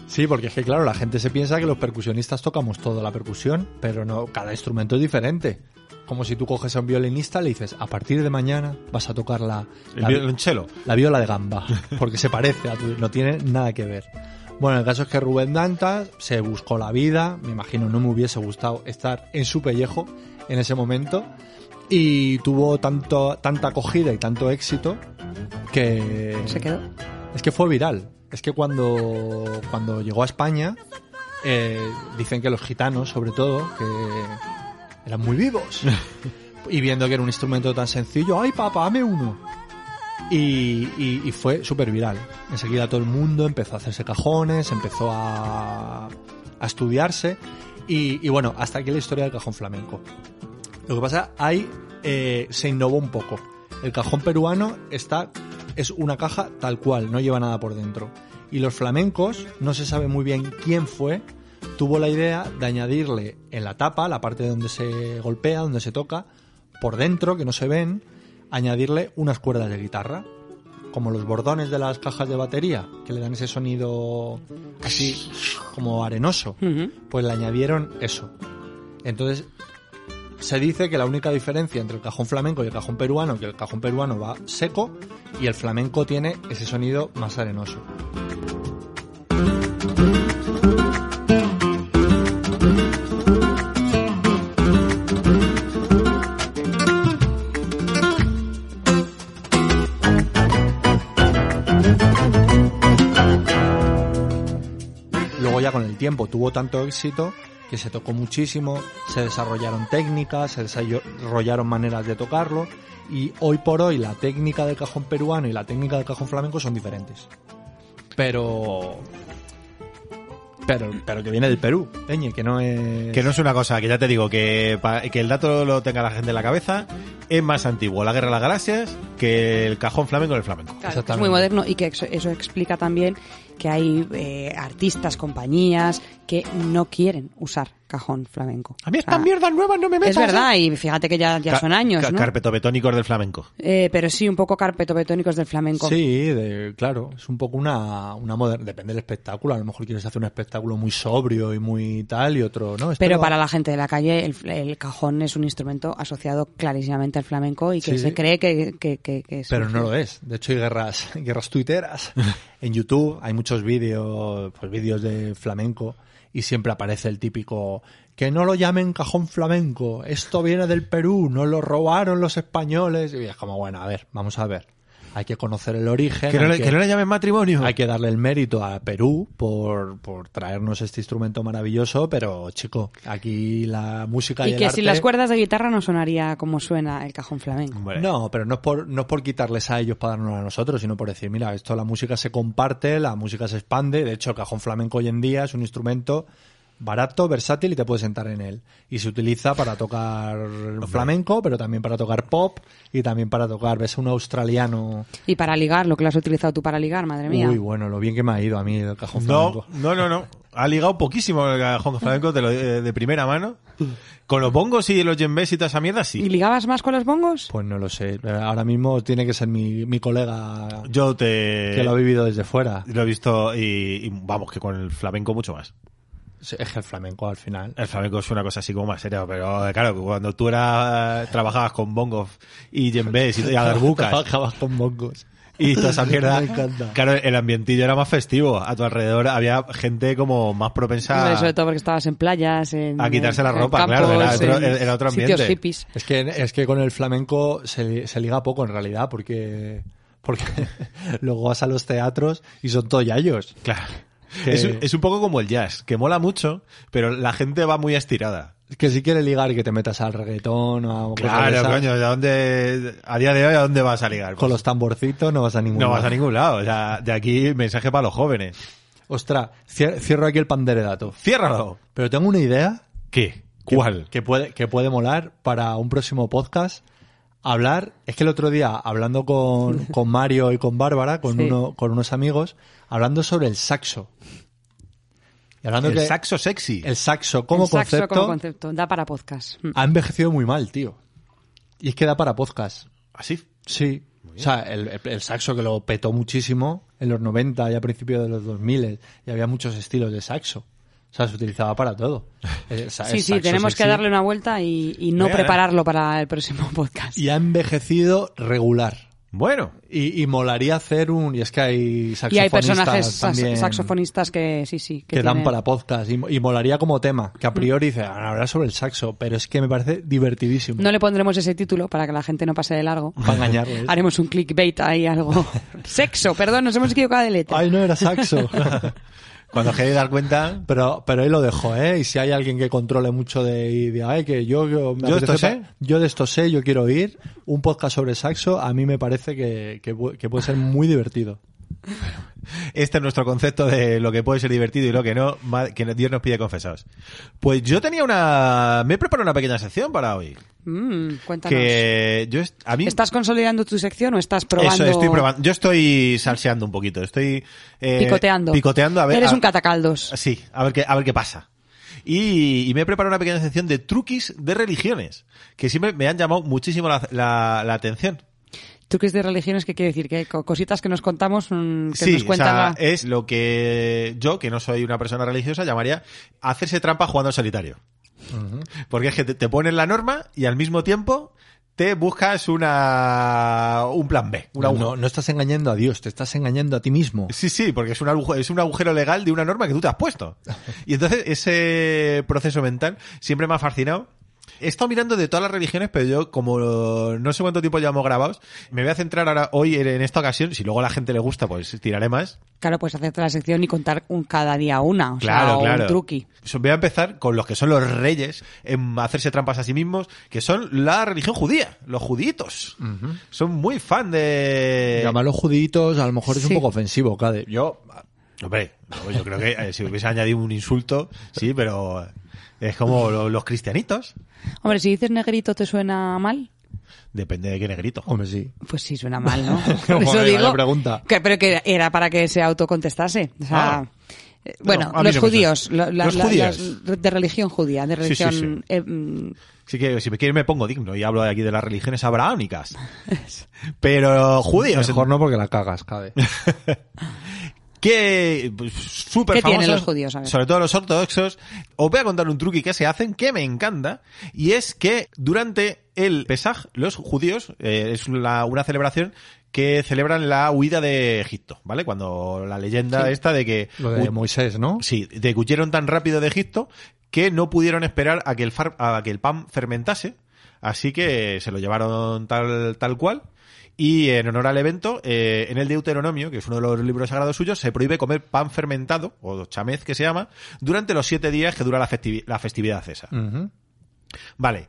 Speaker 2: Sí, porque es que claro, la gente se piensa que los percusionistas tocamos toda la percusión, pero no, cada instrumento es diferente. Como si tú coges a un violinista y le dices, a partir de mañana vas a tocar la,
Speaker 4: El
Speaker 2: la-
Speaker 4: violonchelo.
Speaker 2: la viola de gamba, porque se parece a tu, no tiene nada que ver. Bueno, el caso es que Rubén Dantas se buscó la vida, me imagino no me hubiese gustado estar en su pellejo en ese momento, y tuvo tanto, tanta acogida y tanto éxito que...
Speaker 1: Mm.
Speaker 3: Se quedó.
Speaker 2: Es que fue viral. Es que cuando, cuando llegó a España, eh, dicen que los gitanos, sobre todo, que eran muy vivos. y viendo que era un instrumento tan sencillo, ¡ay, papá, dame uno! Y, y- y fue súper viral. Enseguida todo el mundo empezó a hacerse cajones, empezó a, a estudiarse. Y, y bueno, hasta aquí la historia del cajón flamenco. Lo que pasa, ahí eh, se innovó un poco. El cajón peruano está es una caja tal cual, no lleva nada por dentro. Y los flamencos, no se sabe muy bien quién fue, tuvo la idea de añadirle en la tapa, la parte donde se golpea, donde se toca, por dentro, que no se ven, añadirle unas cuerdas de guitarra. Como los bordones de las cajas de batería, que le dan ese sonido así como arenoso
Speaker 3: Ujú.
Speaker 2: pues le añadieron eso. Entonces, se dice que la única diferencia entre el cajón flamenco y el cajón peruano, que el cajón peruano va seco y el flamenco tiene ese sonido más arenoso. tiempo tuvo tanto éxito que se tocó muchísimo, se desarrollaron técnicas, se desarrollaron maneras de tocarlo y hoy por hoy la técnica del cajón peruano y la técnica del cajón flamenco son diferentes. Pero pero pero que viene del Perú, Peñe, que no es
Speaker 1: Que no es una cosa, que ya te digo, que, pa- que el dato lo tenga la gente en la cabeza, es más antiguo la Guerra de las Galaxias que el cajón flamenco del flamenco.
Speaker 3: Claro, que es
Speaker 2: Exactamente.
Speaker 3: muy moderno y que ex- eso explica también que hay eh, artistas, compañías que no quieren usar cajón flamenco.
Speaker 1: A mí
Speaker 3: O sea,
Speaker 1: estas mierdas nuevas no me metas.
Speaker 3: Ah. Es verdad, y fíjate que ya, ya son años, ¿no?
Speaker 1: Carpetobetónicos del flamenco.
Speaker 3: Eh, pero sí, un poco carpetobetónicos del flamenco.
Speaker 2: Sí, de- claro, es un poco una, una moderna, depende del espectáculo, a lo mejor quieres hacer un espectáculo muy sobrio y muy tal y otro, ¿no? Este
Speaker 3: Pero
Speaker 2: lo-
Speaker 3: para la gente de la calle, el, el cajón es un instrumento asociado clarísimamente al flamenco y que
Speaker 2: Sí,
Speaker 3: se
Speaker 2: sí.
Speaker 3: cree que, que, que- que es.
Speaker 2: Pero no lo es. De hecho, hay guerras, guerras tuiteras. En YouTube hay muchos vídeos, pues vídeos de flamenco y siempre aparece el típico que no lo llamen cajón flamenco. Esto viene del Perú, nos lo robaron los españoles. Y es como, bueno, a ver, vamos a ver. Hay que conocer el origen.
Speaker 1: Que no,
Speaker 2: hay
Speaker 1: le,
Speaker 2: que-
Speaker 1: que no le llamen matrimonio.
Speaker 2: hay que darle el mérito a Perú por, por traernos este instrumento maravilloso, pero chico, aquí la música y,
Speaker 3: Y
Speaker 2: el
Speaker 3: que sin
Speaker 2: arte-
Speaker 3: las cuerdas de guitarra no sonaría como suena el cajón flamenco.
Speaker 1: Hombre.
Speaker 2: No, pero no es, por, no es por quitarles a ellos para darnos a nosotros, sino por decir, mira, esto la música se comparte, la música se expande. De hecho, el cajón flamenco hoy en día es un instrumento barato, versátil y te puedes sentar en él. Y se utiliza para tocar flamenco, pero también para tocar pop y también para tocar, ves, un australiano.
Speaker 3: Y para ligar, lo que lo has utilizado tú para ligar, madre mía.
Speaker 2: Uy, bueno, lo bien que me ha ido a mí el cajón flamenco.
Speaker 1: No, no, no, no. Ha ligado poquísimo el cajón flamenco te lo- eh, de, primera mano. Con los bongos y los yembés y toda esa mierda,
Speaker 3: ¿Y
Speaker 1: sí.
Speaker 3: ligabas más con los bongos?
Speaker 2: Pues no lo sé. Ahora mismo tiene que ser mi, mi colega
Speaker 1: Yo te...
Speaker 2: que lo ha vivido desde fuera.
Speaker 1: lo he visto y, y vamos, que con el flamenco mucho más.
Speaker 2: Es que el flamenco al final.
Speaker 1: El flamenco es una cosa así como más seria, pero eh, claro, cuando tú eras, trabajabas con bongos y yembés y, y adarbucas
Speaker 2: Trabajabas con bongos.
Speaker 1: y toda esa mierda,
Speaker 2: Me encanta.
Speaker 1: claro, el ambientillo era más festivo. A tu alrededor había gente como más propensa
Speaker 3: Hombre, sobre todo porque estabas en playas, en,
Speaker 1: a quitarse la
Speaker 3: en
Speaker 1: ropa, claro,
Speaker 3: campos,
Speaker 1: era otro-
Speaker 3: en
Speaker 1: era otro
Speaker 3: sitios
Speaker 1: ambiente.
Speaker 3: hippies.
Speaker 2: Es que, es que con el flamenco se, li- se liga poco en realidad, porque, porque luego vas a los teatros y son toyallos.
Speaker 1: Claro.
Speaker 2: Que-
Speaker 1: Es, un- es un poco como el jazz, que mola mucho, pero la gente va muy estirada.
Speaker 2: Que si quieres ligar que te metas al reggaetón o a cosas de
Speaker 1: Claro,
Speaker 2: esas,
Speaker 1: coño, ¿a dónde, a día de hoy, ¿a dónde vas a ligar? Pues,
Speaker 2: con los tamborcitos no vas a ningún
Speaker 1: no vas
Speaker 2: lado.
Speaker 1: a ningún lado. O sea, de aquí, mensaje para los jóvenes.
Speaker 2: Ostras, cier- cierro aquí el panderedato.
Speaker 1: ¡Ciérralo!
Speaker 2: Pero tengo una idea
Speaker 1: ¿Qué?
Speaker 2: que-
Speaker 1: ¿Cuál?
Speaker 2: Que puede, que puede molar para un próximo podcast. Hablar, es que el otro día, hablando con, con Mario y con Bárbara, con,
Speaker 3: Sí.
Speaker 2: uno, con unos amigos, hablando sobre el saxo. Y hablando
Speaker 1: el
Speaker 2: que
Speaker 1: saxo sexy.
Speaker 2: el saxo como,
Speaker 3: El saxo
Speaker 2: concepto,
Speaker 3: como concepto, da para podcast. Mm.
Speaker 2: ha envejecido muy mal, tío. Y es que da para podcast.
Speaker 1: Así.
Speaker 2: Sí. O sea, el, el- el saxo que lo petó muchísimo en los 90 y a principios de los 2000 y había muchos estilos de saxo. O sea, se utilizaba para todo. El sa- el
Speaker 3: Sí, sí,
Speaker 2: Ah, saxo
Speaker 3: tenemos que
Speaker 2: sexy.
Speaker 3: darle una vuelta y, y no
Speaker 1: Venga,
Speaker 3: prepararlo para el próximo podcast.
Speaker 2: y ha envejecido regular.
Speaker 1: Bueno.
Speaker 2: Y, y molaría hacer un. Y es que hay saxofonistas.
Speaker 3: Y hay personajes sax-
Speaker 2: también
Speaker 3: saxofonistas que sí, sí,
Speaker 2: que
Speaker 3: que,
Speaker 2: dan
Speaker 3: tienen- Mm.
Speaker 2: para podcast. Y, y molaría como tema. Que a priori dice, "Ah, hablar sobre el saxo. Pero es que me parece divertidísimo.
Speaker 3: No le pondremos ese título para que la gente no pase de largo.
Speaker 2: Para engañarles.
Speaker 3: Haremos un clickbait ahí, algo. Sexo, perdón, nos hemos equivocado de letra.
Speaker 2: Ay, no era saxo.
Speaker 1: Cuando os queréis dar cuenta.
Speaker 2: pero, pero ahí lo dejo, ¿eh? Y si hay alguien que controle mucho de. Y de, Ay, que yo. Yo, me
Speaker 1: Yo de
Speaker 2: apetece
Speaker 1: esto sé.
Speaker 2: pa- Yo de esto sé, yo quiero ir. Un podcast sobre saxo, a mí me parece que, que pu- que puede ser muy divertido.
Speaker 1: Este es nuestro concepto de lo que puede ser divertido y lo que no, ma- que Dios nos pide confesados. Pues yo tenía una. Me he preparado una pequeña sección para hoy.
Speaker 3: Mm, cuéntanos.
Speaker 1: Que yo. est- A mí.
Speaker 3: ¿Estás consolidando tu sección o estás probando?
Speaker 1: Eso, estoy probando. Yo estoy salseando un poquito. Estoy. eh,
Speaker 3: Picoteando.
Speaker 1: Picoteando a ver.
Speaker 3: Eres
Speaker 1: a-
Speaker 3: un catacaldos.
Speaker 1: Sí, a ver qué, a ver qué pasa. Y, y me he preparado una pequeña sección de truquis de religiones, que siempre me han llamado muchísimo la, la- la atención.
Speaker 3: ¿Tú qué es de religiones? ¿Qué quiere decir? Que co- cositas que nos contamos, mm, que
Speaker 1: sí,
Speaker 3: nos
Speaker 1: o
Speaker 3: cuentan.
Speaker 1: sea, eh,
Speaker 3: la-
Speaker 1: es lo que yo, que no soy una persona religiosa, llamaría hacerse trampa jugando en solitario. Porque es que te, te ponen la norma y al mismo tiempo te buscas una un plan B, un
Speaker 2: No,
Speaker 1: agujero.
Speaker 2: no, no estás engañando a Dios, te estás engañando a ti mismo.
Speaker 1: Sí, sí, porque es un, agujero, es un agujero legal de una norma que tú te has puesto. Y entonces ese proceso mental siempre me ha fascinado He estado mirando de todas las religiones, pero yo, como no sé cuánto tiempo llevamos grabados, me voy a centrar ahora hoy en esta ocasión. Si luego a la gente le gusta, pues tiraré más.
Speaker 3: Claro, pues hacerte la sección y contar un, cada día una. O sea,
Speaker 1: Claro,
Speaker 3: o
Speaker 1: claro.
Speaker 3: un truqui.
Speaker 1: Voy a empezar con los que son los reyes en hacerse trampas a sí mismos, que son la religión judía, los juditos. Son muy fan de...
Speaker 2: Llamarlos juditos a lo mejor es
Speaker 3: Sí.
Speaker 2: un poco ofensivo, Cade. Yo,
Speaker 1: Hombre, no, yo creo que eh, si hubiese añadido un insulto, sí, pero eh, es como lo- los cristianitos.
Speaker 3: Hombre, si dices negrito, ¿te suena mal?
Speaker 1: Depende de qué negrito.
Speaker 2: hombre, sí.
Speaker 3: Pues sí, suena mal, ¿no? Por
Speaker 2: Joder,
Speaker 3: eso
Speaker 2: vaya
Speaker 3: digo.
Speaker 2: pregunta.
Speaker 3: que- pero que era para que se autocontestase. O sea,
Speaker 1: Ah.
Speaker 3: eh, bueno,
Speaker 1: No, a mí
Speaker 3: los
Speaker 1: no me
Speaker 3: judíos.
Speaker 1: suena.
Speaker 3: lo- la-
Speaker 1: Los
Speaker 3: la-
Speaker 1: judíos.
Speaker 3: las de religión judía, de
Speaker 1: Sí, sí,
Speaker 3: religión.
Speaker 1: sí.
Speaker 3: eh, mm,
Speaker 1: Así que si me quieres me pongo digno y hablo de aquí de las religiones abrahámicas. Pero judíos,
Speaker 2: Mejor no porque la cagas, Cade.
Speaker 1: que pues, súper
Speaker 3: ¿Qué tienen
Speaker 1: famosos,
Speaker 3: los judíos? A ver.
Speaker 1: sobre todo los ortodoxos. Os voy a contar un truqui que se hacen que me encanta y es que durante el Pesaj los judíos eh, es la- una celebración que celebran la huida de Egipto, ¿vale? Cuando la leyenda esta de que
Speaker 2: Lo de
Speaker 1: hu-
Speaker 2: Moisés, ¿no?
Speaker 1: Sí, de que huyeron tan rápido de Egipto que no pudieron esperar a que el, far- a que el pan fermentase, así que se lo llevaron tal, tal cual. Y en honor al evento, eh, en el Deuteronomio, que es uno de los libros sagrados suyos, se prohíbe comer pan fermentado, o chamez que se llama, durante los siete días que dura la, festivi- la festividad esa.
Speaker 2: Ujú.
Speaker 1: Vale.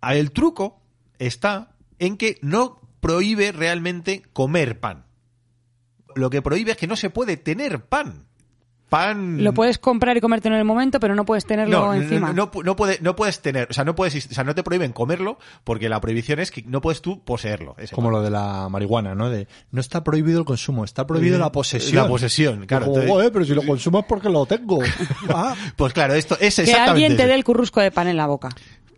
Speaker 1: A- El truco está en que no prohíbe realmente comer pan. Lo que prohíbe es que no se puede tener pan. Pan.
Speaker 3: Lo puedes comprar y comértelo en el momento, pero no puedes tenerlo
Speaker 1: Mm. no, no,
Speaker 3: encima.
Speaker 1: No, no, no puede- no puedes tener, o sea, no puedes, o sea, no te prohíben comerlo porque la prohibición es que no puedes tú poseerlo. ese
Speaker 2: Como
Speaker 1: pan.
Speaker 2: lo de la marihuana, ¿no? De no está prohibido el consumo, está prohibido la posesión.
Speaker 1: La posesión, claro.
Speaker 2: Como,
Speaker 1: entonces-
Speaker 2: "Joder, pero si lo consumo es porque lo tengo. Ah,
Speaker 1: pues claro, esto es
Speaker 3: que
Speaker 1: exactamente.
Speaker 3: alguien te
Speaker 1: eso.
Speaker 3: dé el currusco de pan en la boca.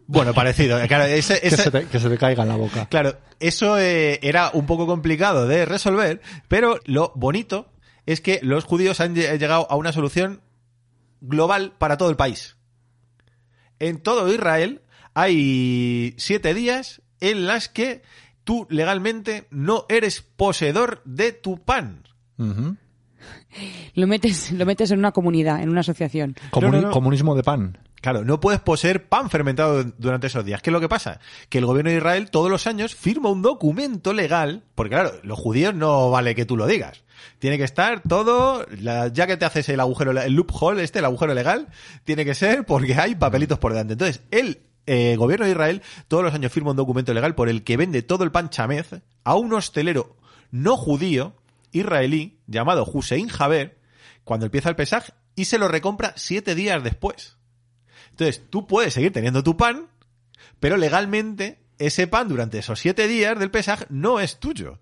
Speaker 1: Bueno, parecido. eh, Claro, ese-
Speaker 2: que,
Speaker 1: ese-
Speaker 2: se te, que se te caiga en la boca.
Speaker 1: Claro, eso eh, era un poco complicado de resolver, pero lo bonito es que los judíos han lle- llegado a una solución global para todo el país. En todo Israel hay siete días en las que tú legalmente no eres poseedor de tu pan.
Speaker 2: Ujú.
Speaker 3: Lo metes, lo metes en una comunidad, en una asociación.
Speaker 2: Comuni-
Speaker 1: No, no, no.
Speaker 2: Comunismo de pan.
Speaker 1: Claro, no puedes poseer pan fermentado durante esos días. ¿Qué es lo que pasa? Que el gobierno de Israel todos los años firma un documento legal, porque claro, los judíos no vale que tú lo digas. Tiene que estar todo, la- ya que te haces el agujero, el loophole este, el agujero legal, tiene que ser porque hay papelitos por delante. Entonces, el eh, gobierno de Israel todos los años firma un documento legal por el que vende todo el pan chamez a un hostelero no judío, israelí, llamado Hussein Jaber, cuando empieza el pesaje, y se lo recompra siete días después. Entonces, tú puedes seguir teniendo tu pan, pero legalmente ese pan durante esos siete días del Pesaj no es tuyo,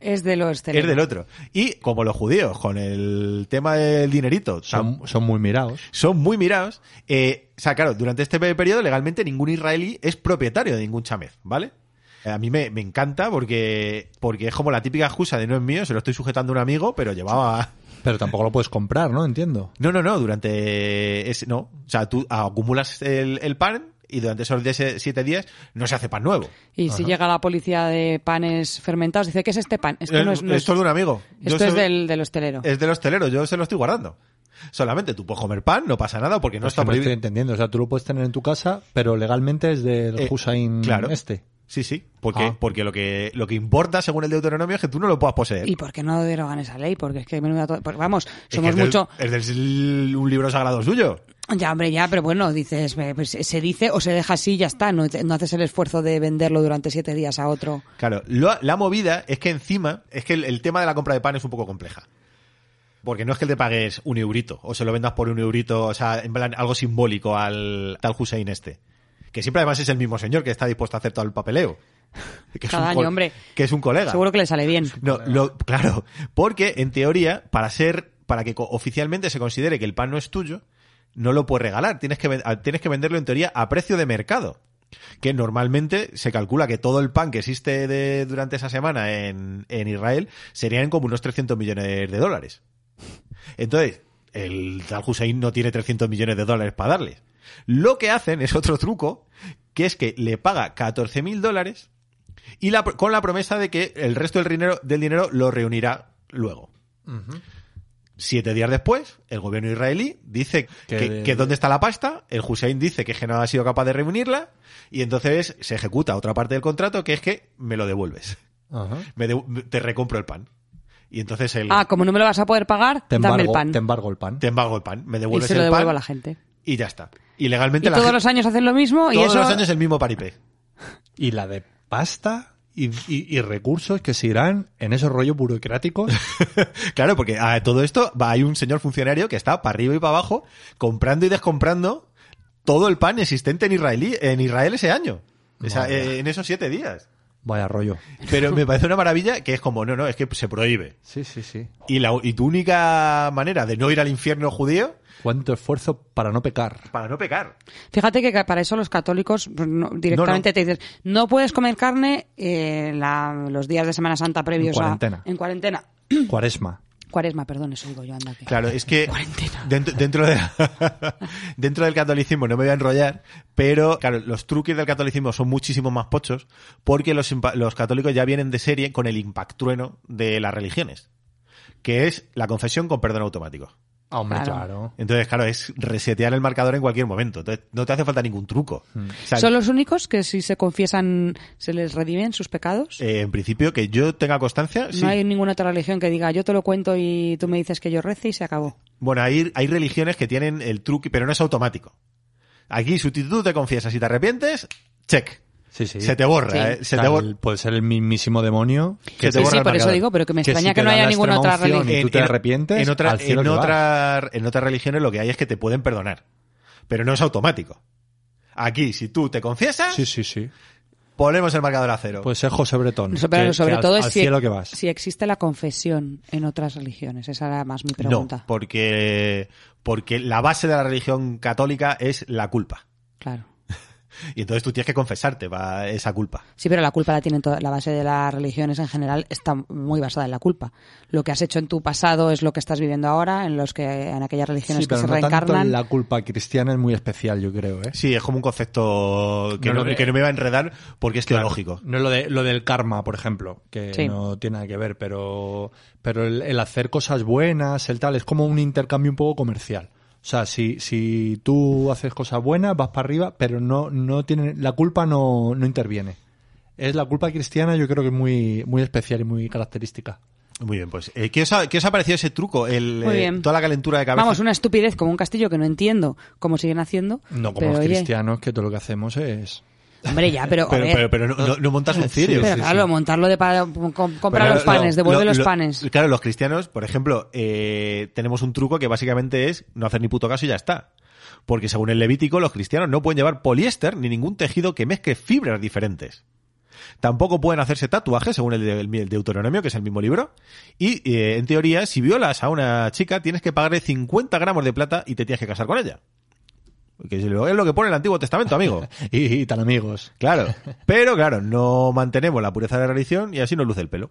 Speaker 3: Es de los
Speaker 1: es del otro. Y como los judíos con el tema del dinerito son,
Speaker 2: Son, son muy mirados.
Speaker 1: son muy mirados, eh, o sea, claro, durante este pe- periodo legalmente ningún israelí es propietario de ningún chamez, ¿vale? A mí me, me encanta porque, porque es como la típica excusa de no es mío, se lo estoy sujetando a un amigo, pero llevaba...
Speaker 2: Pero tampoco lo puedes comprar, ¿no? Entiendo.
Speaker 1: No, no, no, durante ese, no. O sea, tú acumulas el, el pan y durante esos de ese- siete días no se hace pan nuevo.
Speaker 3: Y si llega la policía de panes fermentados, dice, ¿qué es este pan? Esto no es, no es-
Speaker 1: Eh, Esto es de un amigo. Yo
Speaker 3: esto es
Speaker 1: se-
Speaker 3: del, del hostelero.
Speaker 1: Es del hostelero, yo se lo estoy guardando. Solamente tú puedes comer pan, no pasa nada porque no
Speaker 2: Pues
Speaker 1: está
Speaker 2: que no estoy
Speaker 1: prohibido.
Speaker 2: entendiendo. O sea, tú lo puedes tener en tu casa, pero legalmente es del
Speaker 1: Eh,
Speaker 2: Hussein
Speaker 1: claro.
Speaker 2: este.
Speaker 1: Sí, sí, porque,
Speaker 2: Ah.
Speaker 1: porque lo, que, lo que importa según el Deuteronomio es que tú no lo puedas poseer.
Speaker 3: ¿Y por qué no derogan esa ley? Porque es que menuda... to- pues vamos,
Speaker 1: ¿eh? Es que
Speaker 3: somos
Speaker 1: es del-
Speaker 3: mucho...
Speaker 1: Es del- un libro sagrado suyo.
Speaker 3: Ya, hombre, ya, pero bueno, dices, eh, pues, se dice o se deja así y ya está. No, no haces el esfuerzo de venderlo durante siete días a otro.
Speaker 1: Claro, lo- la movida es que encima, es que el, el tema de la compra de pan es un poco compleja. Porque no es que te pagues un eurito o se lo vendas por un eurito, o sea, en plan algo simbólico al tal Hussein este. Que siempre además es el mismo señor que está dispuesto a hacer todo el papeleo. Que
Speaker 3: Cada año,
Speaker 1: col-
Speaker 3: hombre.
Speaker 1: Que es un colega.
Speaker 3: Seguro que le sale bien.
Speaker 1: No, lo- claro, porque en teoría, para ser, para que co- oficialmente se considere que el pan no es tuyo, no lo puedes regalar. Tienes que, ven- a- tienes que venderlo en teoría a precio de mercado. Que normalmente se calcula que todo el pan que existe de- durante esa semana en, en Israel serían como unos 300 millones de dólares. Entonces, el tal Hussein no tiene 300 millones de dólares para darles. Lo que hacen es otro truco, que es que le paga 14 mil dólares y la, pro- con la promesa de que el resto del dinero, del dinero lo reunirá luego. Siete días después, el gobierno israelí dice
Speaker 2: Que-
Speaker 1: que, que dónde está la pasta, el Hussein dice que, es que no ha sido capaz de reunirla, y entonces se ejecuta otra parte del contrato que es que me lo devuelves.
Speaker 2: Ajá.
Speaker 1: Me de- me- te recompro el pan. Y entonces el,
Speaker 3: Ah, como no me lo vas a poder pagar,
Speaker 2: Te
Speaker 3: dame el
Speaker 2: embargo,
Speaker 3: pan.
Speaker 2: te embargo el pan.
Speaker 1: te embargo el pan, me
Speaker 3: y
Speaker 1: devuelves
Speaker 3: se lo
Speaker 1: el
Speaker 3: devuelvo
Speaker 1: pan
Speaker 3: a la gente.
Speaker 1: y ya está. Y
Speaker 3: Y
Speaker 1: legalmente la
Speaker 3: todos
Speaker 1: gen-
Speaker 3: los años hacen lo mismo y
Speaker 1: todos
Speaker 3: eso...
Speaker 1: los años el mismo paripé.
Speaker 2: Y la de pasta y, y- y recursos que se irán en esos rollos burocráticos.
Speaker 1: Claro, porque a todo esto va, hay un señor funcionario que está para arriba y para abajo comprando y descomprando todo el pan existente en, israelí, en Israel ese año. O sea,
Speaker 2: Madre.
Speaker 1: eh, en esos siete días.
Speaker 2: Vaya rollo.
Speaker 1: Pero me parece una maravilla que es como, no, no, es que se prohíbe.
Speaker 2: Sí, sí, sí.
Speaker 1: Y, la, y tu única manera de no ir al infierno judío
Speaker 2: Cuánto esfuerzo para no pecar.
Speaker 1: para no pecar.
Speaker 3: Fíjate que ca- para eso los católicos pues, no- directamente te dicen, no puedes comer carne eh, la- los días de Semana Santa previos a...
Speaker 2: cuarentena.
Speaker 3: En cuarentena.
Speaker 2: Cuaresma.
Speaker 3: Cuaresma, perdón, eso digo yo, anda. que-
Speaker 1: Claro, es que
Speaker 3: Cuarentena.
Speaker 1: dentro, dentro, de, dentro del catolicismo no me voy a enrollar, pero claro, los truques del catolicismo son muchísimo más pochos porque los, impa- los católicos ya vienen de serie con el impactrueno de las religiones, que es la confesión con perdón automático.
Speaker 2: Ah, hombre,
Speaker 3: Claro.
Speaker 2: claro.
Speaker 1: Entonces, claro, es resetear el marcador en cualquier momento. Entonces, no te hace falta ningún truco. O sea,
Speaker 3: ¿Son los únicos que si se confiesan se les redimen sus pecados?
Speaker 1: eh, en principio, que yo tenga constancia, sí.
Speaker 3: No hay ninguna otra religión que diga, yo te lo cuento y tú me dices que yo rece y se acabó.
Speaker 1: Bueno, hay, hay religiones que tienen el truque, pero no es automático. Aquí, si tú te confiesas y te arrepientes, check.
Speaker 2: Sí, sí.
Speaker 1: Se te borra,
Speaker 3: Sí.
Speaker 1: ¿eh? Se te
Speaker 2: Tal,
Speaker 1: borra.
Speaker 2: Puede ser el mismísimo demonio.
Speaker 1: Que te
Speaker 2: te
Speaker 3: sí,
Speaker 1: borra
Speaker 3: sí,
Speaker 1: el
Speaker 3: por eso
Speaker 1: marcador.
Speaker 3: digo, pero que me
Speaker 2: Que
Speaker 3: extraña
Speaker 2: si
Speaker 3: que
Speaker 2: te
Speaker 3: no
Speaker 2: da
Speaker 3: haya
Speaker 2: la
Speaker 3: ninguna
Speaker 2: extrema
Speaker 3: otra
Speaker 2: unción
Speaker 3: religión.
Speaker 2: y- tú te arrepientes,
Speaker 1: en, otra-
Speaker 2: al cielo
Speaker 1: en
Speaker 2: que vas.
Speaker 1: otra- en otras religiones lo que hay es que te pueden perdonar, pero no es automático. Aquí, si tú te confiesas,
Speaker 2: Sí, sí, sí.
Speaker 1: ponemos el marcador a cero.
Speaker 2: Puede ser José Bretón.
Speaker 3: No sé, pero
Speaker 2: que-
Speaker 3: sobre
Speaker 2: que al-
Speaker 3: todo
Speaker 2: al,
Speaker 3: es si,
Speaker 2: cielo que vas.
Speaker 3: si existe la confesión en otras religiones. Esa era más mi
Speaker 1: no,
Speaker 3: pregunta.
Speaker 1: porque, porque la base de la religión católica es la culpa.
Speaker 3: Claro.
Speaker 1: Y entonces tú tienes que confesarte para esa culpa.
Speaker 3: Sí, pero la culpa la tiene toda. La base de las religiones en general está muy basada en la culpa. Lo que has hecho en tu pasado es lo que estás viviendo ahora, en los que en aquellas
Speaker 2: Sí,
Speaker 3: religiones que
Speaker 2: pero
Speaker 3: se
Speaker 2: no tanto
Speaker 3: reencarnan.
Speaker 2: en la culpa cristiana es muy especial, yo creo, ¿eh?
Speaker 1: Sí, es como un concepto que
Speaker 2: No,
Speaker 1: no,
Speaker 2: no, eh.
Speaker 1: que no me va a enredar porque es teológico.
Speaker 2: No es lo, de, lo del karma, por ejemplo, que
Speaker 3: Sí.
Speaker 2: no tiene nada que ver, pero, pero el, el hacer cosas buenas, el tal, es como un intercambio un poco comercial. O sea, si, si tú haces cosas buenas, vas para arriba, pero no, no tiene, la culpa no, no interviene. Es la culpa cristiana, yo creo que es muy, muy especial y muy característica.
Speaker 1: Muy bien, pues eh, ¿qué, os ha, qué os ha parecido ese truco? El,
Speaker 3: Muy
Speaker 1: eh,
Speaker 3: bien.
Speaker 1: toda la calentura de cabeza.
Speaker 3: Vamos, una estupidez como un castillo que no entiendo cómo siguen haciendo.
Speaker 2: No como
Speaker 3: pero,
Speaker 2: los
Speaker 3: oye,
Speaker 2: cristianos, que todo lo que hacemos es...
Speaker 3: Hombre, ya, pero. a
Speaker 1: pero,
Speaker 3: ver,
Speaker 1: pero, pero no, no- no montas un cirio.
Speaker 3: pero
Speaker 1: Sí, sí.
Speaker 3: claro, montarlo de para, com- compra
Speaker 1: Pero
Speaker 3: los
Speaker 1: Pues claro, lo-
Speaker 3: panes, devuelve
Speaker 1: lo-
Speaker 3: los
Speaker 1: lo-
Speaker 3: panes.
Speaker 1: Claro, los cristianos, por ejemplo, eh, tenemos un truco que básicamente es no hacer ni puto caso y ya está. Porque según el Levítico, los cristianos no pueden llevar poliéster ni ningún tejido que mezcle fibras diferentes. Tampoco pueden hacerse tatuajes, según el, de- el Deuteronomio, que es el mismo libro. Y, eh, en teoría, si violas a una chica, tienes que pagarle 50 gramos de plata y te tienes que casar con ella. Que es lo es lo que pone el Antiguo Testamento, amigo.
Speaker 2: Y, y tan amigos.
Speaker 1: Claro. Pero, claro, no mantenemos la pureza de la religión y así nos luce el pelo.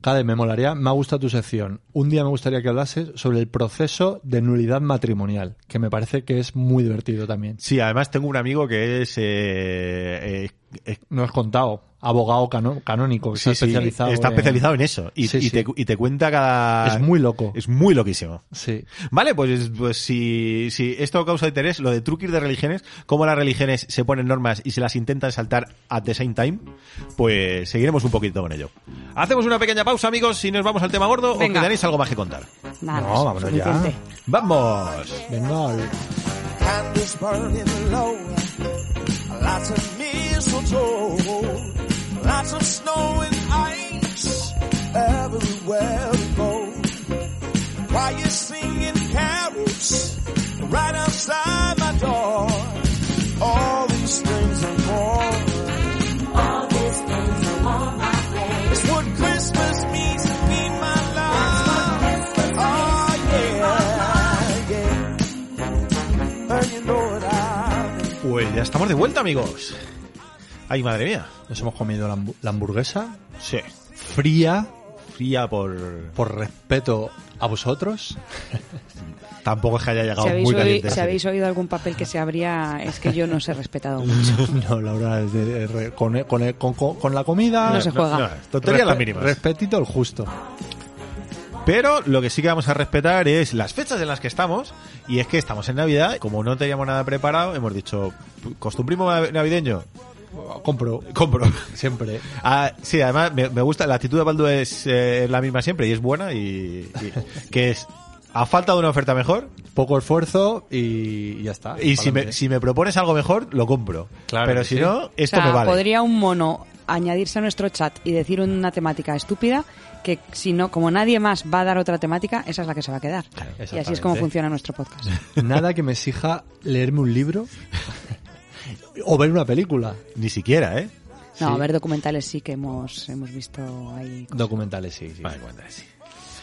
Speaker 2: Cade, me molaría, me ha gustado tu sección. Un día me gustaría que hablases sobre el proceso de nulidad matrimonial, que me parece que es muy divertido también.
Speaker 1: Sí, además tengo un amigo que es, eh, eh, es-
Speaker 2: No has contado, abogado cano- canónico, que
Speaker 1: sí,
Speaker 2: está
Speaker 1: sí,
Speaker 2: especializado.
Speaker 1: está
Speaker 2: en-
Speaker 1: especializado en eso y,
Speaker 2: Sí,
Speaker 1: y
Speaker 2: sí.
Speaker 1: Te, y te cuenta cada...
Speaker 2: Es muy loco.
Speaker 1: Es muy loquísimo.
Speaker 2: Sí.
Speaker 1: Vale, pues, pues si, si esto causa interés, lo de truquir de religiones, cómo las religiones se ponen normas y se las intentan saltar at the same time, pues seguiremos un poquito con ello. Hacemos una pequeña pausa, amigos, y nos vamos al tema gordo
Speaker 3: Venga.
Speaker 1: o que tenéis algo más que contar.
Speaker 3: Nada,
Speaker 2: No, vámonos ya.
Speaker 3: suficiente.
Speaker 1: ¡Vamos!
Speaker 2: Venga, al-
Speaker 5: candles burning low, lots of mistletoe, lots of snow and ice everywhere we go. While you're singing carols right outside my door, all these things and more.
Speaker 6: All these things are on my plate.
Speaker 5: It's what Christmas means to me, my love. Oh yeah, yeah. And you know what I mean.
Speaker 1: Pues ya estamos de vuelta, amigos. Ay, madre mía.
Speaker 2: nos hemos comido la, hambu- la hamburguesa
Speaker 1: Sí.
Speaker 2: fría,
Speaker 1: Fría por...
Speaker 2: por respeto a vosotros.
Speaker 1: Tampoco es que haya llegado
Speaker 3: Si habéis,
Speaker 1: muy
Speaker 3: oí-
Speaker 1: caliente.
Speaker 3: si habéis oído algún papel que se abría, es que yo no os he respetado mucho.
Speaker 2: No, Laura, es de- es re- con, con- con- con la comida.
Speaker 1: Ah,
Speaker 3: No se juega.
Speaker 1: tontería la
Speaker 2: respe-
Speaker 1: mínima.
Speaker 2: Respetito el justo.
Speaker 1: Pero lo que sí que vamos a respetar es las fechas en las que estamos. Y es que estamos en Navidad. Como no teníamos nada preparado, hemos dicho, costumbrismo nav- navideño,
Speaker 2: Compro.
Speaker 1: compro.
Speaker 2: Siempre.
Speaker 1: Ah, sí, además me, me gusta, la actitud de Baldu es eh, la misma siempre y es buena y, y- que es a falta de una oferta mejor
Speaker 2: Poco esfuerzo y ya está.
Speaker 1: y si me,
Speaker 2: pa'lante.
Speaker 1: si me propones algo mejor lo compro.
Speaker 4: Claro
Speaker 1: Pero
Speaker 4: que
Speaker 1: si
Speaker 4: sí.
Speaker 1: no, esto
Speaker 3: O sea,
Speaker 1: me vale.
Speaker 3: podría un mono añadirse a nuestro chat y decir una temática estúpida que si no, como nadie más va a dar otra temática, esa es la que se va a quedar. y así es como
Speaker 2: exactamente.
Speaker 3: funciona nuestro podcast.
Speaker 2: Nada que me exija leerme un libro o ver una película.
Speaker 1: Ni siquiera, ¿eh?
Speaker 3: No, a ver, documentales sí que hemos, hemos visto ahí.
Speaker 2: Documentales, sí. sí.
Speaker 1: Vale, cuenta, sí.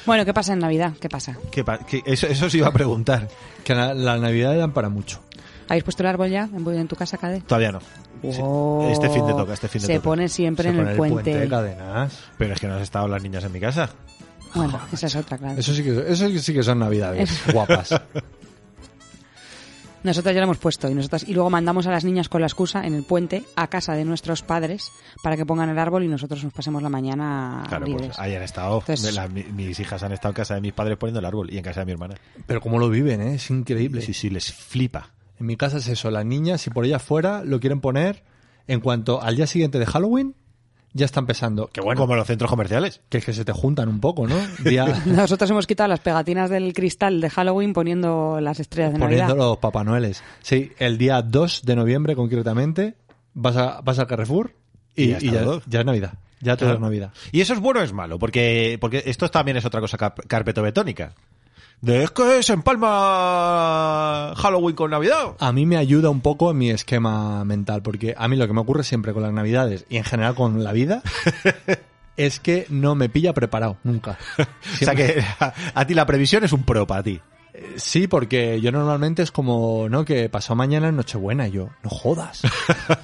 Speaker 3: Bueno, ¿qué pasa en Navidad? ¿Qué pasa?
Speaker 1: ¿Qué pa- qué- eso, eso os iba a preguntar.
Speaker 2: Que la, la Navidad dan para mucho.
Speaker 3: ¿Habéis puesto el árbol ya en, en tu casa, Cade?
Speaker 1: Todavía no. Sí.
Speaker 3: Oh,
Speaker 1: Este fin de toca, este fin de
Speaker 3: Se
Speaker 1: toca.
Speaker 3: pone siempre
Speaker 2: Se
Speaker 3: en
Speaker 2: pone
Speaker 3: el puente.
Speaker 2: de cadenas.
Speaker 1: Pero es que no han estado las niñas en mi casa.
Speaker 3: bueno, esa es otra, claro.
Speaker 2: Eso sí que, eso sí que son Navidades guapas.
Speaker 3: Nosotras ya lo hemos puesto y nosotras y luego mandamos a las niñas con la excusa en el puente a casa de nuestros padres para que pongan el árbol y nosotros nos pasemos la mañana
Speaker 1: Claro,
Speaker 3: libres.
Speaker 1: pues ahí han estado.
Speaker 3: Entonces-
Speaker 1: Las- mi- mis hijas han estado en casa de mis padres poniendo el árbol y en casa de mi hermana.
Speaker 2: Pero cómo lo viven, ¿eh? es increíble.
Speaker 1: Sí, sí, les flipa.
Speaker 2: En mi casa es eso, las niñas, si por ella fuera, lo quieren poner en cuanto al día siguiente de Halloween, ya están pensando que,
Speaker 1: Como los centros comerciales.
Speaker 2: que es que se te juntan un poco, ¿no? Día,
Speaker 3: Nosotros hemos quitado las pegatinas del cristal de Halloween poniendo las estrellas de
Speaker 2: poniendo
Speaker 3: Navidad.
Speaker 2: los Papá Noeles. Sí, el día 2 de noviembre concretamente, vas, a, vas al Carrefour y,
Speaker 1: Y ya está
Speaker 2: y ya,
Speaker 1: todo.
Speaker 2: ya es Navidad. Ya todo
Speaker 1: Claro.
Speaker 2: es Navidad.
Speaker 1: Y eso es bueno o es malo, porque, porque esto también es otra cosa cap- carpetobetónica. De es que se empalma Halloween con Navidad.
Speaker 2: A mí me ayuda un poco en mi esquema mental, porque a mí lo que me ocurre siempre con las Navidades y en general con la vida es que no me pilla preparado, nunca.
Speaker 1: O sea que a, a ti la previsión es un pro para ti.
Speaker 2: Sí, porque yo normalmente es como, ¿no? Que pasado mañana es Nochebuena, y yo, no jodas.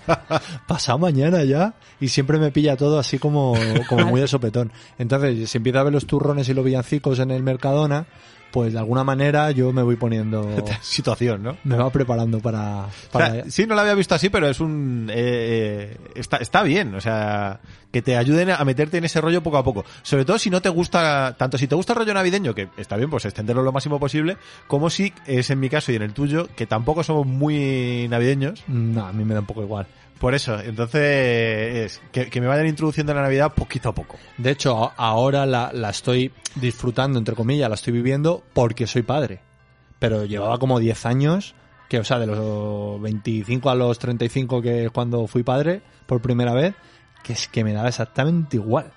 Speaker 2: pasado mañana ya. Y siempre me pilla todo así como, como muy de sopetón. Entonces, si empiezo a ver los turrones y los villancicos en el Mercadona, pues de alguna manera yo me voy poniendo,
Speaker 1: Situación, ¿no?
Speaker 2: me va preparando para...
Speaker 1: O sea,
Speaker 2: para-
Speaker 1: sí, no la había visto así, pero es un... eh, eh, está, está bien, o sea, que te ayuden a meterte en ese rollo poco a poco. Sobre todo si no te gusta, tanto si te gusta el rollo navideño, que está bien, pues extenderlo lo máximo posible, como si es en mi caso y en el tuyo, que tampoco somos muy navideños.
Speaker 2: Mm, No, a mí me da un poco igual.
Speaker 1: Por eso, entonces, que, que me vayan introduciendo la Navidad poquito a poco.
Speaker 2: De hecho, a- ahora la, la estoy disfrutando, entre comillas, la estoy viviendo porque soy padre. Pero llevaba como 10 años, que o sea, de los 25 a los 35, que es cuando fui padre por primera vez, que es que me daba exactamente igual.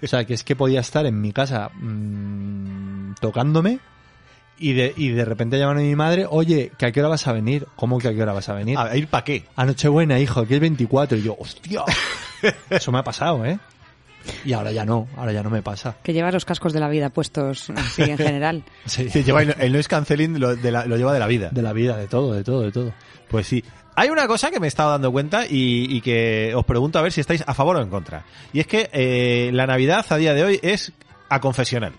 Speaker 2: O sea, que es que podía estar en mi casa mm, tocándome y de, y de repente llaman a mi madre, oye, ¿que a qué hora vas a venir? ¿Cómo que a qué hora vas a venir?
Speaker 1: A ir para qué.
Speaker 2: A Nochebuena, hijo, que es 24. Y yo, hostia, eso me ha pasado, ¿eh? Y ahora ya no, ahora ya no me pasa.
Speaker 3: Que lleva los cascos de la vida puestos así en general.
Speaker 2: Sí,
Speaker 1: Sí, lleva el, el noise canceling lo, de la- lo lleva de la vida.
Speaker 2: de la vida, de todo, de todo, de todo.
Speaker 1: Pues sí. Hay una cosa que me he estado dando cuenta y, y que os pregunto a ver si estáis a favor o en contra. Y es que eh, la Navidad a día de hoy es a confesional.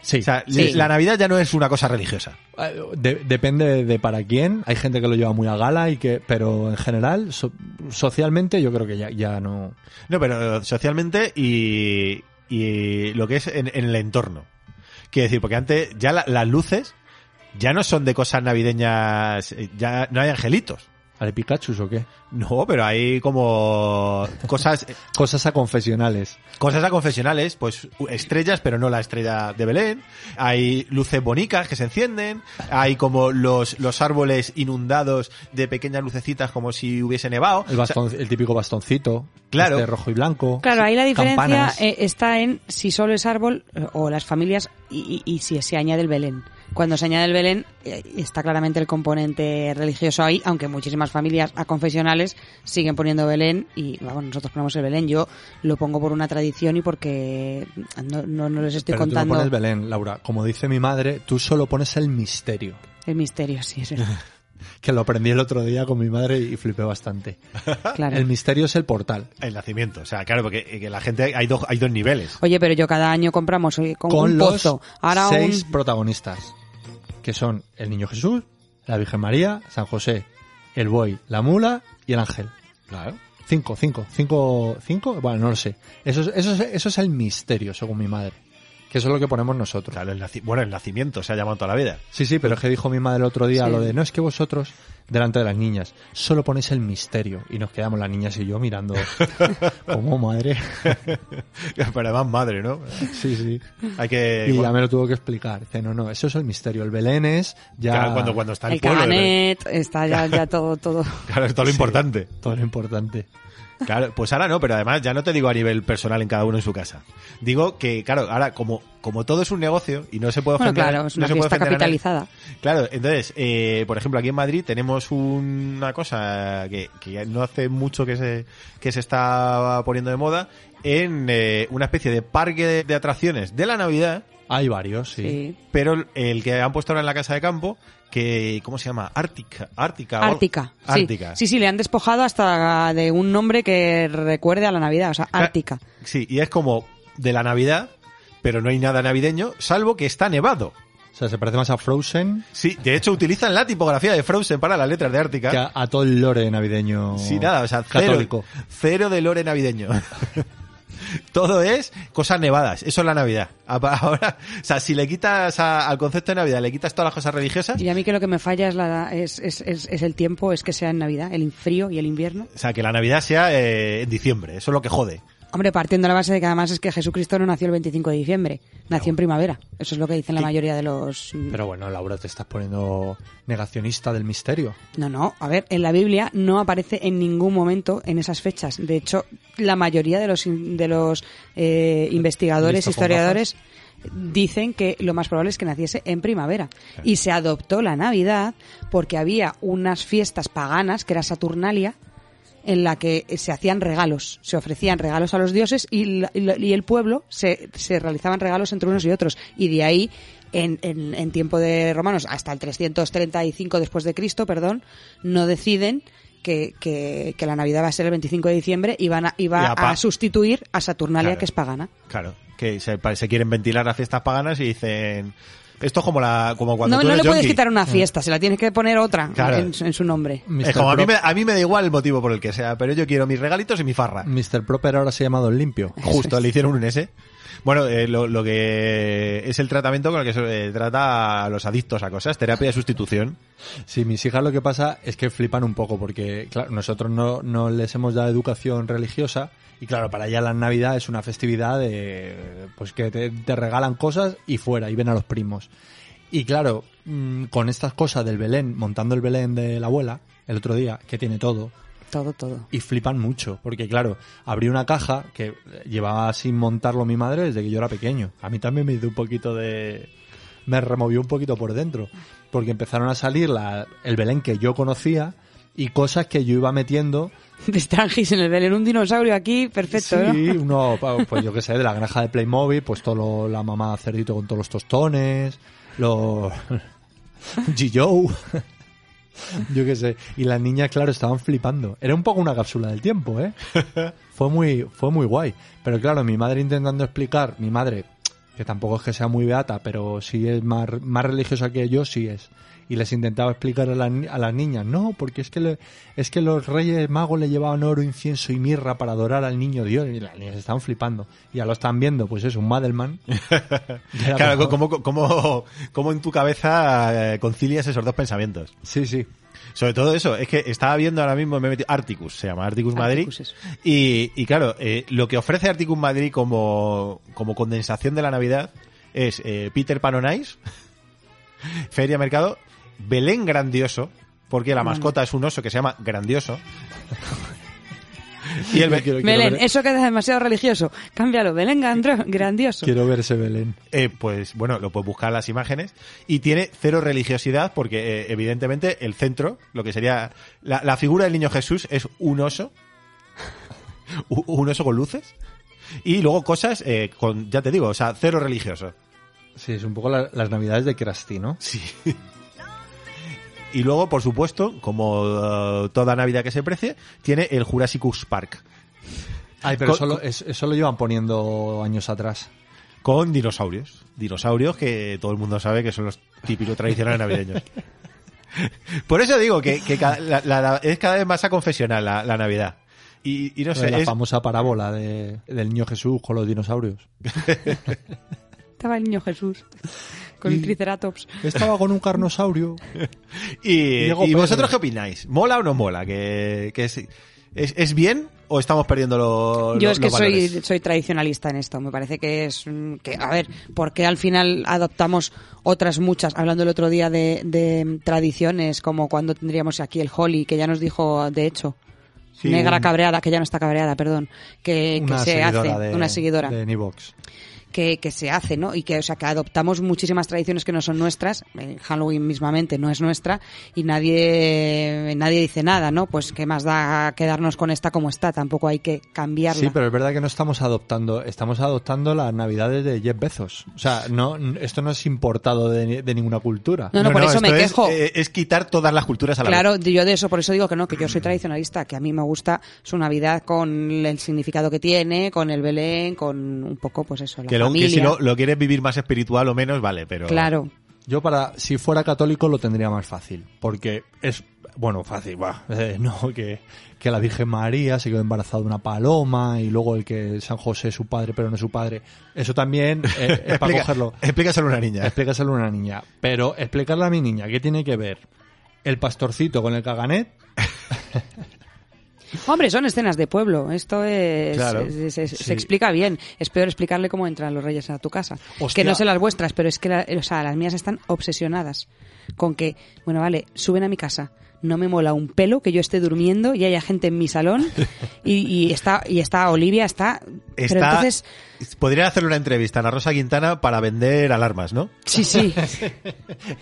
Speaker 2: Sí,
Speaker 1: O sea,
Speaker 3: Sí.
Speaker 1: la Navidad ya no es una cosa religiosa.
Speaker 2: de- depende de para quién. Hay gente que lo lleva muy a gala y que, pero en general, so- socialmente, yo creo que ya, ya no.
Speaker 1: No, pero socialmente y, y lo que es en, en el entorno. Quiero decir, porque antes ya la- las luces ya no son de cosas navideñas, eh, ya no hay angelitos.
Speaker 2: ¿Haré Pikachu o qué?
Speaker 1: No, pero hay como cosas,
Speaker 2: Cosas a confesionales.
Speaker 1: cosas a confesionales, pues estrellas, pero no la estrella de Belén. Hay luces bonitas que se encienden. Hay como los, los árboles inundados de pequeñas lucecitas como si hubiese nevado.
Speaker 2: El, baston- el típico bastoncito.
Speaker 1: Claro.
Speaker 2: este rojo y blanco.
Speaker 3: Claro, ahí la diferencia
Speaker 2: Campanas.
Speaker 3: eh, está en si solo es árbol eh, o las familias y, y- y si se añade el Belén. Cuando se añade el Belén eh, está claramente el componente religioso ahí, aunque muchísimas familias a confesionales siguen poniendo Belén y vamos, nosotros ponemos el Belén. Yo lo pongo por una tradición y porque no, no- no les estoy
Speaker 2: pero tú
Speaker 3: contando
Speaker 2: no pones Belén, Laura. Como dice mi madre, tú solo pones el misterio.
Speaker 3: el misterio, sí, es verdad,
Speaker 2: Que lo aprendí el otro día con mi madre y flipé bastante.
Speaker 3: claro.
Speaker 2: El misterio es el portal.
Speaker 1: El nacimiento. O sea, claro, porque eh, que la gente hay dos, hay dos niveles.
Speaker 3: Oye, pero yo cada año compramos oye, con,
Speaker 2: Con
Speaker 3: un
Speaker 2: los
Speaker 3: pozo. Ahora un-
Speaker 2: seis protagonistas. Que son el niño Jesús, la Virgen María, San José, el buey, la mula y el ángel.
Speaker 1: Claro.
Speaker 2: Cinco, cinco, cinco, cinco. Bueno, no lo sé. Eso es, eso es, eso es el misterio, según mi madre. Que eso es lo que ponemos nosotros.
Speaker 1: Claro, el naci- bueno, el nacimiento se ha llamado toda la vida.
Speaker 2: Sí, sí, pero es que dijo mi madre el otro día
Speaker 3: Sí.
Speaker 2: lo de no es que vosotros, delante de las niñas, solo ponéis el misterio y nos quedamos las niñas y yo mirando como madre.
Speaker 1: Pero además madre, ¿no?
Speaker 2: sí, sí.
Speaker 1: Hay que...
Speaker 2: Y ya
Speaker 1: bueno,
Speaker 2: me lo tuvo que explicar. Dice, no, no, eso es el misterio. El Belén es ya
Speaker 1: claro, cuando, cuando está el,
Speaker 2: ¿eh?
Speaker 3: El
Speaker 1: pueblo. ¿no?
Speaker 3: canet, está ya, ya todo, todo.
Speaker 1: Claro, es todo lo importante.
Speaker 2: todo lo importante.
Speaker 1: Claro, pues ahora no, pero además ya no te digo a nivel personal en cada uno en su casa. Digo que, claro, ahora como, como todo es un negocio y no se puede
Speaker 3: Bueno,
Speaker 1: ofender,
Speaker 3: claro, es una
Speaker 1: no se puede
Speaker 3: fiesta
Speaker 1: ofender a nadie.
Speaker 3: capitalizada.
Speaker 1: Claro, entonces, eh, por ejemplo, aquí en Madrid tenemos una cosa que, que ya no hace mucho que se, que se está poniendo de moda, en eh, una especie de parque de, de atracciones de la Navidad,
Speaker 2: Hay varios, sí.
Speaker 3: Sí.
Speaker 1: pero el que han puesto ahora en la casa de campo, que, ¿cómo se llama? Ártica. Ártica. o-
Speaker 3: Ártica. sí.
Speaker 1: Ártica.
Speaker 3: Sí, sí, le han despojado hasta de un nombre que recuerde a la Navidad, o sea,
Speaker 1: Ca-
Speaker 3: Ártica.
Speaker 1: Sí, y es como de la Navidad, pero no hay nada navideño, salvo que está nevado.
Speaker 2: O sea, se parece más a Frozen
Speaker 1: Sí, de hecho utilizan la tipografía de Frozen para las letras de Ártica.
Speaker 2: que a, a todo el lore navideño
Speaker 1: Sí, nada, o sea, cero,
Speaker 2: católico.
Speaker 1: cero de lore navideño. Todo es cosas nevadas, eso es la Navidad. A- Ahora, o sea, si le quitas a- al concepto de Navidad, le quitas todas las cosas religiosas,
Speaker 3: Y a mí que lo que me falla es, la, es, es, es- es el tiempo, es que sea en Navidad, el frío y el invierno.
Speaker 1: o sea, que la Navidad sea eh, en diciembre, eso es lo que jode.
Speaker 3: Hombre, partiendo de la base de que además es que Jesucristo no nació el 25 de diciembre, nació en primavera. Eso es lo que dicen la mayoría de los...
Speaker 2: Pero bueno, Laura, te estás poniendo negacionista del misterio.
Speaker 3: No, no, a ver, en la Biblia no aparece en ningún momento en esas fechas. De hecho, la mayoría de los, in- de los eh, investigadores,
Speaker 2: Listo con
Speaker 3: historiadores, dicen que lo más probable es que naciese en primavera. Y se adoptó la Navidad porque había unas fiestas paganas, que era Saturnalia, en la que se hacían regalos, se ofrecían regalos a los dioses y, la- y la- y el pueblo se, se realizaban regalos entre unos y otros. Y de ahí, en, en- en tiempo de romanos, hasta el 335 después de Cristo, perdón, no deciden que, que- que la Navidad va a ser el 25 de diciembre y, van a, y
Speaker 1: Y
Speaker 3: va
Speaker 1: a pa-
Speaker 3: a sustituir a Saturnalia,
Speaker 1: Claro.
Speaker 3: que es pagana.
Speaker 1: Claro, que se, pa- se quieren ventilar las fiestas paganas y dicen, esto es como, la, como cuando
Speaker 3: No,
Speaker 1: tú
Speaker 3: no le
Speaker 1: eres
Speaker 3: puedes
Speaker 1: yonki. Mm.
Speaker 3: quitar una fiesta, se la tienes que poner otra
Speaker 1: Claro.
Speaker 3: en, en su nombre.
Speaker 2: Mr.
Speaker 1: Es Eh, como, a mí,
Speaker 2: Pro-
Speaker 1: me, a mí me da igual el motivo por el que sea, pero yo quiero mis regalitos y mi farra.
Speaker 2: Mr. Proper ahora se llama Don Limpio.
Speaker 1: Justo, le hicieron un S. Bueno, eh, lo, lo que es el tratamiento con el que se eh, trata a los adictos a cosas, terapia de sustitución.
Speaker 2: Sí, mis hijas lo que pasa es que flipan un poco porque, claro, nosotros no, no les hemos dado educación religiosa y, claro, para ellas la Navidad es una festividad de, pues que te, te regalan cosas y fuera, y ven a los primos. Y claro, mm, con estas cosas del Belén, montando el Belén de la abuela el otro día, que tiene todo,
Speaker 3: Todo, todo.
Speaker 2: y flipan mucho, porque claro, abrí una caja que llevaba sin montarlo mi madre desde que yo era pequeño. A mí también me dio un poquito de... me removió un poquito por dentro, porque empezaron a salir la, el Belén que yo conocía y cosas que yo iba metiendo.
Speaker 3: De Strangis en el Belén, un dinosaurio aquí, perfecto, ¿no?
Speaker 2: sí, uno, pa- pues yo qué sé, de la granja de Playmobil, pues todo lo- la mamá cerdito con todos los tostones, los... G.O. Yo qué sé. Y las niñas, claro, estaban flipando. Era un poco una cápsula del tiempo, ¿eh? Fue muy, fue muy guay. Pero claro, mi madre intentando explicar, mi madre, que tampoco es que sea muy beata, pero sí es más, más religiosa que yo, sí es. Y les intentaba explicar a, las ni- a las niñas, no, porque es que, le- es que los reyes magos le llevaban oro, incienso y mirra para adorar al niño Dios. Y las niñas estaban flipando. Y ya lo están viendo, pues es un Madelman.
Speaker 1: Claro, ¿cómo, cómo, cómo en tu cabeza eh, concilias esos dos pensamientos?
Speaker 2: Sí, sí.
Speaker 1: Sobre todo eso, es que estaba viendo ahora mismo, me he metido, Articus, se llama Articus Madrid.
Speaker 3: Articus, eso.
Speaker 1: y, y claro, eh, lo que ofrece Articus Madrid como, como condensación de la Navidad es eh, Peter Pan on Ice, Feria Mercado, Belén Grandioso, porque la mascota es un oso que se llama Grandioso. y el,
Speaker 2: Quiero- quiero
Speaker 3: Belén,
Speaker 2: ver-
Speaker 3: eso que es demasiado religioso. Cámbialo, Belén Gandro- grandioso.
Speaker 2: Quiero ver ese Belén.
Speaker 1: Eh, pues bueno, lo puedes buscar las imágenes. Y tiene cero religiosidad porque eh, evidentemente el centro, lo que sería la, la figura del niño Jesús es un oso. U- un oso con luces. Y luego cosas eh, con, ya te digo, o sea, cero religioso.
Speaker 2: Sí, es un poco la- las navidades de Krusty, ¿no?
Speaker 1: Sí. Y luego, por supuesto, como eh, toda Navidad que se precie, tiene el Jurassicus Park.
Speaker 2: Ay, pero
Speaker 1: Con-
Speaker 2: eso lo, es- eso lo llevan poniendo años atrás.
Speaker 1: Con dinosaurios. Dinosaurios que todo el mundo sabe que son los típicos tradicionales navideños. Por eso digo que, que ca- la- la- la- es cada vez más a confesional la, la Navidad. Y, y no sé,
Speaker 2: Eh, la
Speaker 1: es-
Speaker 2: famosa parábola de, del niño Jesús con los dinosaurios.
Speaker 3: Estaba el niño Jesús con
Speaker 2: Y-
Speaker 3: el triceratops.
Speaker 2: Estaba con un carnosaurio.
Speaker 1: Y,
Speaker 2: Diego
Speaker 1: ¿y
Speaker 2: Pérez.
Speaker 1: vosotros qué opináis? ¿Mola o no mola? ¿Que, que es, es, es bien o estamos perdiendo lo-
Speaker 3: Yo
Speaker 1: lo-
Speaker 3: es que
Speaker 1: los
Speaker 3: soy,
Speaker 1: valores?
Speaker 3: soy tradicionalista en esto. Me parece que es. mm, que A ver, ¿por qué al final adoptamos otras muchas? Hablando el otro día de, de, mm, tradiciones, como cuando tendríamos aquí el Holly, que ya nos dijo, de hecho.
Speaker 2: Sí,
Speaker 3: negra
Speaker 2: un-
Speaker 3: cabreada, que ya no está cabreada, perdón, que, que
Speaker 2: Una
Speaker 3: se hace,
Speaker 2: seguidora de-
Speaker 3: una seguidora,
Speaker 2: De Nivox.
Speaker 3: que, que se hace, ¿no? Y que, o sea, que adoptamos muchísimas tradiciones que no son nuestras, eh, Halloween mismamente no es nuestra, y nadie, nadie dice nada, ¿no? Pues qué más da quedarnos con esta como está, tampoco hay que cambiarla.
Speaker 2: Sí, pero es verdad que no estamos adoptando, estamos adoptando las navidades de Jeff Bezos. O sea, no, n- esto no es importado de, ni- de ninguna cultura.
Speaker 3: No, no, por eso me
Speaker 1: esto es,
Speaker 3: quejo.
Speaker 1: eh, Es, quitar todas las culturas a la vez.
Speaker 3: Claro, yo de eso, por eso digo que no, que yo soy tradicionalista, que a mí me gusta su Navidad con el significado que tiene, con el Belén, con un poco, pues eso, la
Speaker 1: Que, lo, que
Speaker 3: familia.
Speaker 1: si lo, lo quieres vivir más espiritual o menos, vale, pero...
Speaker 3: Claro,
Speaker 2: Yo para, si fuera católico lo tendría más fácil, porque es, bueno, fácil, va, eh, no, que, que la Virgen María se quedó embarazada de una paloma y luego el que San José es su padre pero no es su padre. Eso también eh, es para
Speaker 1: Explica-
Speaker 2: cogerlo.
Speaker 1: Explícaselo a una niña.
Speaker 2: Explícaselo a una niña, pero explicarle a mi niña qué tiene que ver el pastorcito con el caganet
Speaker 3: Hombre, son escenas de pueblo. Esto es,
Speaker 1: Claro.
Speaker 3: es- es- es-
Speaker 2: Sí.
Speaker 3: se explica bien. Es peor explicarle cómo entran los reyes a tu casa.
Speaker 2: Hostia.
Speaker 3: Que no sé las vuestras, pero es que la- eh, o sea, las mías están obsesionadas con que, bueno, vale, suben a mi casa. No me mola un pelo que yo esté durmiendo y haya gente en mi salón y, y está y está Olivia está, pero
Speaker 1: Está-
Speaker 3: entonces
Speaker 1: Podría hacerle una entrevista a la Rosa Quintana para vender alarmas, ¿no?
Speaker 3: sí sí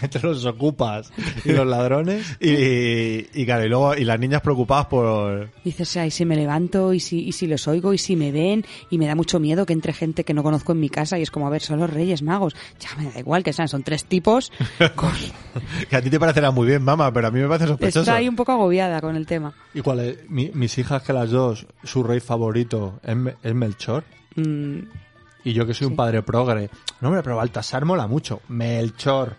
Speaker 2: entre los ocupas y los ladrones.
Speaker 1: Y, y claro, y luego y las niñas preocupadas por...
Speaker 3: dices ay si me levanto y si y si los oigo y si me ven y me da mucho miedo que entre gente que no conozco en mi casa y es como a ver son los Reyes Magos ya me da igual que sean son tres tipos con-
Speaker 1: Que a ti te parecerá muy bien, mamá, pero a mí me parece sospechoso.
Speaker 3: Está ahí un poco agobiada con el tema.
Speaker 2: ¿Y cuál es? Mi- mis hijas, que las dos, su rey favorito es, Me- es Melchor.
Speaker 3: Mm,
Speaker 2: Y yo que soy un padre progre. No, hombre, pero Baltasar mola mucho. Melchor.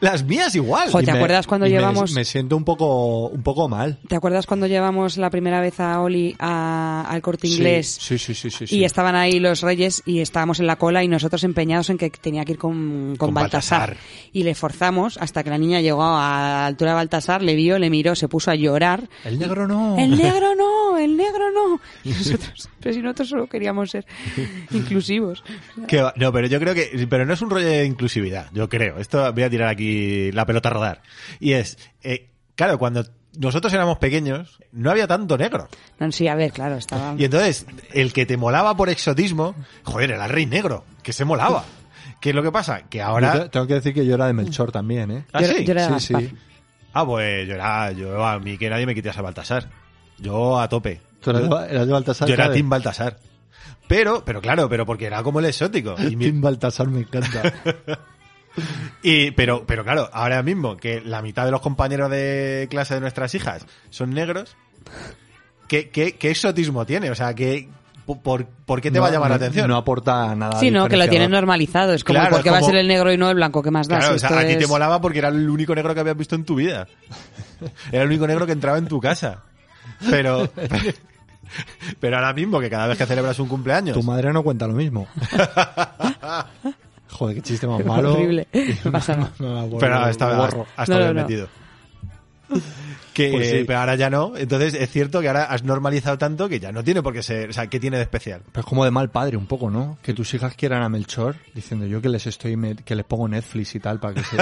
Speaker 1: Las mías igual.
Speaker 3: Jo-
Speaker 2: Y
Speaker 3: ¿te
Speaker 2: me-
Speaker 3: acuerdas cuando
Speaker 2: y me-
Speaker 3: llevamos-
Speaker 2: Me, siento un poco, un poco mal.
Speaker 3: ¿Te acuerdas cuando llevamos la primera vez a Oli a- al corte
Speaker 2: Sí,
Speaker 3: inglés?
Speaker 2: Sí, sí, sí, sí.
Speaker 3: Y
Speaker 2: sí.
Speaker 3: estaban ahí los reyes y estábamos en la cola y nosotros empeñados en que tenía que ir con, con,
Speaker 1: Con
Speaker 3: Baltasar.
Speaker 1: Baltasar.
Speaker 3: Y le forzamos hasta que la niña llegó a la altura de Baltasar, le vio, le miró, se puso a llorar.
Speaker 2: El negro no.
Speaker 3: El negro no, el negro no. Y nosotros, pero si nosotros solo queríamos ser inclusivos.
Speaker 1: Que va- no, pero yo creo que. Pero no es un rollo de inclusividad, yo creo. Esto voy a tirar aquí la pelota a rodar. Y es. eh, claro, cuando nosotros éramos pequeños, no había tanto negro.
Speaker 3: No, sí, a ver, claro, estaba...
Speaker 1: Y entonces, el que te molaba por exotismo, joder, era el rey negro, que se molaba. ¿Qué es lo que pasa? Que
Speaker 2: Yo te-
Speaker 1: ahora.
Speaker 2: tengo que decir que yo era de Melchor también, ¿eh?
Speaker 1: ¿Ah,
Speaker 3: Yo-
Speaker 1: sí?
Speaker 3: yo era de
Speaker 2: sí,
Speaker 3: Gaspar.
Speaker 2: sí.
Speaker 1: Ah, pues yo era. Yo a mí que nadie me quitas a Baltasar. Yo a tope.
Speaker 2: Tú eras de- eras de Baltasar.
Speaker 1: Yo era
Speaker 2: Cade.
Speaker 1: Tim Baltasar. Pero, pero claro, pero porque era como el exótico. Y mi-
Speaker 2: Tim Baltasar me encanta.
Speaker 1: Y, pero, pero claro, ahora mismo que la mitad de los compañeros de clase de nuestras hijas son negros, ¿qué, qué, qué exotismo tiene? O sea, ¿qué, por, ¿por qué te va a
Speaker 2: No-
Speaker 1: llamar la
Speaker 2: no-
Speaker 1: atención?
Speaker 2: No aporta nada.
Speaker 3: Sí, no, que lo tienen
Speaker 2: diferenciador.
Speaker 3: normalizado. Es como,
Speaker 1: Claro,
Speaker 3: porque
Speaker 1: es
Speaker 3: va a
Speaker 1: como-
Speaker 3: ser el negro y no el blanco? ¿Qué más da?
Speaker 1: claro,
Speaker 3: Si
Speaker 1: o sea,
Speaker 3: esto
Speaker 1: a ti te
Speaker 3: es-
Speaker 1: molaba porque era el único negro que habías visto en tu vida. Era el único negro que entraba en tu casa. Pero, pero ahora mismo que cada vez que celebras un cumpleaños,
Speaker 2: Tu madre no cuenta lo mismo. Joder, qué chiste más malo.
Speaker 3: Horrible. No pasa nada.
Speaker 2: Me la borro,
Speaker 1: pero
Speaker 2: me
Speaker 1: hasta,
Speaker 2: la borro.
Speaker 1: hasta
Speaker 3: No,
Speaker 1: bien
Speaker 3: no, no.
Speaker 1: metido. Que,
Speaker 2: Pues sí.
Speaker 1: eh, Pero ahora ya no. Entonces es cierto que ahora has normalizado tanto que ya no tiene por qué ser. O sea, ¿qué tiene de especial?
Speaker 2: Pero es como de mal padre un poco, ¿no? Que tus hijas quieran a Melchor diciendo yo que les estoy me- que les pongo Netflix y tal para que se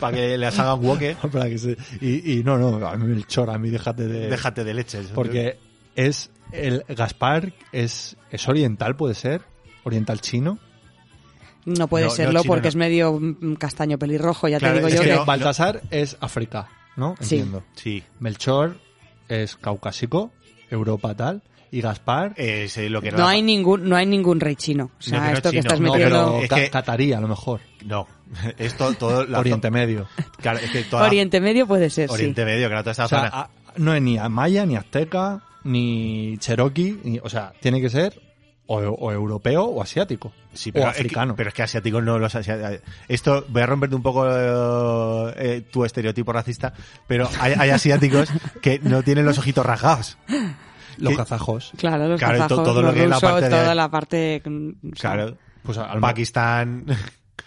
Speaker 1: Para que le hagan woke,
Speaker 2: para que se y, y no, no, a mí Melchor, a mí déjate de
Speaker 1: déjate de leches.
Speaker 2: Eh, porque es el Gaspar es es oriental puede ser, oriental chino.
Speaker 3: No puede
Speaker 1: No, no,
Speaker 3: serlo
Speaker 1: chino,
Speaker 3: porque
Speaker 1: no.
Speaker 3: es medio mm, castaño pelirrojo, ya
Speaker 1: Claro,
Speaker 3: te digo
Speaker 1: es
Speaker 3: yo
Speaker 1: que
Speaker 3: que...
Speaker 1: no.
Speaker 2: Baltasar es África, ¿no?
Speaker 3: Sí.
Speaker 2: Entiendo.
Speaker 1: Sí.
Speaker 2: Melchor es caucásico, Europa tal y Gaspar
Speaker 1: Es eh, lo que era
Speaker 3: No
Speaker 1: la-
Speaker 3: hay ningún, no hay ningún rey chino. O sea,
Speaker 1: No, que no
Speaker 3: esto que
Speaker 1: chino,
Speaker 3: estás
Speaker 1: no,
Speaker 2: no,
Speaker 3: metiendo...
Speaker 2: pero
Speaker 1: Es
Speaker 2: ca-
Speaker 1: que-
Speaker 2: Catarí a lo mejor,
Speaker 1: No. Esto todo. la-
Speaker 2: Oriente Medio.
Speaker 1: Claro, es que toda-
Speaker 3: Oriente Medio puede ser,
Speaker 1: Oriente Medio, que era toda esa
Speaker 2: O sea,
Speaker 1: zona.
Speaker 2: a- no es ni maya, ni azteca, ni cherokee, ni- o sea, tiene que ser o, o europeo o asiático.
Speaker 1: Sí, pero
Speaker 2: o
Speaker 1: es que-
Speaker 2: africano.
Speaker 1: pero es que asiáticos no los asiáticos. Esto voy a romperte un poco eh, tu estereotipo racista, pero hay, hay asiáticos que no tienen los ojitos rasgados.
Speaker 2: Los
Speaker 1: que-
Speaker 2: kazajos.
Speaker 3: sí. Claro, los
Speaker 1: Claro, y to-
Speaker 3: kazajos,
Speaker 1: todo lo
Speaker 3: los
Speaker 1: que es la
Speaker 3: rusos,
Speaker 1: parte de-
Speaker 3: toda la parte... mm, o sea,
Speaker 1: Claro.
Speaker 2: Pues al
Speaker 1: Pakistán,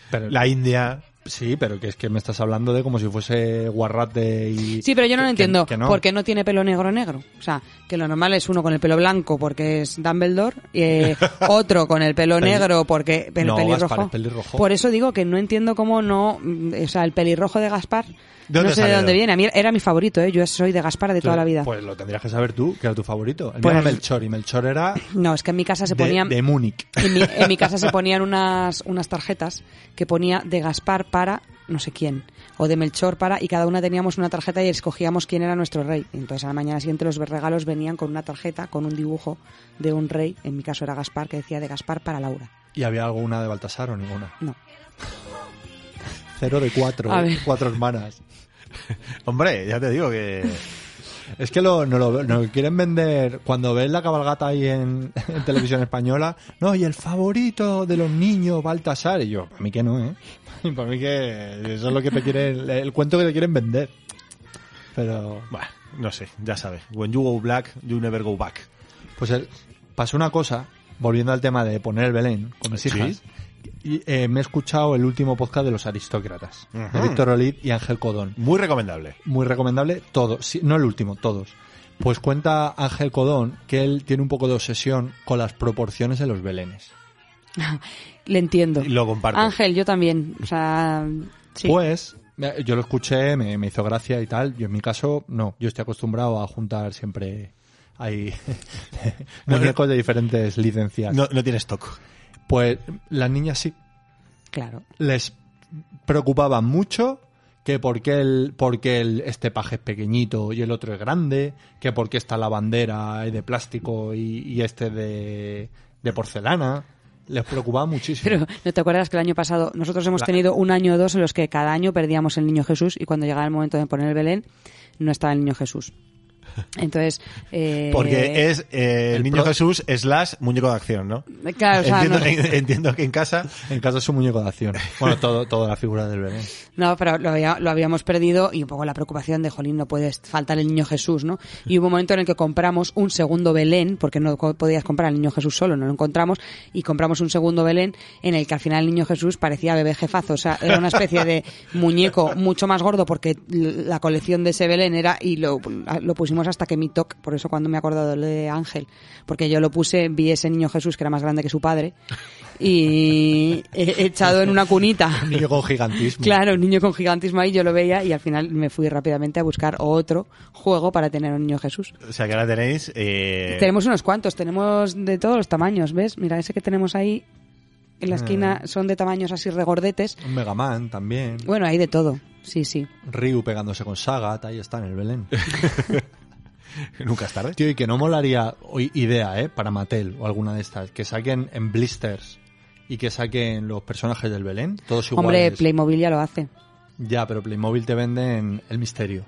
Speaker 2: pero-
Speaker 1: la India.
Speaker 2: Sí, pero que es que me estás hablando de como si fuese guarrate y...
Speaker 3: Sí, pero yo
Speaker 2: que-
Speaker 3: no lo
Speaker 2: que-
Speaker 3: entiendo.
Speaker 2: que no.
Speaker 3: ¿Por qué no tiene pelo negro negro? O sea, que lo normal es uno con el pelo blanco porque es Dumbledore, eh, otro con el pelo
Speaker 2: Peli-
Speaker 3: negro porque el
Speaker 2: No,
Speaker 3: pelirrojo.
Speaker 2: Gaspar es pelirrojo.
Speaker 3: Por eso digo que no entiendo cómo no. mm, O sea, el pelirrojo de Gaspar.
Speaker 1: ¿De dónde
Speaker 3: no sé de
Speaker 1: salió?
Speaker 3: dónde viene. A mí era mi favorito, ¿eh? Yo soy de Gaspar de toda la vida.
Speaker 2: Pues lo tendrías que saber tú, que era tu favorito. El mío
Speaker 3: Pues-
Speaker 2: era Melchor, y Melchor era
Speaker 3: no, es que en mi casa se
Speaker 2: de,
Speaker 3: ponían.
Speaker 2: de Múnich.
Speaker 3: En mi, en mi casa se ponían unas, unas tarjetas que ponía de Gaspar para no sé quién, o de Melchor para, y cada una teníamos una tarjeta y escogíamos quién era nuestro rey. Entonces a la mañana siguiente los regalos venían con una tarjeta, con un dibujo de un rey, en mi caso era Gaspar, que decía de Gaspar para Laura.
Speaker 2: ¿Y había alguna de Baltasar o ninguna?
Speaker 3: No.
Speaker 2: Cero de cuatro, ¿eh?
Speaker 3: A ver.
Speaker 2: cuatro hermanas.
Speaker 1: Hombre, ya te digo que...
Speaker 2: Es que lo, no lo, no lo quieren vender cuando ves la cabalgata ahí en, en televisión española. No, y el favorito de los niños, Baltasar. Y yo, para mí que no, ¿eh? Para mí que eso es lo que te quieren, el, el cuento que te quieren vender. Pero,
Speaker 1: Bueno, no sé, ya sabes. When you go black, you never go back.
Speaker 2: pues el- pasó una cosa, volviendo al tema de poner el Belén con mis
Speaker 1: Sí.
Speaker 2: hijas. Y, eh, me he escuchado el último podcast de los aristócratas, de
Speaker 1: Ujú.
Speaker 2: Víctor Olid y Ángel Codón.
Speaker 1: Muy recomendable.
Speaker 2: muy recomendable, todos, sí, no el último, todos. Pues cuenta Ángel Codón que él tiene un poco de obsesión con las proporciones en los belenes.
Speaker 3: Le entiendo.
Speaker 1: Lo comparto.
Speaker 3: Ángel, yo también. O sea, sí.
Speaker 2: Pues me- yo lo escuché, me, me hizo gracia y tal. Yo en mi caso, no, yo estoy acostumbrado a juntar siempre ahí
Speaker 1: No,
Speaker 2: muñecos de diferentes licencias.
Speaker 1: No, no tienes stock.
Speaker 2: Pues las niñas sí
Speaker 3: claro.
Speaker 2: les preocupaba mucho que porque el porque el este paje es pequeñito y el otro es grande, que porque está la bandera de plástico y, y este de, de porcelana, les preocupaba muchísimo.
Speaker 3: Pero no te acuerdas que el año pasado nosotros hemos tenido un año o dos en los que cada año perdíamos el niño Jesús y cuando llegaba el momento de poner el Belén no estaba el niño Jesús. Entonces, eh,
Speaker 1: Porque es eh, el,
Speaker 2: el
Speaker 1: niño
Speaker 2: pro-
Speaker 1: Jesús slash muñeco de acción, ¿no?
Speaker 3: claro, o sea,
Speaker 1: entiendo,
Speaker 3: no-
Speaker 1: entiendo que en casa...
Speaker 2: En caso es un muñeco de acción. Bueno, todo, toda la figura del bebé.
Speaker 3: No, pero lo, había- lo habíamos perdido y un poco la preocupación de, jolín, no puede faltar el niño Jesús, ¿no? Y hubo un momento en el que compramos un segundo Belén, porque no co- podías comprar al niño Jesús solo, no lo encontramos, y compramos un segundo Belén en el que al final el niño Jesús parecía bebé jefazo, o sea, era una especie de muñeco mucho más gordo porque l- la colección de ese Belén era, y lo, lo pusimos hasta que mi toc, por eso cuando me he acordado de Ángel, porque yo lo puse, vi ese niño Jesús que era más grande que su padre, y he- echado en una cunita.
Speaker 2: Un niño con gigantismo.
Speaker 3: Claro, un niño con gigantismo ahí, yo lo veía y al final me fui rápidamente a buscar otro juego para tener un niño Jesús.
Speaker 1: O sea, que ahora tenéis... eh,
Speaker 3: Tenemos unos cuantos, tenemos de todos los tamaños, ¿ves? Mira, ese que tenemos ahí en la esquina son de tamaños así regordetes.
Speaker 2: Un Megaman también.
Speaker 3: Bueno, hay de todo, sí, sí.
Speaker 2: Ryu pegándose con Sagat, ahí está en el Belén.
Speaker 1: Nunca es tarde.
Speaker 2: Tío, y que no molaría o- idea, ¿eh? Para Mattel o alguna de estas. Que saquen en blisters y que saquen los personajes del Belén. Todos
Speaker 3: Hombre,
Speaker 2: iguales.
Speaker 3: Playmobil ya lo hace.
Speaker 2: Ya, pero Playmobil te venden el misterio.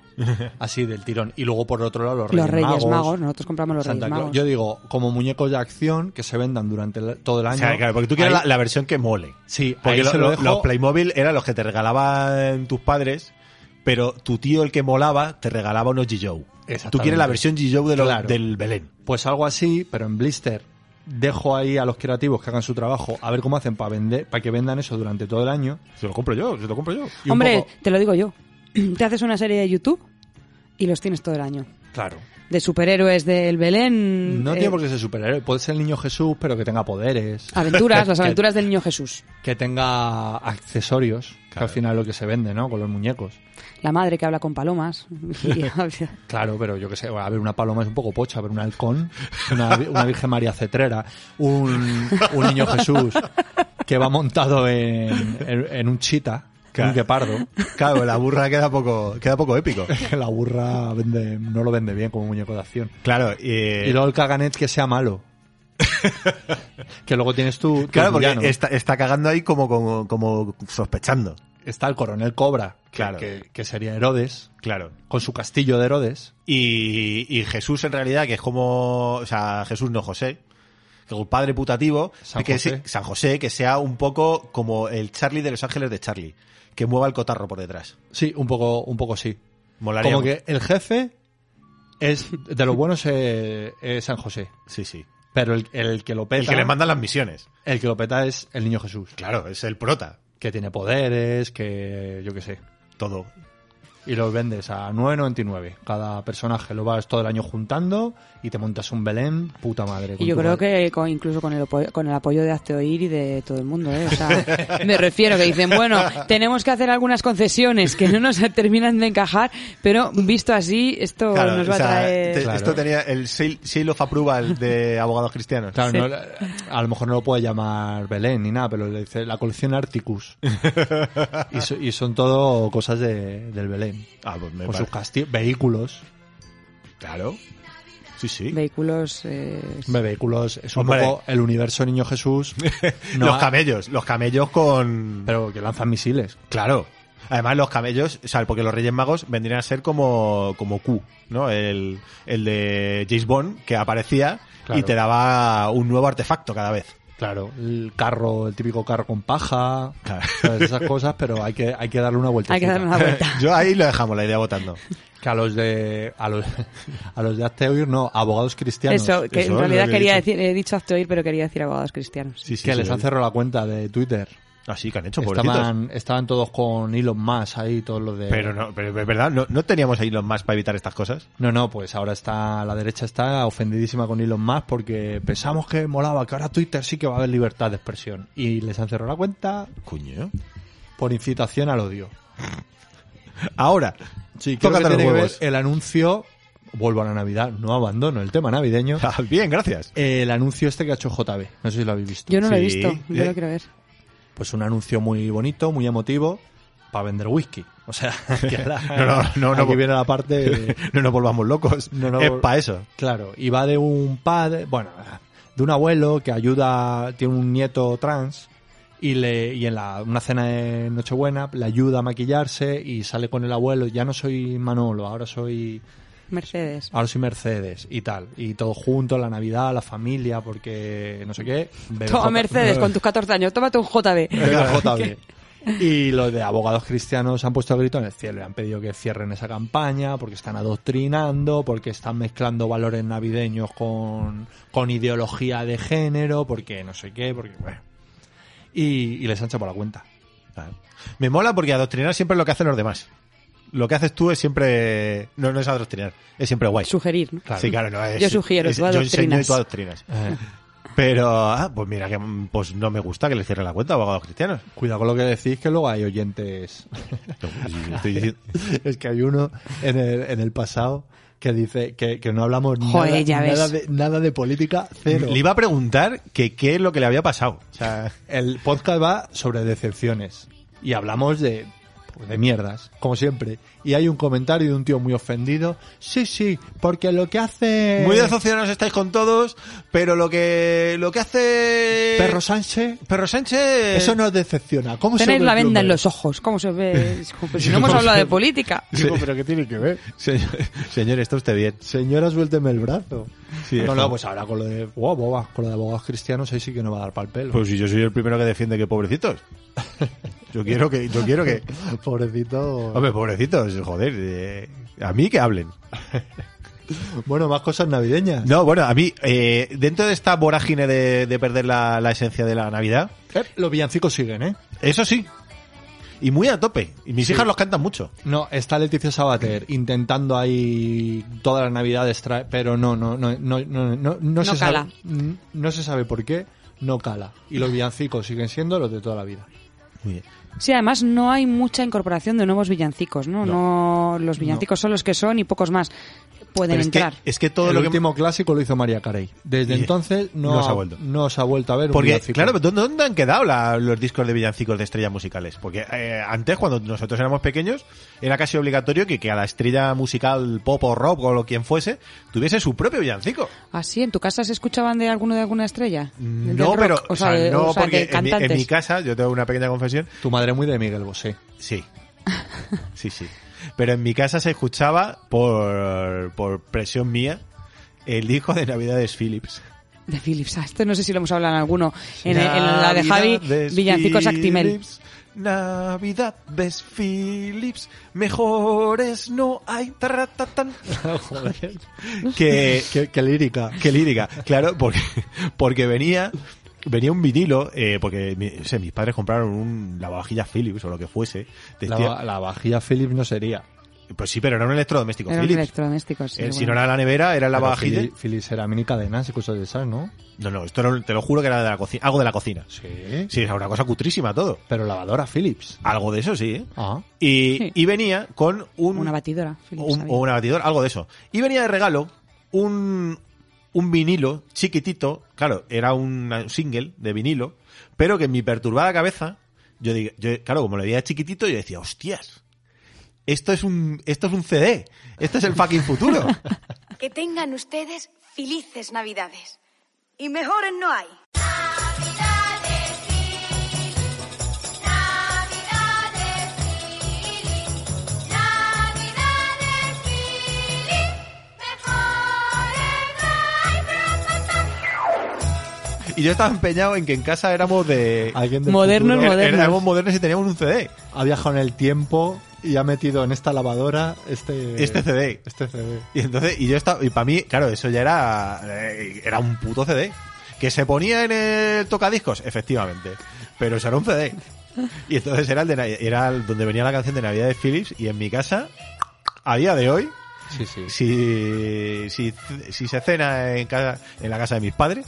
Speaker 2: Así, del tirón. Y luego, por otro lado, los Reyes,
Speaker 3: los Reyes Magos,
Speaker 2: Magos.
Speaker 3: nosotros compramos los
Speaker 2: Santa
Speaker 3: Reyes
Speaker 2: Claus.
Speaker 3: Magos.
Speaker 2: Yo digo, como muñecos de acción que se vendan durante la- todo el año.
Speaker 1: O sea, claro, porque tú quieres
Speaker 2: Ahí-
Speaker 1: la, la versión que mole.
Speaker 2: Sí,
Speaker 1: Porque
Speaker 2: ahí
Speaker 1: lo-
Speaker 2: se lo
Speaker 1: lo-
Speaker 2: dejo.
Speaker 1: los Playmobil eran los que te regalaban tus padres, pero tu tío, el que molaba, te regalaba unos G-Joe.
Speaker 2: Exactamente.
Speaker 1: Tú quieres la versión G-Joe de lo-
Speaker 2: Claro.
Speaker 1: del Belén.
Speaker 2: Pues algo así, pero en blister. Dejo ahí a los creativos que hagan su trabajo, a ver cómo hacen para vender, para que vendan eso durante todo el año.
Speaker 1: Se lo compro yo, se lo compro yo.
Speaker 2: Y un
Speaker 3: Hombre,
Speaker 2: poco-
Speaker 3: te lo digo yo. Te haces una serie de YouTube y los tienes todo el año.
Speaker 2: claro.
Speaker 3: De superhéroes del Belén.
Speaker 2: No
Speaker 3: eh,
Speaker 2: tiene por qué ser superhéroe. Puede ser el niño Jesús, pero que tenga poderes.
Speaker 3: Aventuras, las
Speaker 2: Que-
Speaker 3: aventuras del niño Jesús.
Speaker 2: Que tenga accesorios, que al final es lo que se vende, ¿no? Con los muñecos.
Speaker 3: La madre que habla con palomas. Y-
Speaker 2: Claro, pero yo que sé, a ver, una paloma es un poco pocha, a ver, un halcón, una, vi- una Virgen María Cetrera, un, un niño Jesús que va montado en, en- en un chita, en un guepardo.
Speaker 1: Claro, la burra queda poco, queda poco épico.
Speaker 2: Que la burra vende- no lo vende bien como muñeco de acción.
Speaker 1: Claro, eh,
Speaker 2: Y luego el caganet que sea malo. que luego tienes tú. tus
Speaker 1: claro, porque
Speaker 2: villanos.
Speaker 1: está, está cagando ahí como, como, como sospechando.
Speaker 2: está el coronel Cobra, que-
Speaker 1: Claro.
Speaker 2: que, que sería Herodes,
Speaker 1: Claro.
Speaker 2: con su castillo de Herodes.
Speaker 1: Y, y Jesús en realidad, que es como, o sea, Jesús no José, que es un padre putativo,
Speaker 2: San
Speaker 1: que
Speaker 2: José.
Speaker 1: se- San José, que sea un poco como el Charlie de los Ángeles de Charlie, que mueva el cotarro por detrás.
Speaker 2: Sí, un poco, un poco sí.
Speaker 1: Molaría.
Speaker 2: Como
Speaker 1: mucho.
Speaker 2: que el jefe es de los buenos eh, eh, San José.
Speaker 1: Sí, sí.
Speaker 2: Pero el, el que lo peta.
Speaker 1: El que le mandan las misiones.
Speaker 2: el que lo peta es el niño Jesús.
Speaker 1: Claro, es el prota.
Speaker 2: Que tiene poderes, que. yo qué sé.
Speaker 1: Todo.
Speaker 2: Y los vendes a 9.99. Cada personaje lo vas todo el año juntando y te montas un Belén, puta madre.
Speaker 3: Y yo creo que con- incluso con el, apo- con el apoyo de Azteoir y de todo el mundo, ¿eh? O sea, me refiero que dicen, bueno, tenemos que hacer algunas concesiones que no nos terminan de encajar, pero visto así, esto
Speaker 1: Claro,
Speaker 3: nos va
Speaker 1: o sea,
Speaker 3: a traer...
Speaker 1: te-
Speaker 2: Claro.
Speaker 1: Esto tenía el seal, seal of approval de abogados cristianos.
Speaker 2: Claro, no- a lo mejor no lo puede llamar Belén ni nada, pero le dice la colección Articus. y, so- y son todo cosas de, del Belén.
Speaker 1: Ah, pues me
Speaker 2: Con sus
Speaker 1: parece.
Speaker 2: casti- vehículos.
Speaker 1: Claro. Sí, sí.
Speaker 3: Vehículos... eh,
Speaker 2: Hombre, vehículos es un
Speaker 1: Hombre.
Speaker 2: poco el universo Niño Jesús. No
Speaker 1: los
Speaker 2: ha-
Speaker 1: camellos, los camellos con...
Speaker 2: Pero que lanzan misiles.
Speaker 1: Claro. Además, los camellos, o sea, porque los Reyes Magos vendrían a ser como, como Q, ¿no? El, el de James Bond, que aparecía
Speaker 2: Claro.
Speaker 1: y te daba un nuevo artefacto cada vez.
Speaker 2: Claro, el carro, el típico carro con paja,
Speaker 1: Claro.
Speaker 2: ¿sabes? esas cosas, pero hay que, hay que darle una vuelta.
Speaker 3: hay que darle una vuelta.
Speaker 1: Yo ahí lo dejamos, la idea votando.
Speaker 2: Que a los de a los, a los de Azteoir, no, abogados cristianos.
Speaker 3: Eso,
Speaker 1: eso
Speaker 3: que en
Speaker 1: es lo
Speaker 3: realidad
Speaker 1: que he
Speaker 3: quería
Speaker 1: dicho.
Speaker 3: decir, he dicho Azteoir, pero quería decir abogados cristianos.
Speaker 1: Sí, sí,
Speaker 2: que
Speaker 1: sí,
Speaker 2: les
Speaker 1: sí.
Speaker 2: han cerrado la cuenta de Twitter.
Speaker 1: Ah, sí, que han hecho, pobrecitos.
Speaker 2: Estaban, estaban todos con Elon Musk ahí, todos los de...
Speaker 1: Pero no, pero es verdad, ¿no, no teníamos ahí los más para evitar estas cosas?
Speaker 2: No, no, pues ahora está, la derecha está ofendidísima con Elon Musk porque pensamos que molaba, que ahora Twitter sí que va a haber libertad de expresión. Y les han cerrado la cuenta
Speaker 1: Coño.
Speaker 2: por incitación al odio.
Speaker 1: Ahora,
Speaker 2: Sí, creo
Speaker 1: tócate
Speaker 2: que
Speaker 1: los
Speaker 2: tiene que ver
Speaker 1: huevos.
Speaker 2: el anuncio, vuelvo a la Navidad, no abandono el tema navideño,
Speaker 1: Ah, Bien, gracias.
Speaker 2: el anuncio este que ha hecho JB, no sé si lo habéis visto.
Speaker 3: Yo no lo he
Speaker 1: Sí,
Speaker 3: visto, yo
Speaker 1: eh.
Speaker 3: lo quiero ver.
Speaker 2: Pues un anuncio muy bonito, muy emotivo, para vender whisky. O sea, que ahora-
Speaker 1: No, no, no, no.
Speaker 2: aquí viene la parte...
Speaker 1: No nos volvamos locos.
Speaker 2: Eh, No, no,
Speaker 1: es
Speaker 2: vol-
Speaker 1: para eso.
Speaker 2: Claro, y va de un padre, bueno, de un abuelo que ayuda, tiene un nieto trans y le y en la, una cena de Nochebuena le ayuda a maquillarse y sale con el abuelo, ya no soy Manolo, ahora soy
Speaker 3: Mercedes.
Speaker 2: ahora soy Mercedes y tal, y todo junto la Navidad, la familia, porque no sé qué.
Speaker 1: eh,
Speaker 2: bebe
Speaker 3: Toma
Speaker 2: J-
Speaker 3: Mercedes, con tus 14 años, tómate un JB.
Speaker 2: bebe JB. Y los de abogados cristianos han puesto el grito en el cielo y han pedido que cierren esa campaña porque están adoctrinando, porque están mezclando valores navideños con, con ideología de género, porque no sé qué, porque bueno. Y, y les han chapado la cuenta.
Speaker 1: Claro. Me mola porque adoctrinar siempre es lo que hacen los demás. Lo que haces tú es siempre. No, no es adoctrinar, es siempre guay.
Speaker 3: Sugerir, ¿no?
Speaker 1: Sí, claro, no es.
Speaker 3: Yo sugiero,
Speaker 1: es-
Speaker 3: tú
Speaker 1: Yo enseño y tú
Speaker 3: adoctrinas.
Speaker 1: adoctrinas. Pero, ah, pues mira, que mm, pues no me gusta que le cierren la cuenta a abogados cristianos.
Speaker 2: Cuidado con lo que decís, que luego hay oyentes
Speaker 1: No, pues, estoy diciendo-
Speaker 2: es que hay uno en el, en el pasado que dice que, que no hablamos
Speaker 3: Joder,
Speaker 2: nada,
Speaker 3: ya ves.
Speaker 2: nada de, nada de política, cero.
Speaker 1: Le iba a preguntar que qué es lo que le había pasado.
Speaker 2: O sea, el podcast va sobre decepciones y hablamos de, pues, de mierdas, como siempre. Y hay un comentario de un tío muy ofendido. Sí, sí, porque lo que hace
Speaker 1: Muy decepcionados estáis con todos, pero lo que lo que hace
Speaker 2: Perro Sánchez,
Speaker 1: Perro Sánchez
Speaker 2: eso nos decepciona. ¿Cómo se
Speaker 3: Tenéis
Speaker 2: ve
Speaker 3: la
Speaker 2: el
Speaker 3: venda en
Speaker 2: plumero?
Speaker 3: los ojos, ¿cómo se ve? Es como, pues, si no hemos hablado de política.
Speaker 2: Digo, pero ¿qué tiene que ver?
Speaker 1: Señor, señor, está usted bien.
Speaker 2: Señora, suélteme el brazo.
Speaker 1: Sí,
Speaker 2: no,
Speaker 1: es-
Speaker 2: no, pues ahora con lo de, wow, boba, con lo de abogados cristianos, ahí sí que no va a dar pal pelo.
Speaker 1: Pues si yo soy el primero que defiende que pobrecitos. Yo quiero que, yo quiero que.
Speaker 2: Pobrecito.
Speaker 1: Hombre, pobrecitos, joder. eh, a mí que hablen.
Speaker 2: Bueno, más cosas navideñas.
Speaker 1: No, bueno, a mí, eh, dentro de esta vorágine de, de perder la, la esencia de la Navidad,
Speaker 2: Eh, los villancicos siguen, ¿eh?
Speaker 1: eso sí. Y muy a tope. Y mis hijas los cantan mucho.
Speaker 2: No, está Leticia Sabater intentando ahí todas las navidades, traer, pero no, no, no, no, no, no,
Speaker 3: No
Speaker 2: se
Speaker 3: cala.
Speaker 2: sabe, n- no se sabe por qué, no cala. Y los villancicos siguen siendo los de toda la vida.
Speaker 1: Muy bien.
Speaker 3: Sí, además no hay mucha incorporación de nuevos villancicos, ¿no? no. los villancicos son los que son y pocos más pueden
Speaker 1: Pero es, que, eh
Speaker 3: entrar.
Speaker 1: es que todo
Speaker 2: el
Speaker 1: lo que.
Speaker 2: último clásico lo hizo María Carey. Desde
Speaker 1: Y-
Speaker 2: entonces no,
Speaker 1: no se ha vuelto.
Speaker 2: no se ha vuelto a ver. un
Speaker 1: Porque,
Speaker 2: villancico.
Speaker 1: claro, ¿dónde, dónde han quedado la- los discos de villancicos de estrellas musicales? Porque eh, antes, cuando nosotros éramos pequeños, era casi obligatorio que, que a la estrella musical pop o rock o lo quien fuese, tuviese su propio villancico.
Speaker 3: ¿Así? ¿Ah, ¿En tu casa se escuchaban de alguno de alguna estrella? Mm. Del
Speaker 1: No,
Speaker 3: rock,
Speaker 1: pero,
Speaker 3: O sea, de-
Speaker 1: no,
Speaker 3: o sea,
Speaker 1: porque
Speaker 3: de
Speaker 1: en mi, en
Speaker 3: cantantes.
Speaker 1: mi casa, yo tengo una pequeña confesión,
Speaker 2: Tu madre muy de Miguel Bosé.
Speaker 1: sí. Sí, sí. Pero en mi casa se escuchaba, por, por presión mía, el disco de Navidades Philips.
Speaker 3: de Philips. Ah, Esto no sé si lo hemos hablado en alguno. En, en la
Speaker 1: Navidad
Speaker 3: de Javi,
Speaker 1: des
Speaker 3: Villancicos Actimel.
Speaker 1: Philips, Navidad de Philips, mejores no hay. Tarratatán.
Speaker 2: Joder.
Speaker 1: Que,
Speaker 2: Qué, qué lírica.
Speaker 1: Qué lírica. Claro, porque, porque venía, venía un vinilo, eh, porque mi- no sé, mis padres compraron un lavavajillas Philips o lo que fuese.
Speaker 2: La,
Speaker 1: Decía-
Speaker 2: la vajilla Philips no sería.
Speaker 1: pues sí, pero era un electrodoméstico
Speaker 3: Eran
Speaker 1: Philips.
Speaker 3: electrodomésticos. sí,
Speaker 1: Eh, si
Speaker 3: bueno.
Speaker 1: no era la nevera, era el
Speaker 2: Pero
Speaker 1: lavavajillas.
Speaker 2: Philips, Philips era mini cadenas y cosas de esas, ¿no?
Speaker 1: No, no, esto era un- te lo juro que era de la cocina, algo de la cocina.
Speaker 2: Sí.
Speaker 1: Sí, era una cosa cutrísima todo.
Speaker 2: Pero lavadora Philips.
Speaker 1: Algo de eso sí, ¿eh?
Speaker 2: Ah.
Speaker 1: Y,
Speaker 3: Sí.
Speaker 1: y venía con un,
Speaker 3: Una batidora. Philips
Speaker 1: un-
Speaker 3: había.
Speaker 1: o una batidora, algo de eso. Y venía de regalo un, un vinilo chiquitito, claro, era un single de vinilo, pero que en mi perturbada cabeza, yo digo, yo, claro, como lo veía chiquitito, yo decía, hostias, esto es un, esto es un CD, esto es el fucking futuro.
Speaker 7: Que tengan ustedes felices Navidades. Y mejores no hay.
Speaker 1: y yo estaba empeñado en que en casa éramos de...
Speaker 2: Alguien del
Speaker 3: Moderno,
Speaker 2: futuro
Speaker 3: moderno.
Speaker 1: Éramos modernos y teníamos un CD.
Speaker 2: Ha viajado en el tiempo y ha metido en esta lavadora este...
Speaker 1: Este CD.
Speaker 2: Este CD.
Speaker 1: Y entonces, y yo estaba, y para mí, claro, eso ya era, eh, era un puto CD. Que se ponía en el tocadiscos, efectivamente. Pero eso era un CD. Y entonces era el de, Na- era el- donde venía la canción de Navidad de Philips y en mi casa, a día de hoy,
Speaker 2: Sí, sí.
Speaker 1: si, si, si se cena en, casa, en la casa de mis padres,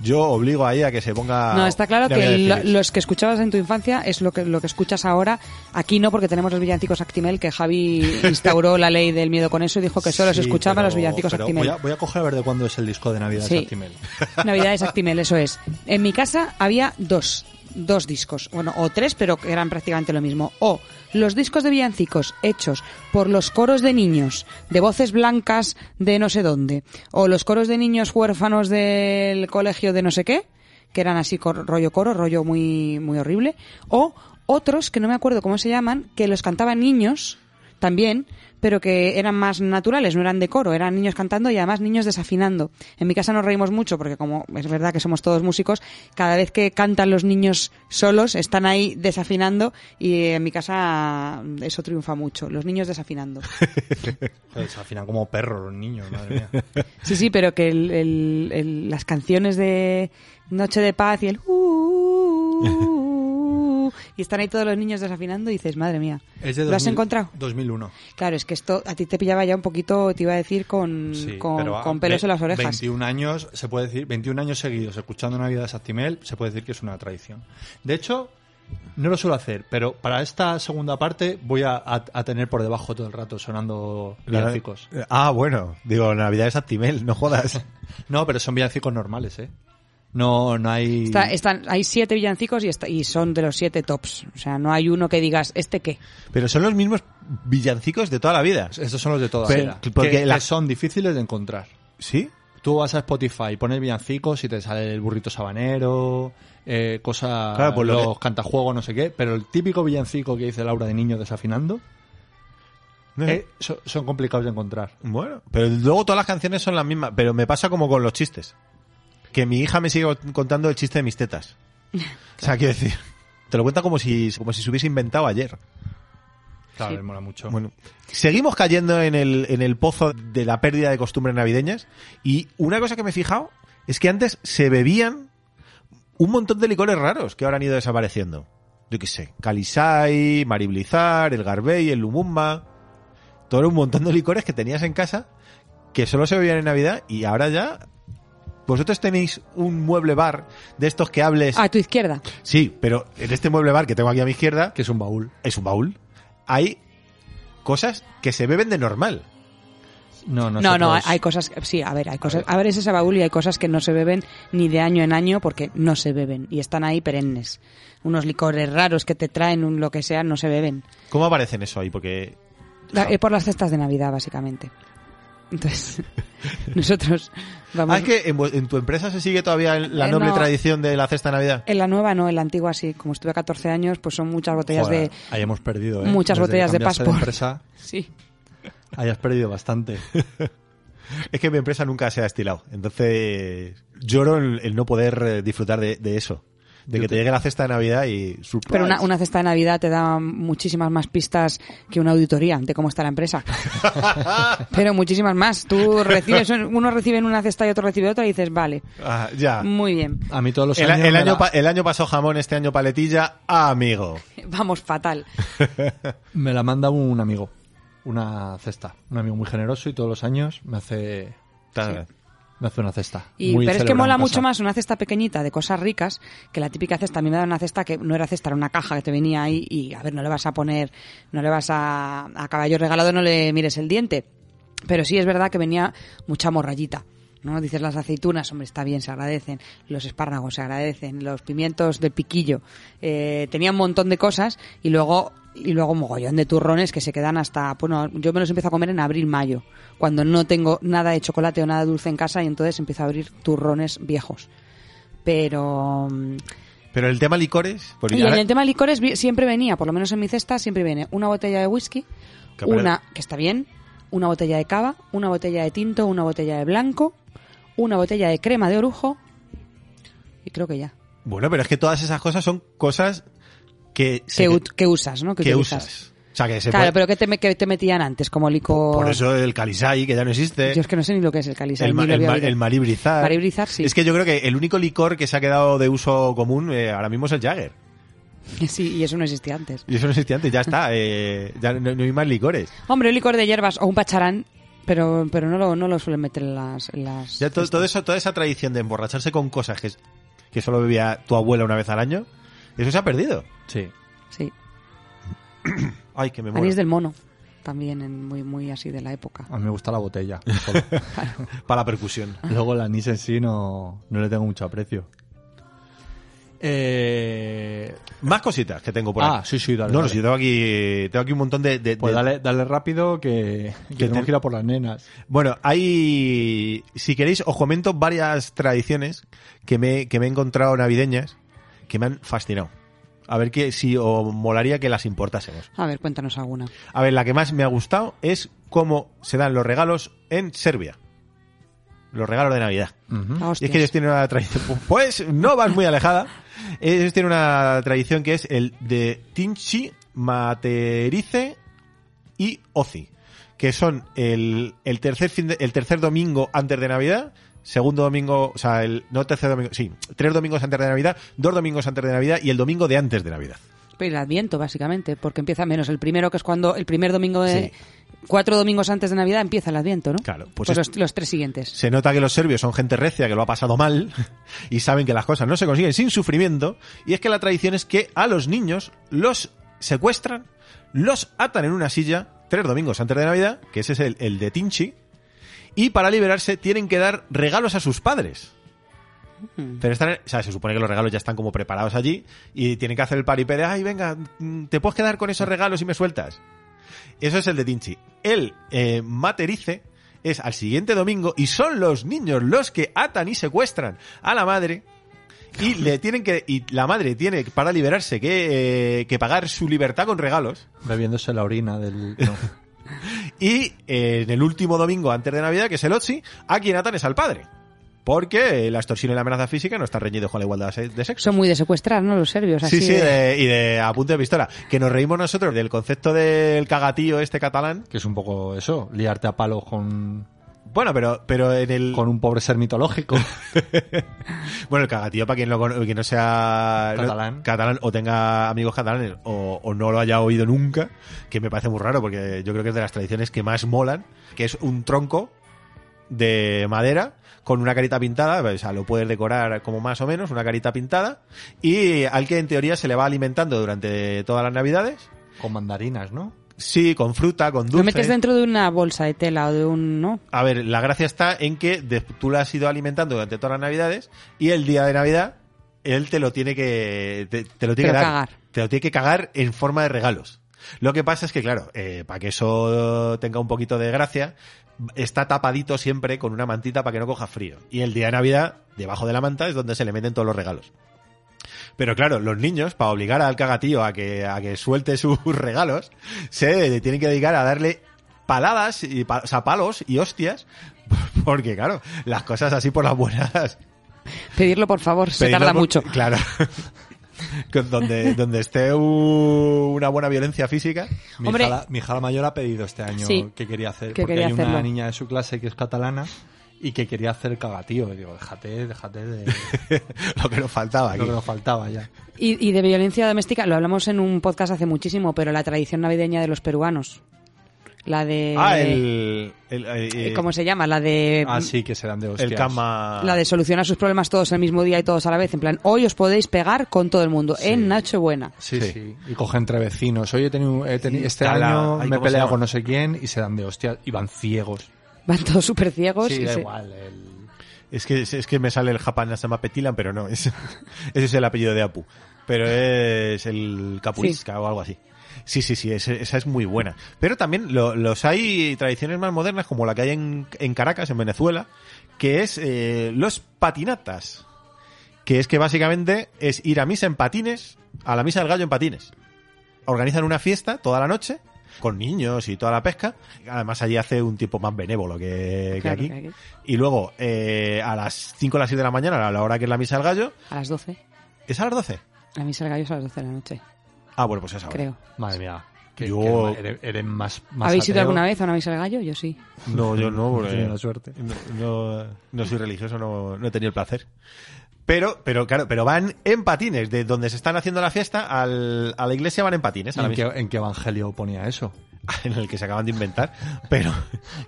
Speaker 1: yo obligo ahí a que se ponga...
Speaker 3: No, está claro
Speaker 1: Navidad
Speaker 3: que
Speaker 1: de
Speaker 3: lo-
Speaker 1: Philips.
Speaker 3: los que escuchabas en tu infancia es lo que, lo que escuchas ahora. Aquí no, porque tenemos los villancicos Actimel, que Javi instauró la ley del miedo con eso y dijo que solo se
Speaker 2: Sí,
Speaker 3: escuchaban
Speaker 2: pero-
Speaker 3: los villancicos
Speaker 2: pero
Speaker 3: Actimel.
Speaker 2: Voy a, voy a coger a ver de cuándo es el disco de Navidad
Speaker 3: Sí.
Speaker 2: de Actimel.
Speaker 3: Navidades Actimel, eso es. En mi casa había dos, dos discos, bueno, o tres, pero que eran prácticamente lo mismo. O los discos de villancicos hechos por los coros de niños, de voces blancas de no sé dónde, o los coros de niños huérfanos del colegio de no sé qué, que eran así cor- rollo coro, rollo muy, muy horrible, o otros que no me acuerdo cómo se llaman, que los cantaban niños también, pero que eran más naturales, no eran de coro, eran niños cantando y además niños desafinando. En mi casa nos reímos mucho porque como es verdad que somos todos músicos, cada vez que cantan los niños solos están ahí desafinando y eh, en mi casa eso triunfa mucho, los niños desafinando.
Speaker 2: Pues, al final como perro los niños, madre mía.
Speaker 3: Sí, sí, pero que el- el- el- las canciones de Noche de Paz y el... uh, y están ahí todos los niños desafinando y dices, madre mía,
Speaker 2: Es de
Speaker 3: ¿lo has
Speaker 2: 2000
Speaker 3: encontrado?
Speaker 2: 2001.
Speaker 3: Claro, es que esto a ti te pillaba ya un poquito, te iba a decir, con,
Speaker 2: Sí,
Speaker 3: Mm, con,
Speaker 2: pero a
Speaker 3: con pelos
Speaker 2: ve-
Speaker 3: en las orejas.
Speaker 2: 21 años, se puede decir, 21 años seguidos escuchando Navidad de Sactimel, se puede decir que es una tradición. De hecho, no lo suelo hacer, pero para esta segunda parte voy a, a- a tener por debajo todo el rato sonando
Speaker 1: La-
Speaker 2: villancicos.
Speaker 1: Ah, bueno. Digo, Navidad es Actimel, no jodas.
Speaker 2: No, pero son villancicos normales, ¿eh? No, no hay...
Speaker 3: Está- están, hay siete villancicos y, está- y son de los siete tops. O sea, no hay uno que digas, ¿este qué?
Speaker 1: Pero son los mismos villancicos de toda la vida.
Speaker 2: Estos son los de toda
Speaker 1: Pero-
Speaker 2: vida,
Speaker 1: porque
Speaker 2: que-
Speaker 1: la-
Speaker 2: que son difíciles de encontrar.
Speaker 1: ¿Sí?
Speaker 2: Tú vas a Spotify, pones villancicos y te sale el burrito sabanero, eh, cosas,
Speaker 1: Claro, pues lo
Speaker 2: los cantajuegos, no sé qué, pero el típico villancico que dice Laura de niño desafinando, eh, so- son, complicados de encontrar.
Speaker 1: Bueno, pero luego todas las canciones son las mismas, pero me pasa como con los chistes. Que mi hija me sigue contando el chiste de mis tetas. O sea, quiero decir, te lo cuenta como si, como si se hubiese inventado ayer.
Speaker 2: Claro, me mola mucho.
Speaker 1: Bueno, seguimos cayendo en el, en el pozo de la pérdida de costumbres navideñas. Y una cosa que me he fijado es que antes se bebían un montón de licores raros que ahora han ido desapareciendo. Yo qué sé, Calisay, Mariblizar, el Garbey, el Lumumba. Todo era un montón de licores que tenías en casa que solo se bebían en Navidad y ahora ya. Vosotros tenéis un mueble bar de estos que hables.
Speaker 3: A Ah, tu izquierda.
Speaker 1: Sí, pero en este mueble bar que tengo aquí a mi izquierda
Speaker 2: que es un baúl.
Speaker 1: es un baúl, hay cosas que se beben de normal.
Speaker 2: No,
Speaker 3: No, no, hay,
Speaker 2: nosotros-
Speaker 3: hay cosas. que- Sí, a ver, hay cosas. A ver, es ese baúl y hay cosas que no se beben ni de año en año porque no se beben y están ahí perennes. Unos licores raros que te traen, un lo que sea, no se beben.
Speaker 1: ¿Cómo aparecen eso ahí? Porque
Speaker 3: La- eh, por las cestas de Navidad, básicamente. Entonces, nosotros vamos.
Speaker 1: ah, es que en, vu- en tu empresa se sigue todavía el- la
Speaker 3: Eh,
Speaker 1: noble
Speaker 3: no.
Speaker 1: tradición de la cesta de Navidad.
Speaker 3: En la nueva no, en la antigua sí. Como estuve 14 años, pues son muchas botellas
Speaker 2: Joder,
Speaker 3: de...
Speaker 2: ahí hemos perdido, ¿eh?
Speaker 3: muchas
Speaker 2: Desde que
Speaker 3: botellas de
Speaker 2: cambiaste
Speaker 3: Passport.
Speaker 2: empresa,
Speaker 3: Sí.
Speaker 2: ahí has perdido bastante.
Speaker 3: Eh.
Speaker 1: Es que mi empresa nunca se ha estilado. Entonces, lloro el, el no poder eh, disfrutar de, de eso. De que te llegue la cesta de Navidad y... surprise.
Speaker 3: Pero una, una cesta de Navidad te da muchísimas más pistas que una auditoría de cómo está la empresa. Pero muchísimas más. Tú recibes, uno recibe en una cesta y otro recibe otra y dices, vale,
Speaker 1: Ah, ya.
Speaker 3: muy bien.
Speaker 2: A mí todos los
Speaker 1: El,
Speaker 2: años.
Speaker 1: el
Speaker 2: me
Speaker 1: año
Speaker 2: la-
Speaker 1: pa- el año pasó jamón, este año paletilla. Ah, amigo.
Speaker 3: Vamos, fatal.
Speaker 2: Me la manda un amigo, una cesta. Un amigo muy generoso y todos los años me hace,
Speaker 1: Tal-
Speaker 2: me hace una cesta.
Speaker 3: Y,
Speaker 2: Muy
Speaker 3: pero es que
Speaker 2: celebrado
Speaker 3: mola
Speaker 2: en
Speaker 3: mucho
Speaker 2: casa.
Speaker 3: más una cesta pequeñita de cosas ricas que la típica cesta. A mí me da una cesta que no era cesta, era una caja que te venía ahí y, a ver, no le vas a poner, no le vas a, a caballo regalado, no le mires el diente. Pero sí es verdad que venía mucha morrayita. ¿no? Dices las aceitunas, hombre, está bien, se agradecen. Los espárragos se agradecen. Los pimientos del piquillo. Eh, tenía un montón de cosas y luego y luego mogollón de turrones que se quedan hasta, bueno, yo me los empiezo a comer en abril, mayo, cuando no tengo nada de chocolate o nada dulce en casa y entonces empiezo a abrir turrones viejos. Pero... mm,
Speaker 1: Pero el tema licores... pues porque
Speaker 3: Y en
Speaker 1: ahora-
Speaker 3: el tema de licores vi- siempre venía, por lo menos en mi cesta, siempre viene una botella de whisky,
Speaker 1: Que para-
Speaker 3: una que está bien, una botella de cava, una botella de tinto, una botella de blanco, una botella de crema de orujo y creo que ya.
Speaker 1: Bueno, pero es que todas esas cosas son cosas que... se-
Speaker 3: Que, ut- que usas, ¿no?
Speaker 1: que
Speaker 3: utilizas.
Speaker 1: usas. O sea, que se
Speaker 3: Claro,
Speaker 1: puede-
Speaker 3: pero que te, me- que te metían antes como licor?
Speaker 1: Por eso el calisay, que ya no existe.
Speaker 3: Yo es que no sé ni lo que es el calisay.
Speaker 1: el,
Speaker 3: ni
Speaker 1: ma-
Speaker 3: lo
Speaker 1: el
Speaker 3: había
Speaker 1: ma-
Speaker 3: oído.
Speaker 1: el maribrizar.
Speaker 3: Maribrizar, sí.
Speaker 1: Es que yo creo que el único licor que se ha quedado de uso común eh, ahora mismo es el Jagger.
Speaker 3: Sí, y eso no existía antes.
Speaker 1: Y eso no existía antes, ya está. eh, ya no, no hay más licores.
Speaker 3: Hombre, un licor de hierbas o un pacharán, pero, pero no, lo, no lo suelen meter en las... en las
Speaker 1: Ya to- todo, eso, toda esa tradición de emborracharse con cosas que, es- que solo bebía tu abuela una vez al año, eso se ha perdido.
Speaker 2: Sí.
Speaker 3: Sí.
Speaker 1: Ay, que me muero.
Speaker 3: Anís del mono, también en- muy, muy así de la época.
Speaker 2: A mí me gusta la botella. solo.
Speaker 1: Para la percusión.
Speaker 2: Luego el anís en sí no, no le tengo mucho aprecio. Eh,
Speaker 1: Más cositas que tengo por
Speaker 2: Ah,
Speaker 1: aquí.
Speaker 2: sí, sí, dale,
Speaker 1: No, no,
Speaker 2: dale.
Speaker 1: sí, tengo aquí, tengo aquí un montón de... de-
Speaker 2: pues
Speaker 1: de-
Speaker 2: dale, dale rápido que, que tenemos
Speaker 1: te-
Speaker 2: que ir a por las nenas.
Speaker 1: Bueno, hay, si queréis, os comento varias tradiciones que me, que me he encontrado navideñas que me han fascinado. A ver que, si os molaría que las importásemos.
Speaker 3: A ver, cuéntanos alguna.
Speaker 1: A ver, la que más me ha gustado es cómo se dan los regalos en Serbia. Los regalos de Navidad.
Speaker 3: Ah,
Speaker 1: Y es
Speaker 3: hostias.
Speaker 1: que ellos tienen una tradición. Pues no vas muy alejada. Ellos tienen una tradición que es el de Tinchi, Materice y Ozi. Que son el, el tercer fin de- el tercer domingo antes de Navidad. Segundo domingo, o sea, el, no tercer domingo, sí, tres domingos antes de Navidad, dos domingos antes de Navidad y el domingo de antes de Navidad.
Speaker 3: Pero el adviento, básicamente, porque empieza menos el primero, que es cuando el primer domingo de... Cuatro domingos antes de Navidad empieza el adviento, ¿no?
Speaker 1: Claro, pues
Speaker 3: Pues,
Speaker 1: es-
Speaker 3: los, los tres siguientes.
Speaker 1: Se nota que los serbios son gente recia que lo ha pasado mal y saben que las cosas no se consiguen sin sufrimiento. Y es que la tradición es que a los niños los secuestran, los atan en una silla tres domingos antes de Navidad, que ese es el, el de Tinchi, y para liberarse tienen que dar regalos a sus padres. Pero están, o sea, se supone que los regalos ya están como preparados allí y tienen que hacer el paripé de, ay, venga, mm, te puedes quedar con esos regalos y me sueltas. Eso es el de Tinchi. El eh, materice es al siguiente domingo y son los niños los que atan y secuestran a la madre y le tienen que y la madre tiene para liberarse que, eh, que pagar su libertad con regalos
Speaker 2: Bebiéndose la orina del... no.
Speaker 1: y eh, en el último domingo antes de Navidad que es el Otsi a quien atan es al padre porque eh, la extorsión y la amenaza física no están reñidos con la igualdad se- de sexo
Speaker 3: Son muy de secuestrar, ¿no? Los serbios, así
Speaker 1: Sí, sí,
Speaker 3: de-
Speaker 1: de- y de a punto de pistola. Que nos reímos nosotros del concepto del cagatío este catalán.
Speaker 2: Que es un poco eso, liarte a palos con,
Speaker 1: Bueno, pero, pero en el...
Speaker 2: con un pobre ser mitológico.
Speaker 1: Bueno, el cagatío, para quien, lo cono- quien no sea no-
Speaker 2: Catalán.
Speaker 1: catalán o tenga amigos catalanes o, o no lo haya oído nunca, que me parece muy raro porque yo creo que es de las tradiciones que más molan, que es un tronco de madera con una carita pintada, o sea, lo puedes decorar como más o menos, una carita pintada, y al que en teoría se le va alimentando durante todas las navidades,
Speaker 2: con mandarinas, ¿no?
Speaker 1: sí, con fruta, con dulce.
Speaker 3: Lo metes dentro de una bolsa de tela o de un... ¿no?
Speaker 1: A ver, la gracia está en que de- tú la has ido alimentando durante todas las navidades y el día de Navidad él te lo tiene que te, te lo tiene que
Speaker 3: Te lo
Speaker 1: dar,
Speaker 3: cagar.
Speaker 1: te lo tiene que cagar en forma de regalos. Lo que pasa es que claro, eh, para que eso tenga un poquito de gracia está tapadito siempre con una mantita para que no coja frío. Y el día de Navidad debajo de la manta es donde se le meten todos los regalos. Pero claro, los niños, para obligar al cagatío a que, a que suelte sus regalos, se tienen que dedicar a darle paladas, y pa- o sea, palos y hostias, porque claro, las cosas así por las buenas
Speaker 3: Pedirlo, por favor, se
Speaker 1: Pedirlo
Speaker 3: tarda
Speaker 1: por-
Speaker 3: mucho.
Speaker 1: Claro. Con donde, donde esté u- una buena violencia física.
Speaker 2: Mi,
Speaker 3: Hombre.
Speaker 2: hija, la- mi hija la mayor ha pedido este año
Speaker 3: Sí.
Speaker 2: que quería hacer,
Speaker 3: Que
Speaker 2: porque
Speaker 3: quería
Speaker 2: hay una
Speaker 3: hacerlo.
Speaker 2: niña de su clase que es catalana y que quería hacer cagatío. Y digo, déjate, déjate de
Speaker 1: Lo que nos faltaba
Speaker 2: lo
Speaker 1: aquí.
Speaker 2: que nos faltaba ya.
Speaker 3: Y, y de violencia doméstica, lo hablamos en un podcast hace muchísimo, pero la tradición navideña de los peruanos. La de.
Speaker 1: Ah, el. Ah, el, eh,
Speaker 3: ¿Cómo se llama? La de.
Speaker 2: Así Ah, que serán de hostias.
Speaker 1: el cama.
Speaker 3: La de solucionar sus problemas todos el mismo día y todos a la vez. En plan, hoy os podéis pegar con todo el mundo. En Nochebuena.
Speaker 2: Sí,
Speaker 1: Sí.
Speaker 2: sí, Y cogen entre vecinos. Oye, he tenido- he teni- este
Speaker 1: Cala-
Speaker 2: año
Speaker 1: ay,
Speaker 2: me he
Speaker 1: ¿cómo se
Speaker 2: peleado
Speaker 1: llama?
Speaker 2: con no sé quién y se dan de hostias. Y van ciegos.
Speaker 3: Van todos súper ciegos.
Speaker 2: sí,
Speaker 3: y
Speaker 2: da
Speaker 3: se-
Speaker 2: igual. el-
Speaker 1: Es que, es que me sale el Japan se llama Petilan, pero no, es, ese es el apellido de Apu. Pero es el Capuisca o algo así. Sí, sí, sí, ese- esa es muy buena. Pero también lo- los hay tradiciones más modernas, como la que hay en, en Caracas, en Venezuela, que es eh, los patinatas. Que es que básicamente es ir a misa en patines, a la misa del gallo en patines. Organizan una fiesta toda la noche, con niños y toda la pesca. Además allí hace un tiempo más benévolo que, que
Speaker 3: Claro
Speaker 1: aquí.
Speaker 3: que aquí.
Speaker 1: Y luego, eh, a las 5 o las 6 de la mañana, a la hora que es la misa del gallo,
Speaker 3: A las 12.
Speaker 1: ¿es a las 12?
Speaker 3: La misa del gallo es a las 12 de la noche,
Speaker 1: Ah, bueno, pues es ahora.
Speaker 3: creo.
Speaker 2: Madre mía. que-
Speaker 1: Yo-
Speaker 2: que eres, eres más, más
Speaker 3: ¿Habéis ido
Speaker 2: ateo.
Speaker 3: alguna vez a una misa del gallo? Yo sí.
Speaker 1: No, yo no,
Speaker 2: No he
Speaker 1: porque
Speaker 2: tenido la suerte.
Speaker 1: no, no- no soy religioso, no, no he tenido el placer. Pero, pero claro, pero van en patines, de donde se están haciendo la fiesta al- a la iglesia van en patines, a la
Speaker 2: ¿En qué,
Speaker 1: misa,
Speaker 2: en qué evangelio ponía eso?
Speaker 1: en el que se acaban de inventar. Pero,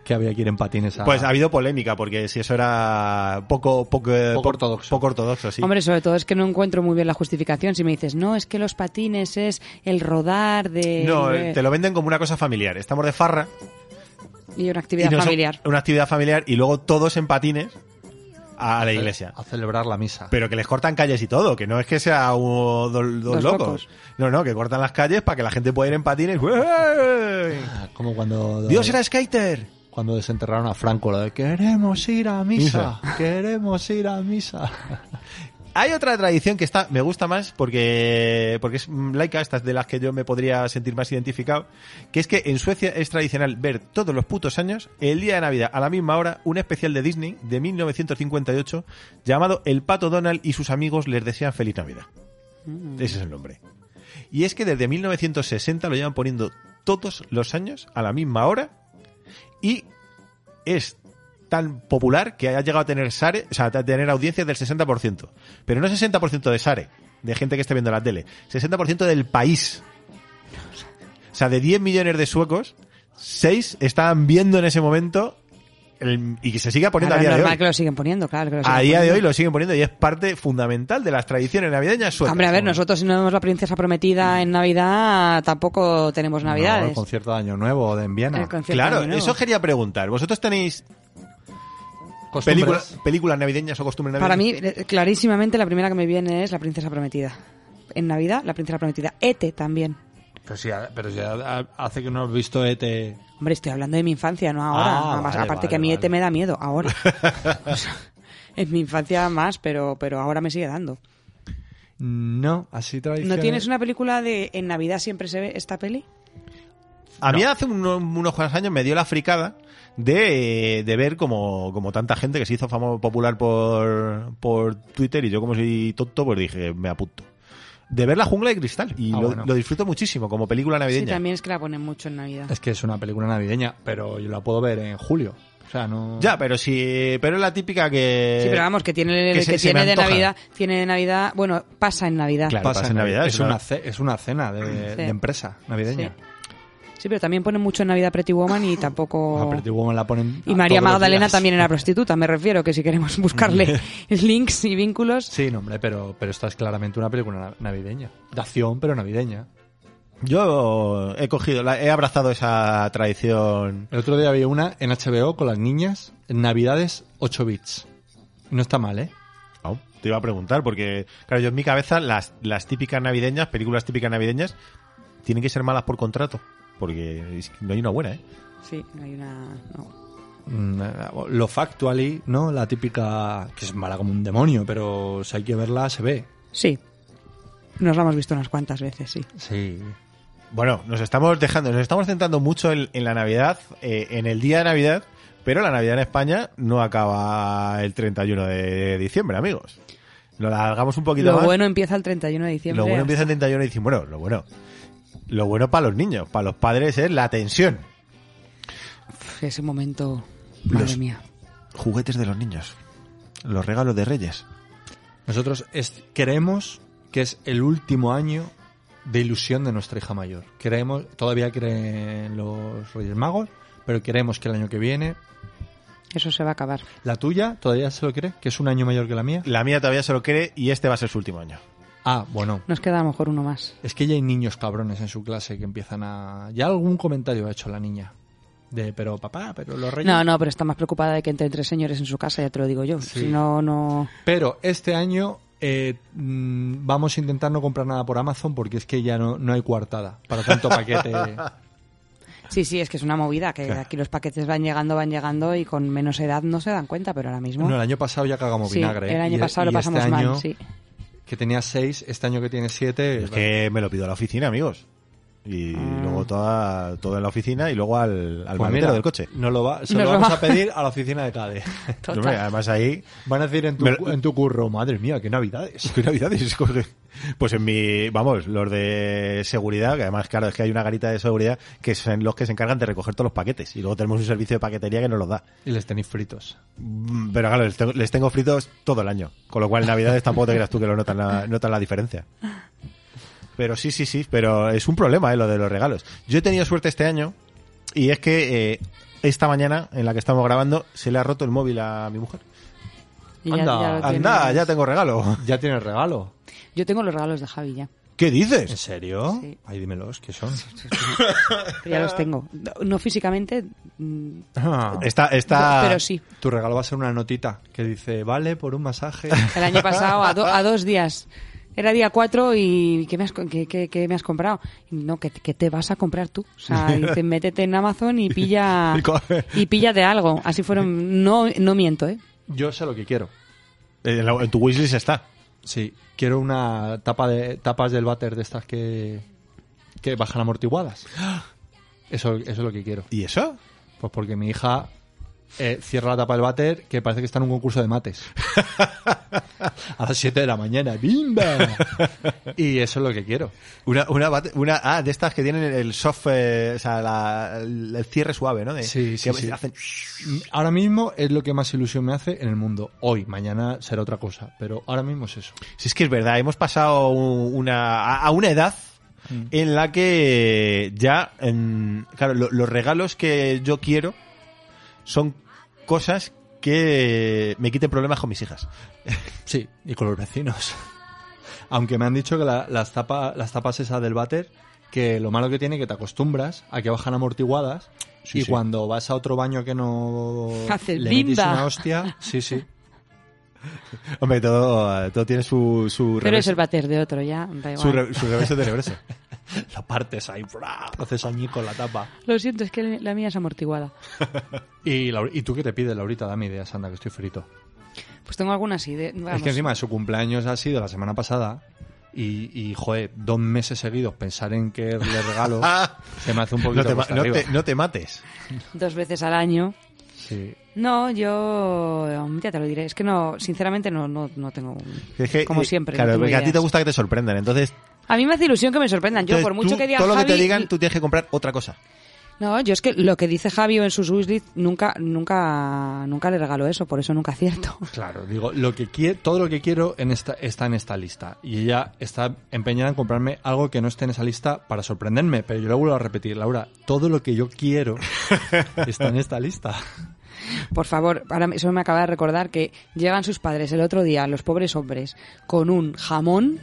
Speaker 2: Que había que ir en patines a...
Speaker 1: pues ha habido polémica, porque si eso era poco, poco, eh,
Speaker 2: Poco ortodoxo.
Speaker 1: Poco ortodoxo, sí.
Speaker 3: Hombre, sobre todo es que no encuentro muy bien la justificación. Si me dices, no, es que los patines es el rodar de.
Speaker 1: no, eh,
Speaker 3: de-
Speaker 1: te lo venden como una cosa familiar. Estamos de farra,
Speaker 3: Y una
Speaker 1: Y
Speaker 3: actividad
Speaker 1: nos-
Speaker 3: familiar.
Speaker 1: Una actividad familiar y luego todos en patines a la iglesia.
Speaker 2: A celebrar la misa.
Speaker 1: Pero que les cortan calles y todo, que no es que sea un- dos, dos locos.
Speaker 3: Dos locos.
Speaker 1: No, no, que cortan las calles para que la gente pueda ir en patines. ¡Uey!
Speaker 2: Como cuando...
Speaker 1: ¡Dios era skater!
Speaker 2: Cuando desenterraron a Franco, lo de queremos ir a misa, queremos ir a misa.
Speaker 1: Hay otra tradición que está, me gusta más porque, porque es mm, laica, esta es de las que yo me podría sentir más identificado, que es que en Suecia es tradicional ver todos los putos años, el día de Navidad, a la misma hora, un especial de Disney de 1958 llamado El Pato Donald y sus amigos les desean feliz Navidad. Ese es el nombre. Y es que desde 1960 lo llevan poniendo todos los años a la misma hora y es tan popular que ha llegado a tener Sare, o sea, a tener audiencias del 60%. Pero no 60% de Sare, de gente que esté viendo la tele, 60% del país. O sea, de 10 millones de suecos, 6 estaban viendo en ese momento el- y que se siga poniendo
Speaker 3: Claro,
Speaker 1: a día de
Speaker 3: normal
Speaker 1: hoy.
Speaker 3: que lo siguen poniendo, claro. que lo
Speaker 1: A
Speaker 3: siguen
Speaker 1: día de
Speaker 3: poniendo.
Speaker 1: hoy lo siguen poniendo y es parte fundamental de las tradiciones navideñas suecas.
Speaker 3: Hombre, a ver,
Speaker 1: Bueno.
Speaker 3: nosotros si no vemos la princesa
Speaker 1: Mm.
Speaker 3: prometida en Navidad, tampoco tenemos
Speaker 2: No, el
Speaker 3: Navidades.
Speaker 2: concierto de Año Nuevo de en Viena.
Speaker 3: El concierto
Speaker 1: Claro,
Speaker 3: de nuevo.
Speaker 1: eso quería preguntar. ¿Vosotros tenéis
Speaker 2: Costumbres.
Speaker 1: películas, películas navideñas o costumbres navideñas?
Speaker 3: Para mí, eh, clarísimamente, la primera que me viene es la princesa prometida. En Navidad, la princesa prometida. Ete también.
Speaker 2: Pero si, ha- pero si ha- ha- hace que no has visto E ET.
Speaker 3: Hombre, estoy hablando de mi infancia, no ahora.
Speaker 2: Ah,
Speaker 3: Además,
Speaker 2: vale,
Speaker 3: aparte
Speaker 2: vale,
Speaker 3: que a mí
Speaker 2: vale.
Speaker 3: ET me da miedo, ahora. O sea, en mi infancia más, pero, pero ahora me sigue dando.
Speaker 2: No, así tradiciones.
Speaker 3: ¿No tienes una película de en Navidad siempre se ve esta peli?
Speaker 1: A mí hace uno- unos cuantos años me dio la fricada de, de ver como, como tanta gente que se hizo famoso popular por, por Twitter y yo como soy tonto pues dije, me apunto. De ver La jungla de cristal y
Speaker 2: Ah,
Speaker 1: lo,
Speaker 2: bueno.
Speaker 1: lo disfruto muchísimo como película navideña.
Speaker 3: Sí, también es que la ponen mucho en Navidad.
Speaker 2: Es que es una película navideña, pero yo la puedo ver en julio. O sea, no.
Speaker 1: Ya, pero sí, pero es la típica que...
Speaker 3: Sí, pero vamos, que tiene,
Speaker 1: que se-
Speaker 3: que
Speaker 1: se
Speaker 3: tiene
Speaker 1: me
Speaker 3: de
Speaker 1: antoja.
Speaker 3: Navidad, tiene de Navidad, bueno, pasa en Navidad.
Speaker 1: Claro.
Speaker 2: pasa
Speaker 1: pasa
Speaker 2: en
Speaker 1: en Navidad,
Speaker 2: Es,
Speaker 1: es una-
Speaker 2: una, ce- es una cena de,
Speaker 3: Sí.
Speaker 2: de empresa navideña.
Speaker 3: Sí, pero también ponen mucho en Navidad Pretty Woman y tampoco...
Speaker 2: Ah, pero tú, la ponen
Speaker 3: Oh. Y
Speaker 2: a
Speaker 3: María
Speaker 2: todos los
Speaker 3: Magdalena
Speaker 2: días.
Speaker 3: también era prostituta, me refiero, que si queremos buscarle links y vínculos.
Speaker 2: Sí, no, hombre, pero, pero esta es claramente una película na- navideña. De acción, pero navideña.
Speaker 1: Yo he cogido, la- he abrazado esa tradición.
Speaker 2: El otro día había una en HBO con las niñas, en Navidades 8 bits. No está mal, ¿eh?
Speaker 1: Oh, te iba a preguntar, porque, claro, yo en mi cabeza las, las típicas navideñas, películas típicas navideñas, tienen que ser malas por contrato. Porque es que no hay una buena, ¿eh?
Speaker 3: Sí, no hay una... no.
Speaker 2: Mm, Lo factually, ¿no? La típica, que es mala como un demonio, pero si hay que verla, se ve.
Speaker 3: Sí. Nos la hemos visto unas cuantas veces, sí.
Speaker 2: Sí.
Speaker 1: Bueno, nos estamos dejando, nos estamos centrando mucho en, en la Navidad, eh, en el día de Navidad, pero la Navidad en España no acaba el 31 de diciembre, amigos. Nos la hagamos un poquito
Speaker 3: Lo
Speaker 1: más.
Speaker 3: bueno empieza el 31 de diciembre.
Speaker 1: Lo bueno empieza el 31 y dicen, bueno, lo bueno. Lo bueno para los niños, para los padres es la tensión.
Speaker 3: Uf, Ese momento, madre
Speaker 1: Los-
Speaker 3: mía.
Speaker 1: Juguetes de los niños. Los regalos de Reyes.
Speaker 2: Nosotros es- creemos que es el último año de ilusión de nuestra hija mayor. Creemos, todavía creen los Reyes Magos, pero creemos que el año que viene,
Speaker 3: Eso se va a acabar.
Speaker 2: la tuya todavía se lo cree, que es un año mayor que la mía.
Speaker 1: La mía todavía se lo cree y este va a ser su último año.
Speaker 2: Ah, bueno.
Speaker 3: Nos queda a lo mejor uno más.
Speaker 2: Es que ya hay niños cabrones en su clase que empiezan a... Ya algún comentario ha hecho la niña. De, pero papá, pero los reyes...
Speaker 3: No, no, pero está más preocupada de que entren tres señores en su casa, ya te lo digo yo.
Speaker 2: Sí.
Speaker 3: Si no, no.
Speaker 2: Pero este año eh, mm, vamos a intentar no comprar nada por Amazon porque es que ya no, no hay coartada para tanto paquete.
Speaker 3: Sí, sí, es que es una movida, que aquí los paquetes van llegando, van llegando y con menos edad no se dan cuenta, pero ahora mismo.
Speaker 2: No, el año pasado ya cagamos
Speaker 3: sí,
Speaker 2: vinagre. ¿eh?
Speaker 3: el año
Speaker 2: Y-
Speaker 3: pasado lo
Speaker 2: y este
Speaker 3: pasamos mal,
Speaker 2: año
Speaker 3: sí.
Speaker 2: Que tenía seis, este año que tiene siete.
Speaker 1: Es que me lo pido a la oficina, amigos. Y luego toda, todo en la oficina y luego al, al
Speaker 2: pues
Speaker 1: maletero
Speaker 2: mira,
Speaker 1: del coche.
Speaker 2: No lo va, se
Speaker 3: Nos
Speaker 2: lo
Speaker 3: lo
Speaker 2: vamos
Speaker 3: va-
Speaker 2: a pedir a la oficina de CADE.
Speaker 1: Hombre, además ahí...
Speaker 2: Van a decir en tu,
Speaker 1: Me lo-
Speaker 2: en tu curro, madre mía, qué navidades.
Speaker 1: ¿Qué navidades? Corre. Pues en mi, vamos, los de seguridad, que además, claro, es que hay una garita de seguridad que son los que se encargan de recoger todos los paquetes. Y luego tenemos un servicio de paquetería que nos los da.
Speaker 2: Y les tenéis fritos.
Speaker 1: Mm, Pero claro, les tengo, les tengo fritos todo el año. Con lo cual, en Navidades tampoco te creas tú que lo notan la, notan la diferencia. Pero sí, sí, sí, pero es un problema, ¿eh? Lo de los regalos. Yo he tenido suerte este año y es que eh, esta mañana, en la que estamos grabando, se le ha roto el móvil a mi mujer.
Speaker 3: Y
Speaker 2: Anda,
Speaker 3: lo
Speaker 1: Anda,
Speaker 3: tienes.
Speaker 1: ya tengo regalo.
Speaker 2: Ya tienes regalo.
Speaker 3: Yo tengo los regalos de Javi ya.
Speaker 1: ¿Qué
Speaker 2: ¿En
Speaker 1: dices?
Speaker 2: serio?
Speaker 3: Sí.
Speaker 2: Ay, dímelos, ¿qué son?
Speaker 3: Ya los tengo. No- No físicamente, mm,
Speaker 2: Ah.
Speaker 1: Está, está...
Speaker 3: pero sí.
Speaker 2: Tu regalo va a ser una notita que dice, vale, por un masaje.
Speaker 3: El año pasado, a, do- a dos días. Era día cuatro y ¿qué me has, co- qué, qué- qué me has comprado? Y No, que, que te vas a comprar tú. O sea, dice, métete en Amazon y pilla
Speaker 1: Y coge.
Speaker 3: y pilla de algo. Así fueron. No, no miento, ¿eh?
Speaker 2: Yo sé lo que quiero.
Speaker 1: En, la- en tu wishlist está.
Speaker 2: Sí, quiero una tapa de tapas del váter de estas que, que bajan amortiguadas. Eso, eso es lo que quiero.
Speaker 1: ¿Y eso?
Speaker 2: Pues porque mi hija eh, cierra la tapa del váter que parece que está en un concurso de mates. A las 7 de la mañana, ¡bimba! Y eso es lo que quiero.
Speaker 1: Una, una, bate- una, ah, de estas que tienen el soft, eh, o sea, la- el, el cierre suave, ¿no? De-
Speaker 2: Sí, sí,
Speaker 1: que
Speaker 2: sí.
Speaker 1: hacen-
Speaker 2: Ahora mismo es lo que más ilusión me hace en el mundo. Hoy, mañana será otra cosa, pero ahora mismo es eso.
Speaker 1: Si es que es verdad, hemos pasado un- una, a a una edad
Speaker 3: Mm.
Speaker 1: en la que ya, em, claro, lo- los regalos que yo quiero son cosas que me quiten problemas con mis hijas.
Speaker 2: Sí, y con los vecinos. Aunque me han dicho que la- las, tapa- las tapas esas del váter, que lo malo que tiene que te acostumbras a que bajan amortiguadas
Speaker 1: Sí,
Speaker 2: y
Speaker 1: sí.
Speaker 2: cuando vas a otro baño que no
Speaker 3: Hace
Speaker 2: le metes
Speaker 3: bimba.
Speaker 2: una hostia, sí, sí.
Speaker 1: Hombre, todo, todo tiene su, su
Speaker 3: Pero es
Speaker 1: reverso-
Speaker 3: el bater de otro, ya. da igual.
Speaker 1: su, re- su reverso tenebroso.
Speaker 2: La partes ahí, ¡bra! haces añico la tapa.
Speaker 3: Lo siento, es que la mía es amortiguada.
Speaker 2: Y, Laur- ¿Y tú qué te pides, Laurita? Dame ideas, anda, que estoy frito.
Speaker 3: Pues tengo algunas ideas.
Speaker 2: Es que encima su cumpleaños ha sido la semana pasada y, y joder, dos meses seguidos pensar en que le regalo se me hace un poquito
Speaker 1: No te, ma-
Speaker 2: cuesta
Speaker 1: no
Speaker 2: arriba.
Speaker 1: te- no te mates.
Speaker 3: Dos veces al año.
Speaker 2: Sí.
Speaker 3: No, yo. mm, Ya te lo diré. Es que no, sinceramente, no, no, no tengo.
Speaker 1: Es que,
Speaker 3: como
Speaker 1: eh,
Speaker 3: siempre.
Speaker 1: Claro,
Speaker 3: no tengo
Speaker 1: porque a ti te
Speaker 3: ideas.
Speaker 1: gusta que te sorprendan. Entonces,
Speaker 3: A mí me hace ilusión que me sorprendan. Yo,
Speaker 1: entonces
Speaker 3: por mucho
Speaker 1: tú,
Speaker 3: que diga
Speaker 1: todo lo que te
Speaker 3: Javi-
Speaker 1: digan, tú tienes que comprar otra cosa.
Speaker 3: No, yo es que lo que dice Javi en sus wishlist nunca, nunca, nunca le regalo eso, por eso nunca acierto.
Speaker 2: Claro, digo, lo que quie- todo lo que quiero en esta, está en esta lista. Y ella está empeñada en comprarme algo que no esté en esa lista para sorprenderme. Pero yo lo vuelvo a repetir, Laura, todo lo que yo quiero está en esta lista.
Speaker 3: Por favor, ahora me- eso me acaba de recordar que llegan sus padres el otro día, los pobres hombres, con un jamón.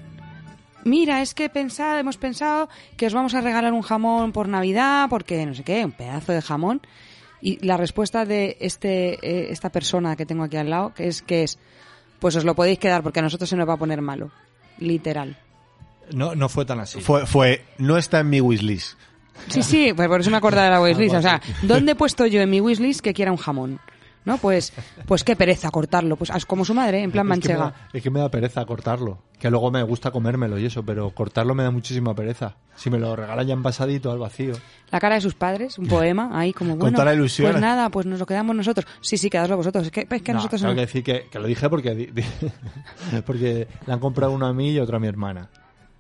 Speaker 3: Mira, es que pensado, hemos pensado que os vamos a regalar un jamón por Navidad, porque no sé qué, un pedazo de jamón. Y la respuesta de este, eh, esta persona que tengo aquí al lado, que es que es, pues os lo podéis quedar porque a nosotros se nos va a poner malo. Literal.
Speaker 2: No, no fue tan así.
Speaker 1: Fue, fue, no está en mi wishlist.
Speaker 3: Sí, sí, pues por eso me acordaba de la wishlist. O sea, ¿dónde he puesto yo en mi wishlist que quiera un jamón? ¿no? Pues, pues qué pereza cortarlo, pues haz como su madre, en plan
Speaker 2: Es que me
Speaker 3: manchega.
Speaker 2: da- Es que, me da pereza cortarlo. Que luego me gusta comérmelo y eso, pero cortarlo me da muchísima pereza. Si me lo regalan ya en pasadito al vacío.
Speaker 3: La cara de sus padres, un poema, ahí como bueno.
Speaker 1: toda la ilusión.
Speaker 3: Pues nada, pues nos lo quedamos nosotros. Sí, sí, quedadoslo vosotros. Es que, es que
Speaker 2: No,
Speaker 3: nosotros
Speaker 2: tengo
Speaker 3: no.
Speaker 2: que decir que, que lo dije porque, di- di- porque le han comprado uno a mí y otro a mi hermana.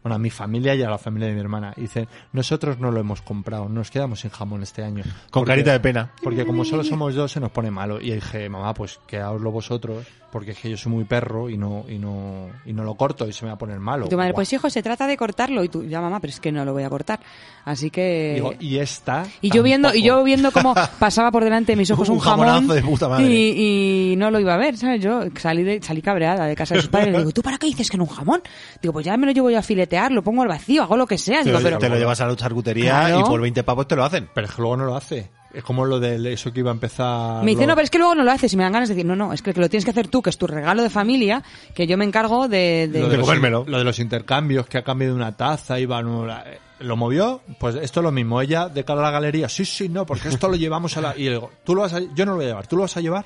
Speaker 2: Bueno, a mi familia y a la familia de mi hermana. Y dicen, nosotros no lo hemos comprado, nos quedamos sin jamón este año.
Speaker 1: Con carita de pena.
Speaker 2: Porque como solo somos dos se nos pone malo. Y dije, mamá, pues quedaoslo vosotros, porque es que yo soy muy perro y no, y no, y no lo corto y se me va a poner malo.
Speaker 3: Y tu madre,
Speaker 2: Guau.
Speaker 3: pues hijo, se trata de cortarlo. Y tú, ya mamá, pero es que no lo voy a cortar. Así que...
Speaker 2: Digo, y esta.
Speaker 3: eh, Y yo viendo, y yo
Speaker 2: tampoco".
Speaker 3: viendo cómo pasaba por delante de mis ojos
Speaker 1: Un
Speaker 3: un, jamón
Speaker 1: jamonazo de puta madre.
Speaker 3: Y, y no lo iba a ver, ¿sabes? Yo salí de, salí cabreada de casa de sus padres. Digo, ¿tú para qué dices que no un jamón? Digo, pues ya me lo llevo yo a filetear, lo pongo al vacío, hago lo que sea.
Speaker 1: Te
Speaker 3: Digo,
Speaker 1: lo,
Speaker 3: pero
Speaker 1: te lo llevas a la charcutería
Speaker 3: Claro.
Speaker 1: y por 20 pavos te lo hacen.
Speaker 2: Pero es que luego no lo hace. Es como lo de eso que iba a empezar.
Speaker 3: me dice,
Speaker 2: lo-
Speaker 3: no, pero es que luego no lo haces y me dan ganas de decir, no, no, es que lo tienes que hacer tú, que es tu regalo de familia, que yo me encargo de... de-
Speaker 2: lo
Speaker 1: de
Speaker 2: los-
Speaker 1: comérmelo.
Speaker 2: Lo de los intercambios, que ha cambiado una taza, iba en una- eh, ¿Lo movió? Pues esto es lo mismo. Ella, de cara a la galería, sí, sí, no, porque esto lo llevamos a la. Y le digo, tú lo vas a. Yo no lo voy a llevar, ¿tú lo vas a llevar?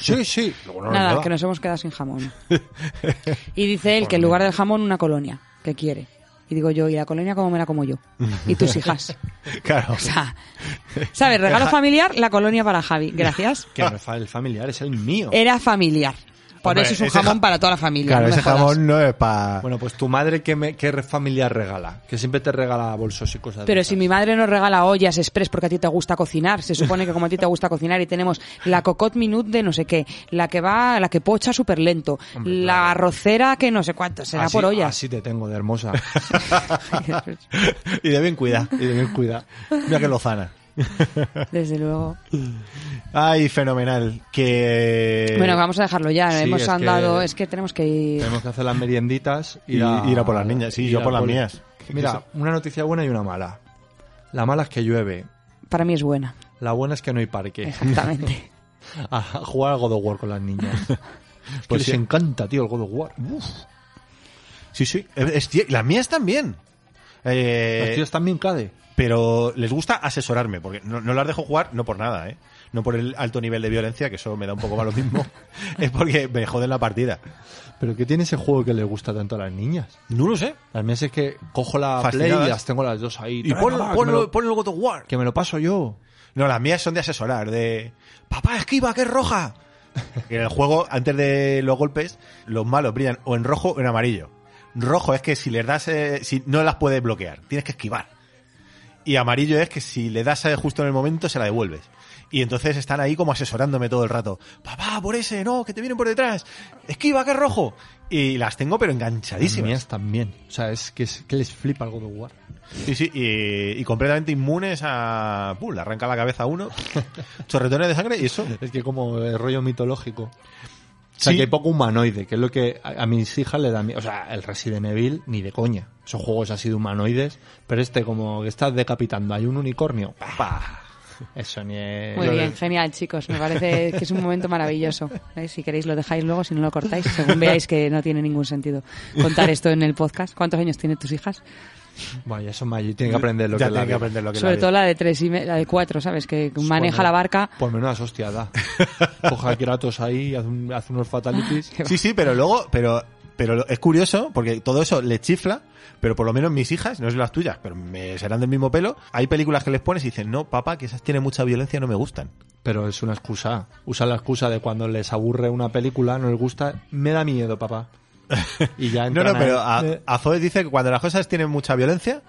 Speaker 2: Sí, sí. Luego no lo
Speaker 3: Nada,
Speaker 2: lleva.
Speaker 3: que nos hemos quedado sin jamón. Y dice él que en lugar del jamón una colonia, que quiere. Y digo yo, ¿y la colonia cómo me la como yo? Y tus hijas.
Speaker 1: Claro.
Speaker 3: O sea, ¿sabes? Regalo familiar, la colonia para Javi. Gracias.
Speaker 2: Que no es fa- el familiar, es el mío.
Speaker 3: Era familiar. Por
Speaker 1: Hombre,
Speaker 3: eso es un
Speaker 1: ese
Speaker 3: jamón
Speaker 1: ja-
Speaker 3: para toda la familia.
Speaker 1: Claro,
Speaker 3: no me
Speaker 1: ese
Speaker 3: jodas.
Speaker 1: jamón no es para...
Speaker 2: Bueno, pues tu madre, ¿qué, me, qué familiar regala? Que siempre te regala bolsos y cosas. de
Speaker 3: Pero
Speaker 2: esas.
Speaker 3: si mi madre nos regala ollas express porque a ti te gusta cocinar, se supone que como a ti te gusta cocinar y tenemos la cocot minute de no sé qué, la que va, la que pocha súper lento, la arrocera que no sé cuánto, será
Speaker 2: Así-
Speaker 3: por ollas.
Speaker 2: Así te tengo de hermosa.
Speaker 1: Y de bien cuidar.
Speaker 2: y de bien cuidado.
Speaker 1: Mira que lozana.
Speaker 3: Desde luego.
Speaker 1: Ay, fenomenal. Que...
Speaker 3: Bueno, vamos a dejarlo ya.
Speaker 2: sí,
Speaker 3: Hemos
Speaker 2: es
Speaker 3: andado,
Speaker 2: que-
Speaker 3: es que tenemos que ir.
Speaker 2: Tenemos que hacer las merienditas
Speaker 1: Y- ir a por las niñas, sí,
Speaker 2: ir
Speaker 1: yo
Speaker 2: a
Speaker 1: por las mías.
Speaker 2: Mira, una noticia buena y una mala. La mala es que llueve.
Speaker 3: Para mí es buena.
Speaker 2: La buena es que no hay parque.
Speaker 3: Exactamente.
Speaker 2: A jugar al God of War con las niñas. pues
Speaker 1: Pues
Speaker 2: les
Speaker 1: sí.
Speaker 2: encanta, tío, el God of War.
Speaker 1: Sí, sí. Es- es tie- las mías también. Eh,
Speaker 2: Los tíos también cade.
Speaker 1: pero les gusta asesorarme, porque no, no las dejo jugar no por nada, ¿eh? No por el alto nivel de violencia, que eso me da un poco mal lo mismo. es porque me joden la partida.
Speaker 2: Pero ¿qué tiene ese juego que le gusta tanto a las niñas?
Speaker 1: No lo sé.
Speaker 2: Las mías es que cojo la
Speaker 1: Fascinadas.
Speaker 2: Play y las tengo las dos ahí.
Speaker 1: Y
Speaker 2: Venga,
Speaker 1: pon,
Speaker 2: va, que me
Speaker 1: ponlo,
Speaker 2: lo-
Speaker 1: ponlo God of War.
Speaker 2: que me lo paso yo.
Speaker 1: No, las mías son de asesorar, de... Papá, esquiva, que es roja. en el juego, antes de los golpes, los malos brillan o en rojo o en amarillo. Rojo es que si les das... eh, si no las puedes bloquear, tienes que esquivar. Y amarillo es que si le das eh, justo en el momento, se la devuelves. Y entonces están ahí como asesorándome todo el rato. Papá, por ese, no, que te vienen por detrás. Esquiva, que es rojo. Y las tengo pero
Speaker 2: Las
Speaker 1: enganchadísimas.
Speaker 2: mías también. O sea, es que, es que les flipa el God of War.
Speaker 1: Sí, sí, y, y completamente inmunes a... ¡Pum! Le arranca la cabeza a uno. Chorretones de sangre y eso.
Speaker 2: Es que como eh, rollo mitológico. O sea,
Speaker 1: Sí.
Speaker 2: que hay poco humanoide, que es lo que a, a mis hijas le da miedo. O sea, el Resident Evil ni de coña. Esos juegos así de humanoides, pero este como que estás decapitando, hay un unicornio. ¡pa! pa. Eso ni
Speaker 1: Eh,
Speaker 2: es...
Speaker 3: Muy bien, genial, chicos. Me parece que es un momento maravilloso. ¿Eh? Si queréis lo dejáis luego, si no lo cortáis, según veáis que no tiene ningún sentido contar esto en el podcast. ¿Cuántos años tienen tus hijas?
Speaker 2: Bueno, eso más, tienen que aprender lo
Speaker 1: Ya
Speaker 2: que la
Speaker 1: tienen que
Speaker 2: vida.
Speaker 1: aprender lo que
Speaker 3: Sobre
Speaker 1: la Pues
Speaker 3: todo la de tres y me- la de cuatro, ¿sabes? Que maneja
Speaker 2: Bueno,
Speaker 3: la barca.
Speaker 2: Por menos hostia da. Coja a Kratos ahí, hace, un- hace unos fatalities.
Speaker 1: Sí, sí, pero luego, pero, pero es curioso porque todo eso le chifla, pero por lo menos mis hijas, no es las tuyas, pero me serán del mismo pelo. Hay películas que les pones y dicen, no, papá, que esas tienen mucha violencia, no me gustan.
Speaker 2: Pero es una excusa. Usan la excusa de cuando les aburre una película, no les gusta, me da miedo, papá. Y ya
Speaker 1: No, no,
Speaker 2: Ah, entran
Speaker 1: pero
Speaker 2: ahí.
Speaker 1: a, a Zoe dice que cuando las cosas tienen mucha violencia,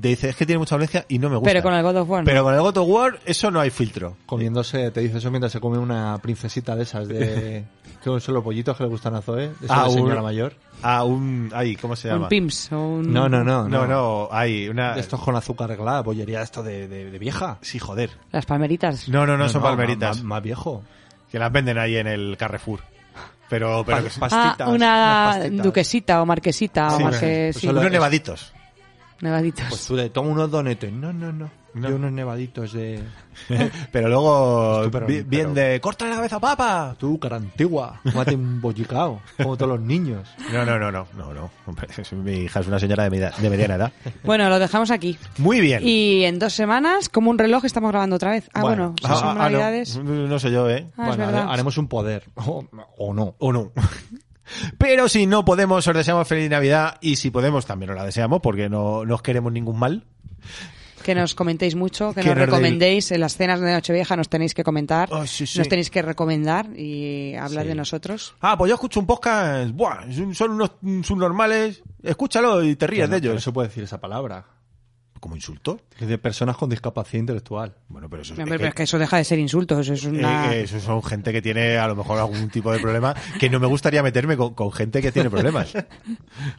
Speaker 1: te dice, es que tiene mucha violencia y no me gusta.
Speaker 3: Pero con el God of War. no.
Speaker 1: Pero con el God of War, eso no hay filtro.
Speaker 2: comiéndose, te dice eso mientras se come una princesita de esas de que son los pollitos que le gustan a Zoe, de esa
Speaker 1: Ah,
Speaker 2: de señora
Speaker 1: un-
Speaker 2: mayor.
Speaker 1: A un, ay, ¿cómo se llama?
Speaker 3: un Pims o un.
Speaker 2: No, no, no,
Speaker 1: No, no, hay una...
Speaker 2: De Estos con azúcar reglada, bollería de esto de, de- de vieja.
Speaker 1: Sí, joder.
Speaker 3: Las palmeritas.
Speaker 1: No, no, no, son palmeritas.
Speaker 2: Más, más viejo.
Speaker 1: Que las venden ahí en el Carrefour. Pero, pero...
Speaker 2: Pa-
Speaker 3: Ah,
Speaker 2: pastitas, unas
Speaker 3: una
Speaker 2: pastitas.
Speaker 3: duquesita o marquesita o
Speaker 1: Sí,
Speaker 3: marques-
Speaker 2: pues
Speaker 3: Ah, sí,
Speaker 2: solo-
Speaker 1: unos nevaditos.
Speaker 3: nevaditos.
Speaker 2: Pues tú le tomas unos donetes. No, no, no. de unos nevaditos de
Speaker 1: Pero luego,
Speaker 2: Estupendo,
Speaker 1: bi- bien
Speaker 2: pero-
Speaker 1: de, ¡corta la cabeza, papa!
Speaker 2: tú, cara antigua, mate un bollicao, como todos los niños.
Speaker 1: No, no, no, no, no, no. Hombre, Mi hija es una señora de, mi edad- de mediana edad.
Speaker 3: Bueno, lo dejamos aquí.
Speaker 1: Muy bien.
Speaker 3: Y en dos semanas, como un reloj, estamos grabando otra vez. Ah, bueno, si
Speaker 1: Ah,
Speaker 3: son
Speaker 1: ah, ah,
Speaker 3: navidades.
Speaker 1: no. no sé yo, ¿eh?
Speaker 3: Ah, es
Speaker 2: bueno,
Speaker 3: verdad.
Speaker 2: ha- haremos un poder, o, o no.
Speaker 1: o no. Pero si no podemos, os deseamos feliz Navidad y si podemos, también os la deseamos porque no, no os queremos ningún mal.
Speaker 3: Que nos comentéis mucho, que,
Speaker 1: Que
Speaker 3: nos
Speaker 1: nos re-
Speaker 3: recomendéis. En las cenas de Nochevieja nos tenéis que comentar,
Speaker 1: Ah, sí, sí.
Speaker 3: nos tenéis que recomendar y hablar de nosotros.
Speaker 1: Ah, pues yo escucho un podcast, buah, son- son unos subnormales, escúchalo y te ríes de
Speaker 2: Que no- que
Speaker 1: ellos.
Speaker 2: No se puede decir esa palabra.
Speaker 1: ¿Como insulto?
Speaker 2: Que De personas con discapacidad intelectual.
Speaker 1: Bueno, pero eso es...
Speaker 3: No,
Speaker 1: eh,
Speaker 3: pero es que eso deja de ser insultos, eso es una...
Speaker 1: eh, eh, eso son gente que tiene a lo mejor algún tipo de problema que no me gustaría meterme con, con gente que tiene problemas.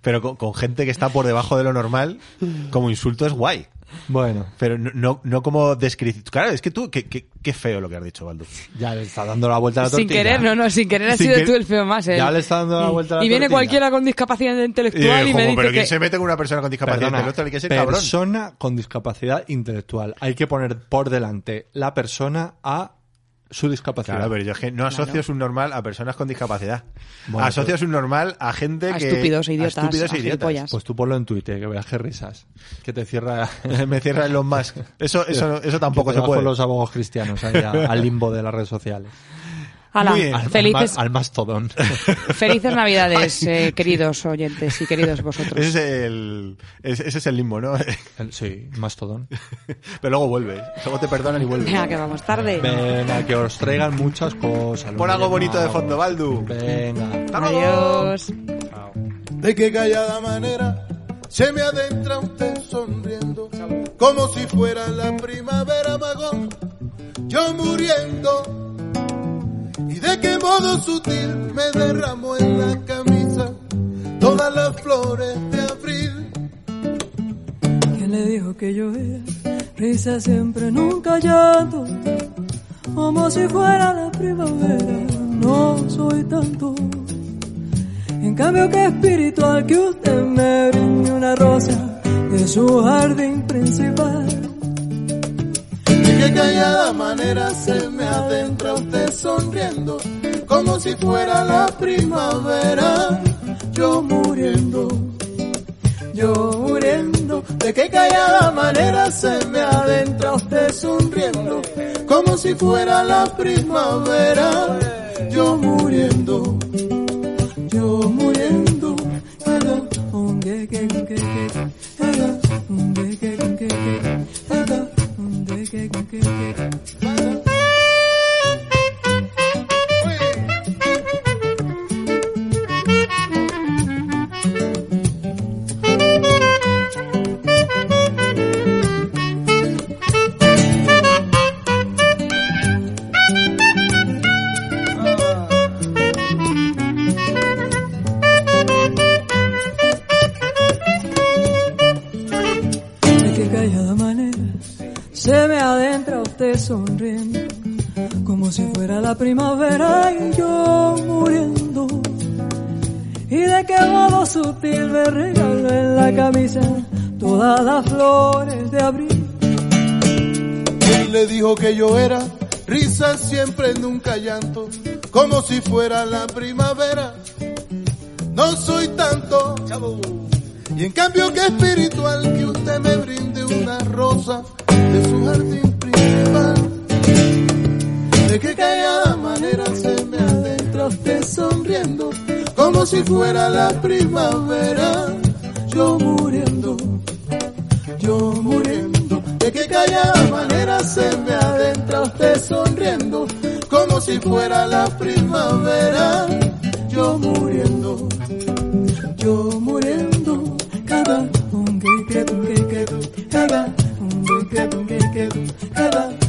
Speaker 1: Pero con, con gente que está por debajo de lo normal, como insulto es guay.
Speaker 2: Bueno,
Speaker 1: Pero no, no, no como descripción. Claro, es que tú, qué, qué- qué feo lo que has dicho, Baldu.
Speaker 2: ya le está dando la vuelta a la
Speaker 3: sin
Speaker 2: tortilla.
Speaker 3: querer, no, no, sin querer has
Speaker 2: Sin
Speaker 3: sido
Speaker 2: querer-
Speaker 3: tú el feo más. eh.
Speaker 2: Ya le está dando la vuelta a la
Speaker 3: Y viene
Speaker 2: tortilla.
Speaker 3: cualquiera con discapacidad intelectual y,
Speaker 1: Eh,
Speaker 3: me
Speaker 1: joder,
Speaker 3: dice
Speaker 1: pero
Speaker 3: que...
Speaker 1: ¿quién se mete con una persona con discapacidad?
Speaker 2: Perdona,
Speaker 1: El otro hay que ser cabrón.
Speaker 2: persona con discapacidad intelectual. Hay que poner por delante la persona a su discapacidad.
Speaker 1: Claro, pero yo es que no asocio un normal a personas con discapacidad.
Speaker 2: Bueno,
Speaker 1: asocio un normal a gente
Speaker 3: A
Speaker 1: que.
Speaker 3: estúpidos, a idiotas,
Speaker 1: estúpidos e
Speaker 3: a
Speaker 1: idiotas.
Speaker 3: gilipollas.
Speaker 2: Pues tú ponlo en Twitter, que verás qué risas. Que te cierra...
Speaker 1: Me cierra Elon Musk. Eso, eso, no- eso
Speaker 2: que
Speaker 1: tampoco
Speaker 2: te
Speaker 1: se
Speaker 2: va
Speaker 1: puede.
Speaker 2: con los abogados cristianos ahí a- al limbo de las redes sociales. Ah,
Speaker 3: Ala,
Speaker 1: Muy bien. Al-
Speaker 2: Al,
Speaker 3: felices,
Speaker 2: ma- al mastodón.
Speaker 3: felices navidades, eh, queridos oyentes y queridos vosotros.
Speaker 1: Ese es el, ese ese es el limbo, ¿no? Pero
Speaker 2: El- sí, mastodón.
Speaker 1: luego vuelves. Luego te perdonan y vuelves.
Speaker 3: Venga, que vamos tarde.
Speaker 2: Venga, que os traigan muchas cosas.
Speaker 1: Pon algo bonito de fondo, Baldu.
Speaker 2: Venga.
Speaker 1: ¡Hasta luego!
Speaker 3: Adiós.
Speaker 8: De qué callada manera se me adentra usted sonriendo, como si fuera la primavera vagón, yo muriendo. Y de qué modo sutil me derramó en la camisa todas las flores de abril.
Speaker 9: ¿Quién le dijo que yo era? Risa siempre, nunca llanto. Como si fuera la primavera, no soy tanto. En cambio que espiritual que usted me brinde una rosa de su jardín principal.
Speaker 8: De qué callada manera se me adentra usted sonriendo, como si fuera la primavera, yo muriendo, yo muriendo. De qué callada manera se me adentra usted sonriendo, como si fuera la primavera, yo muriendo, yo muriendo.
Speaker 9: De qué callada manera se me adentra usted sonriendo, como si fuera la primavera y yo muriendo. Y de qué modo sutil me regalo en la camisa todas las flores de abril.
Speaker 8: Él le dijo que yo era risa siempre, nunca llanto, como si fuera la primavera. No soy tanto, y en cambio que espiritual que usted me brinde una rosa de su jardín principal. De qué callada manera se me adentra usted sonriendo, como si fuera la primavera. Yo muriendo yo muriendo. De qué callada manera se me adentra usted sonriendo, como si fuera la primavera. Yo muriendo, yo muriendo. Cada un que que un que que cada un que que un que que cada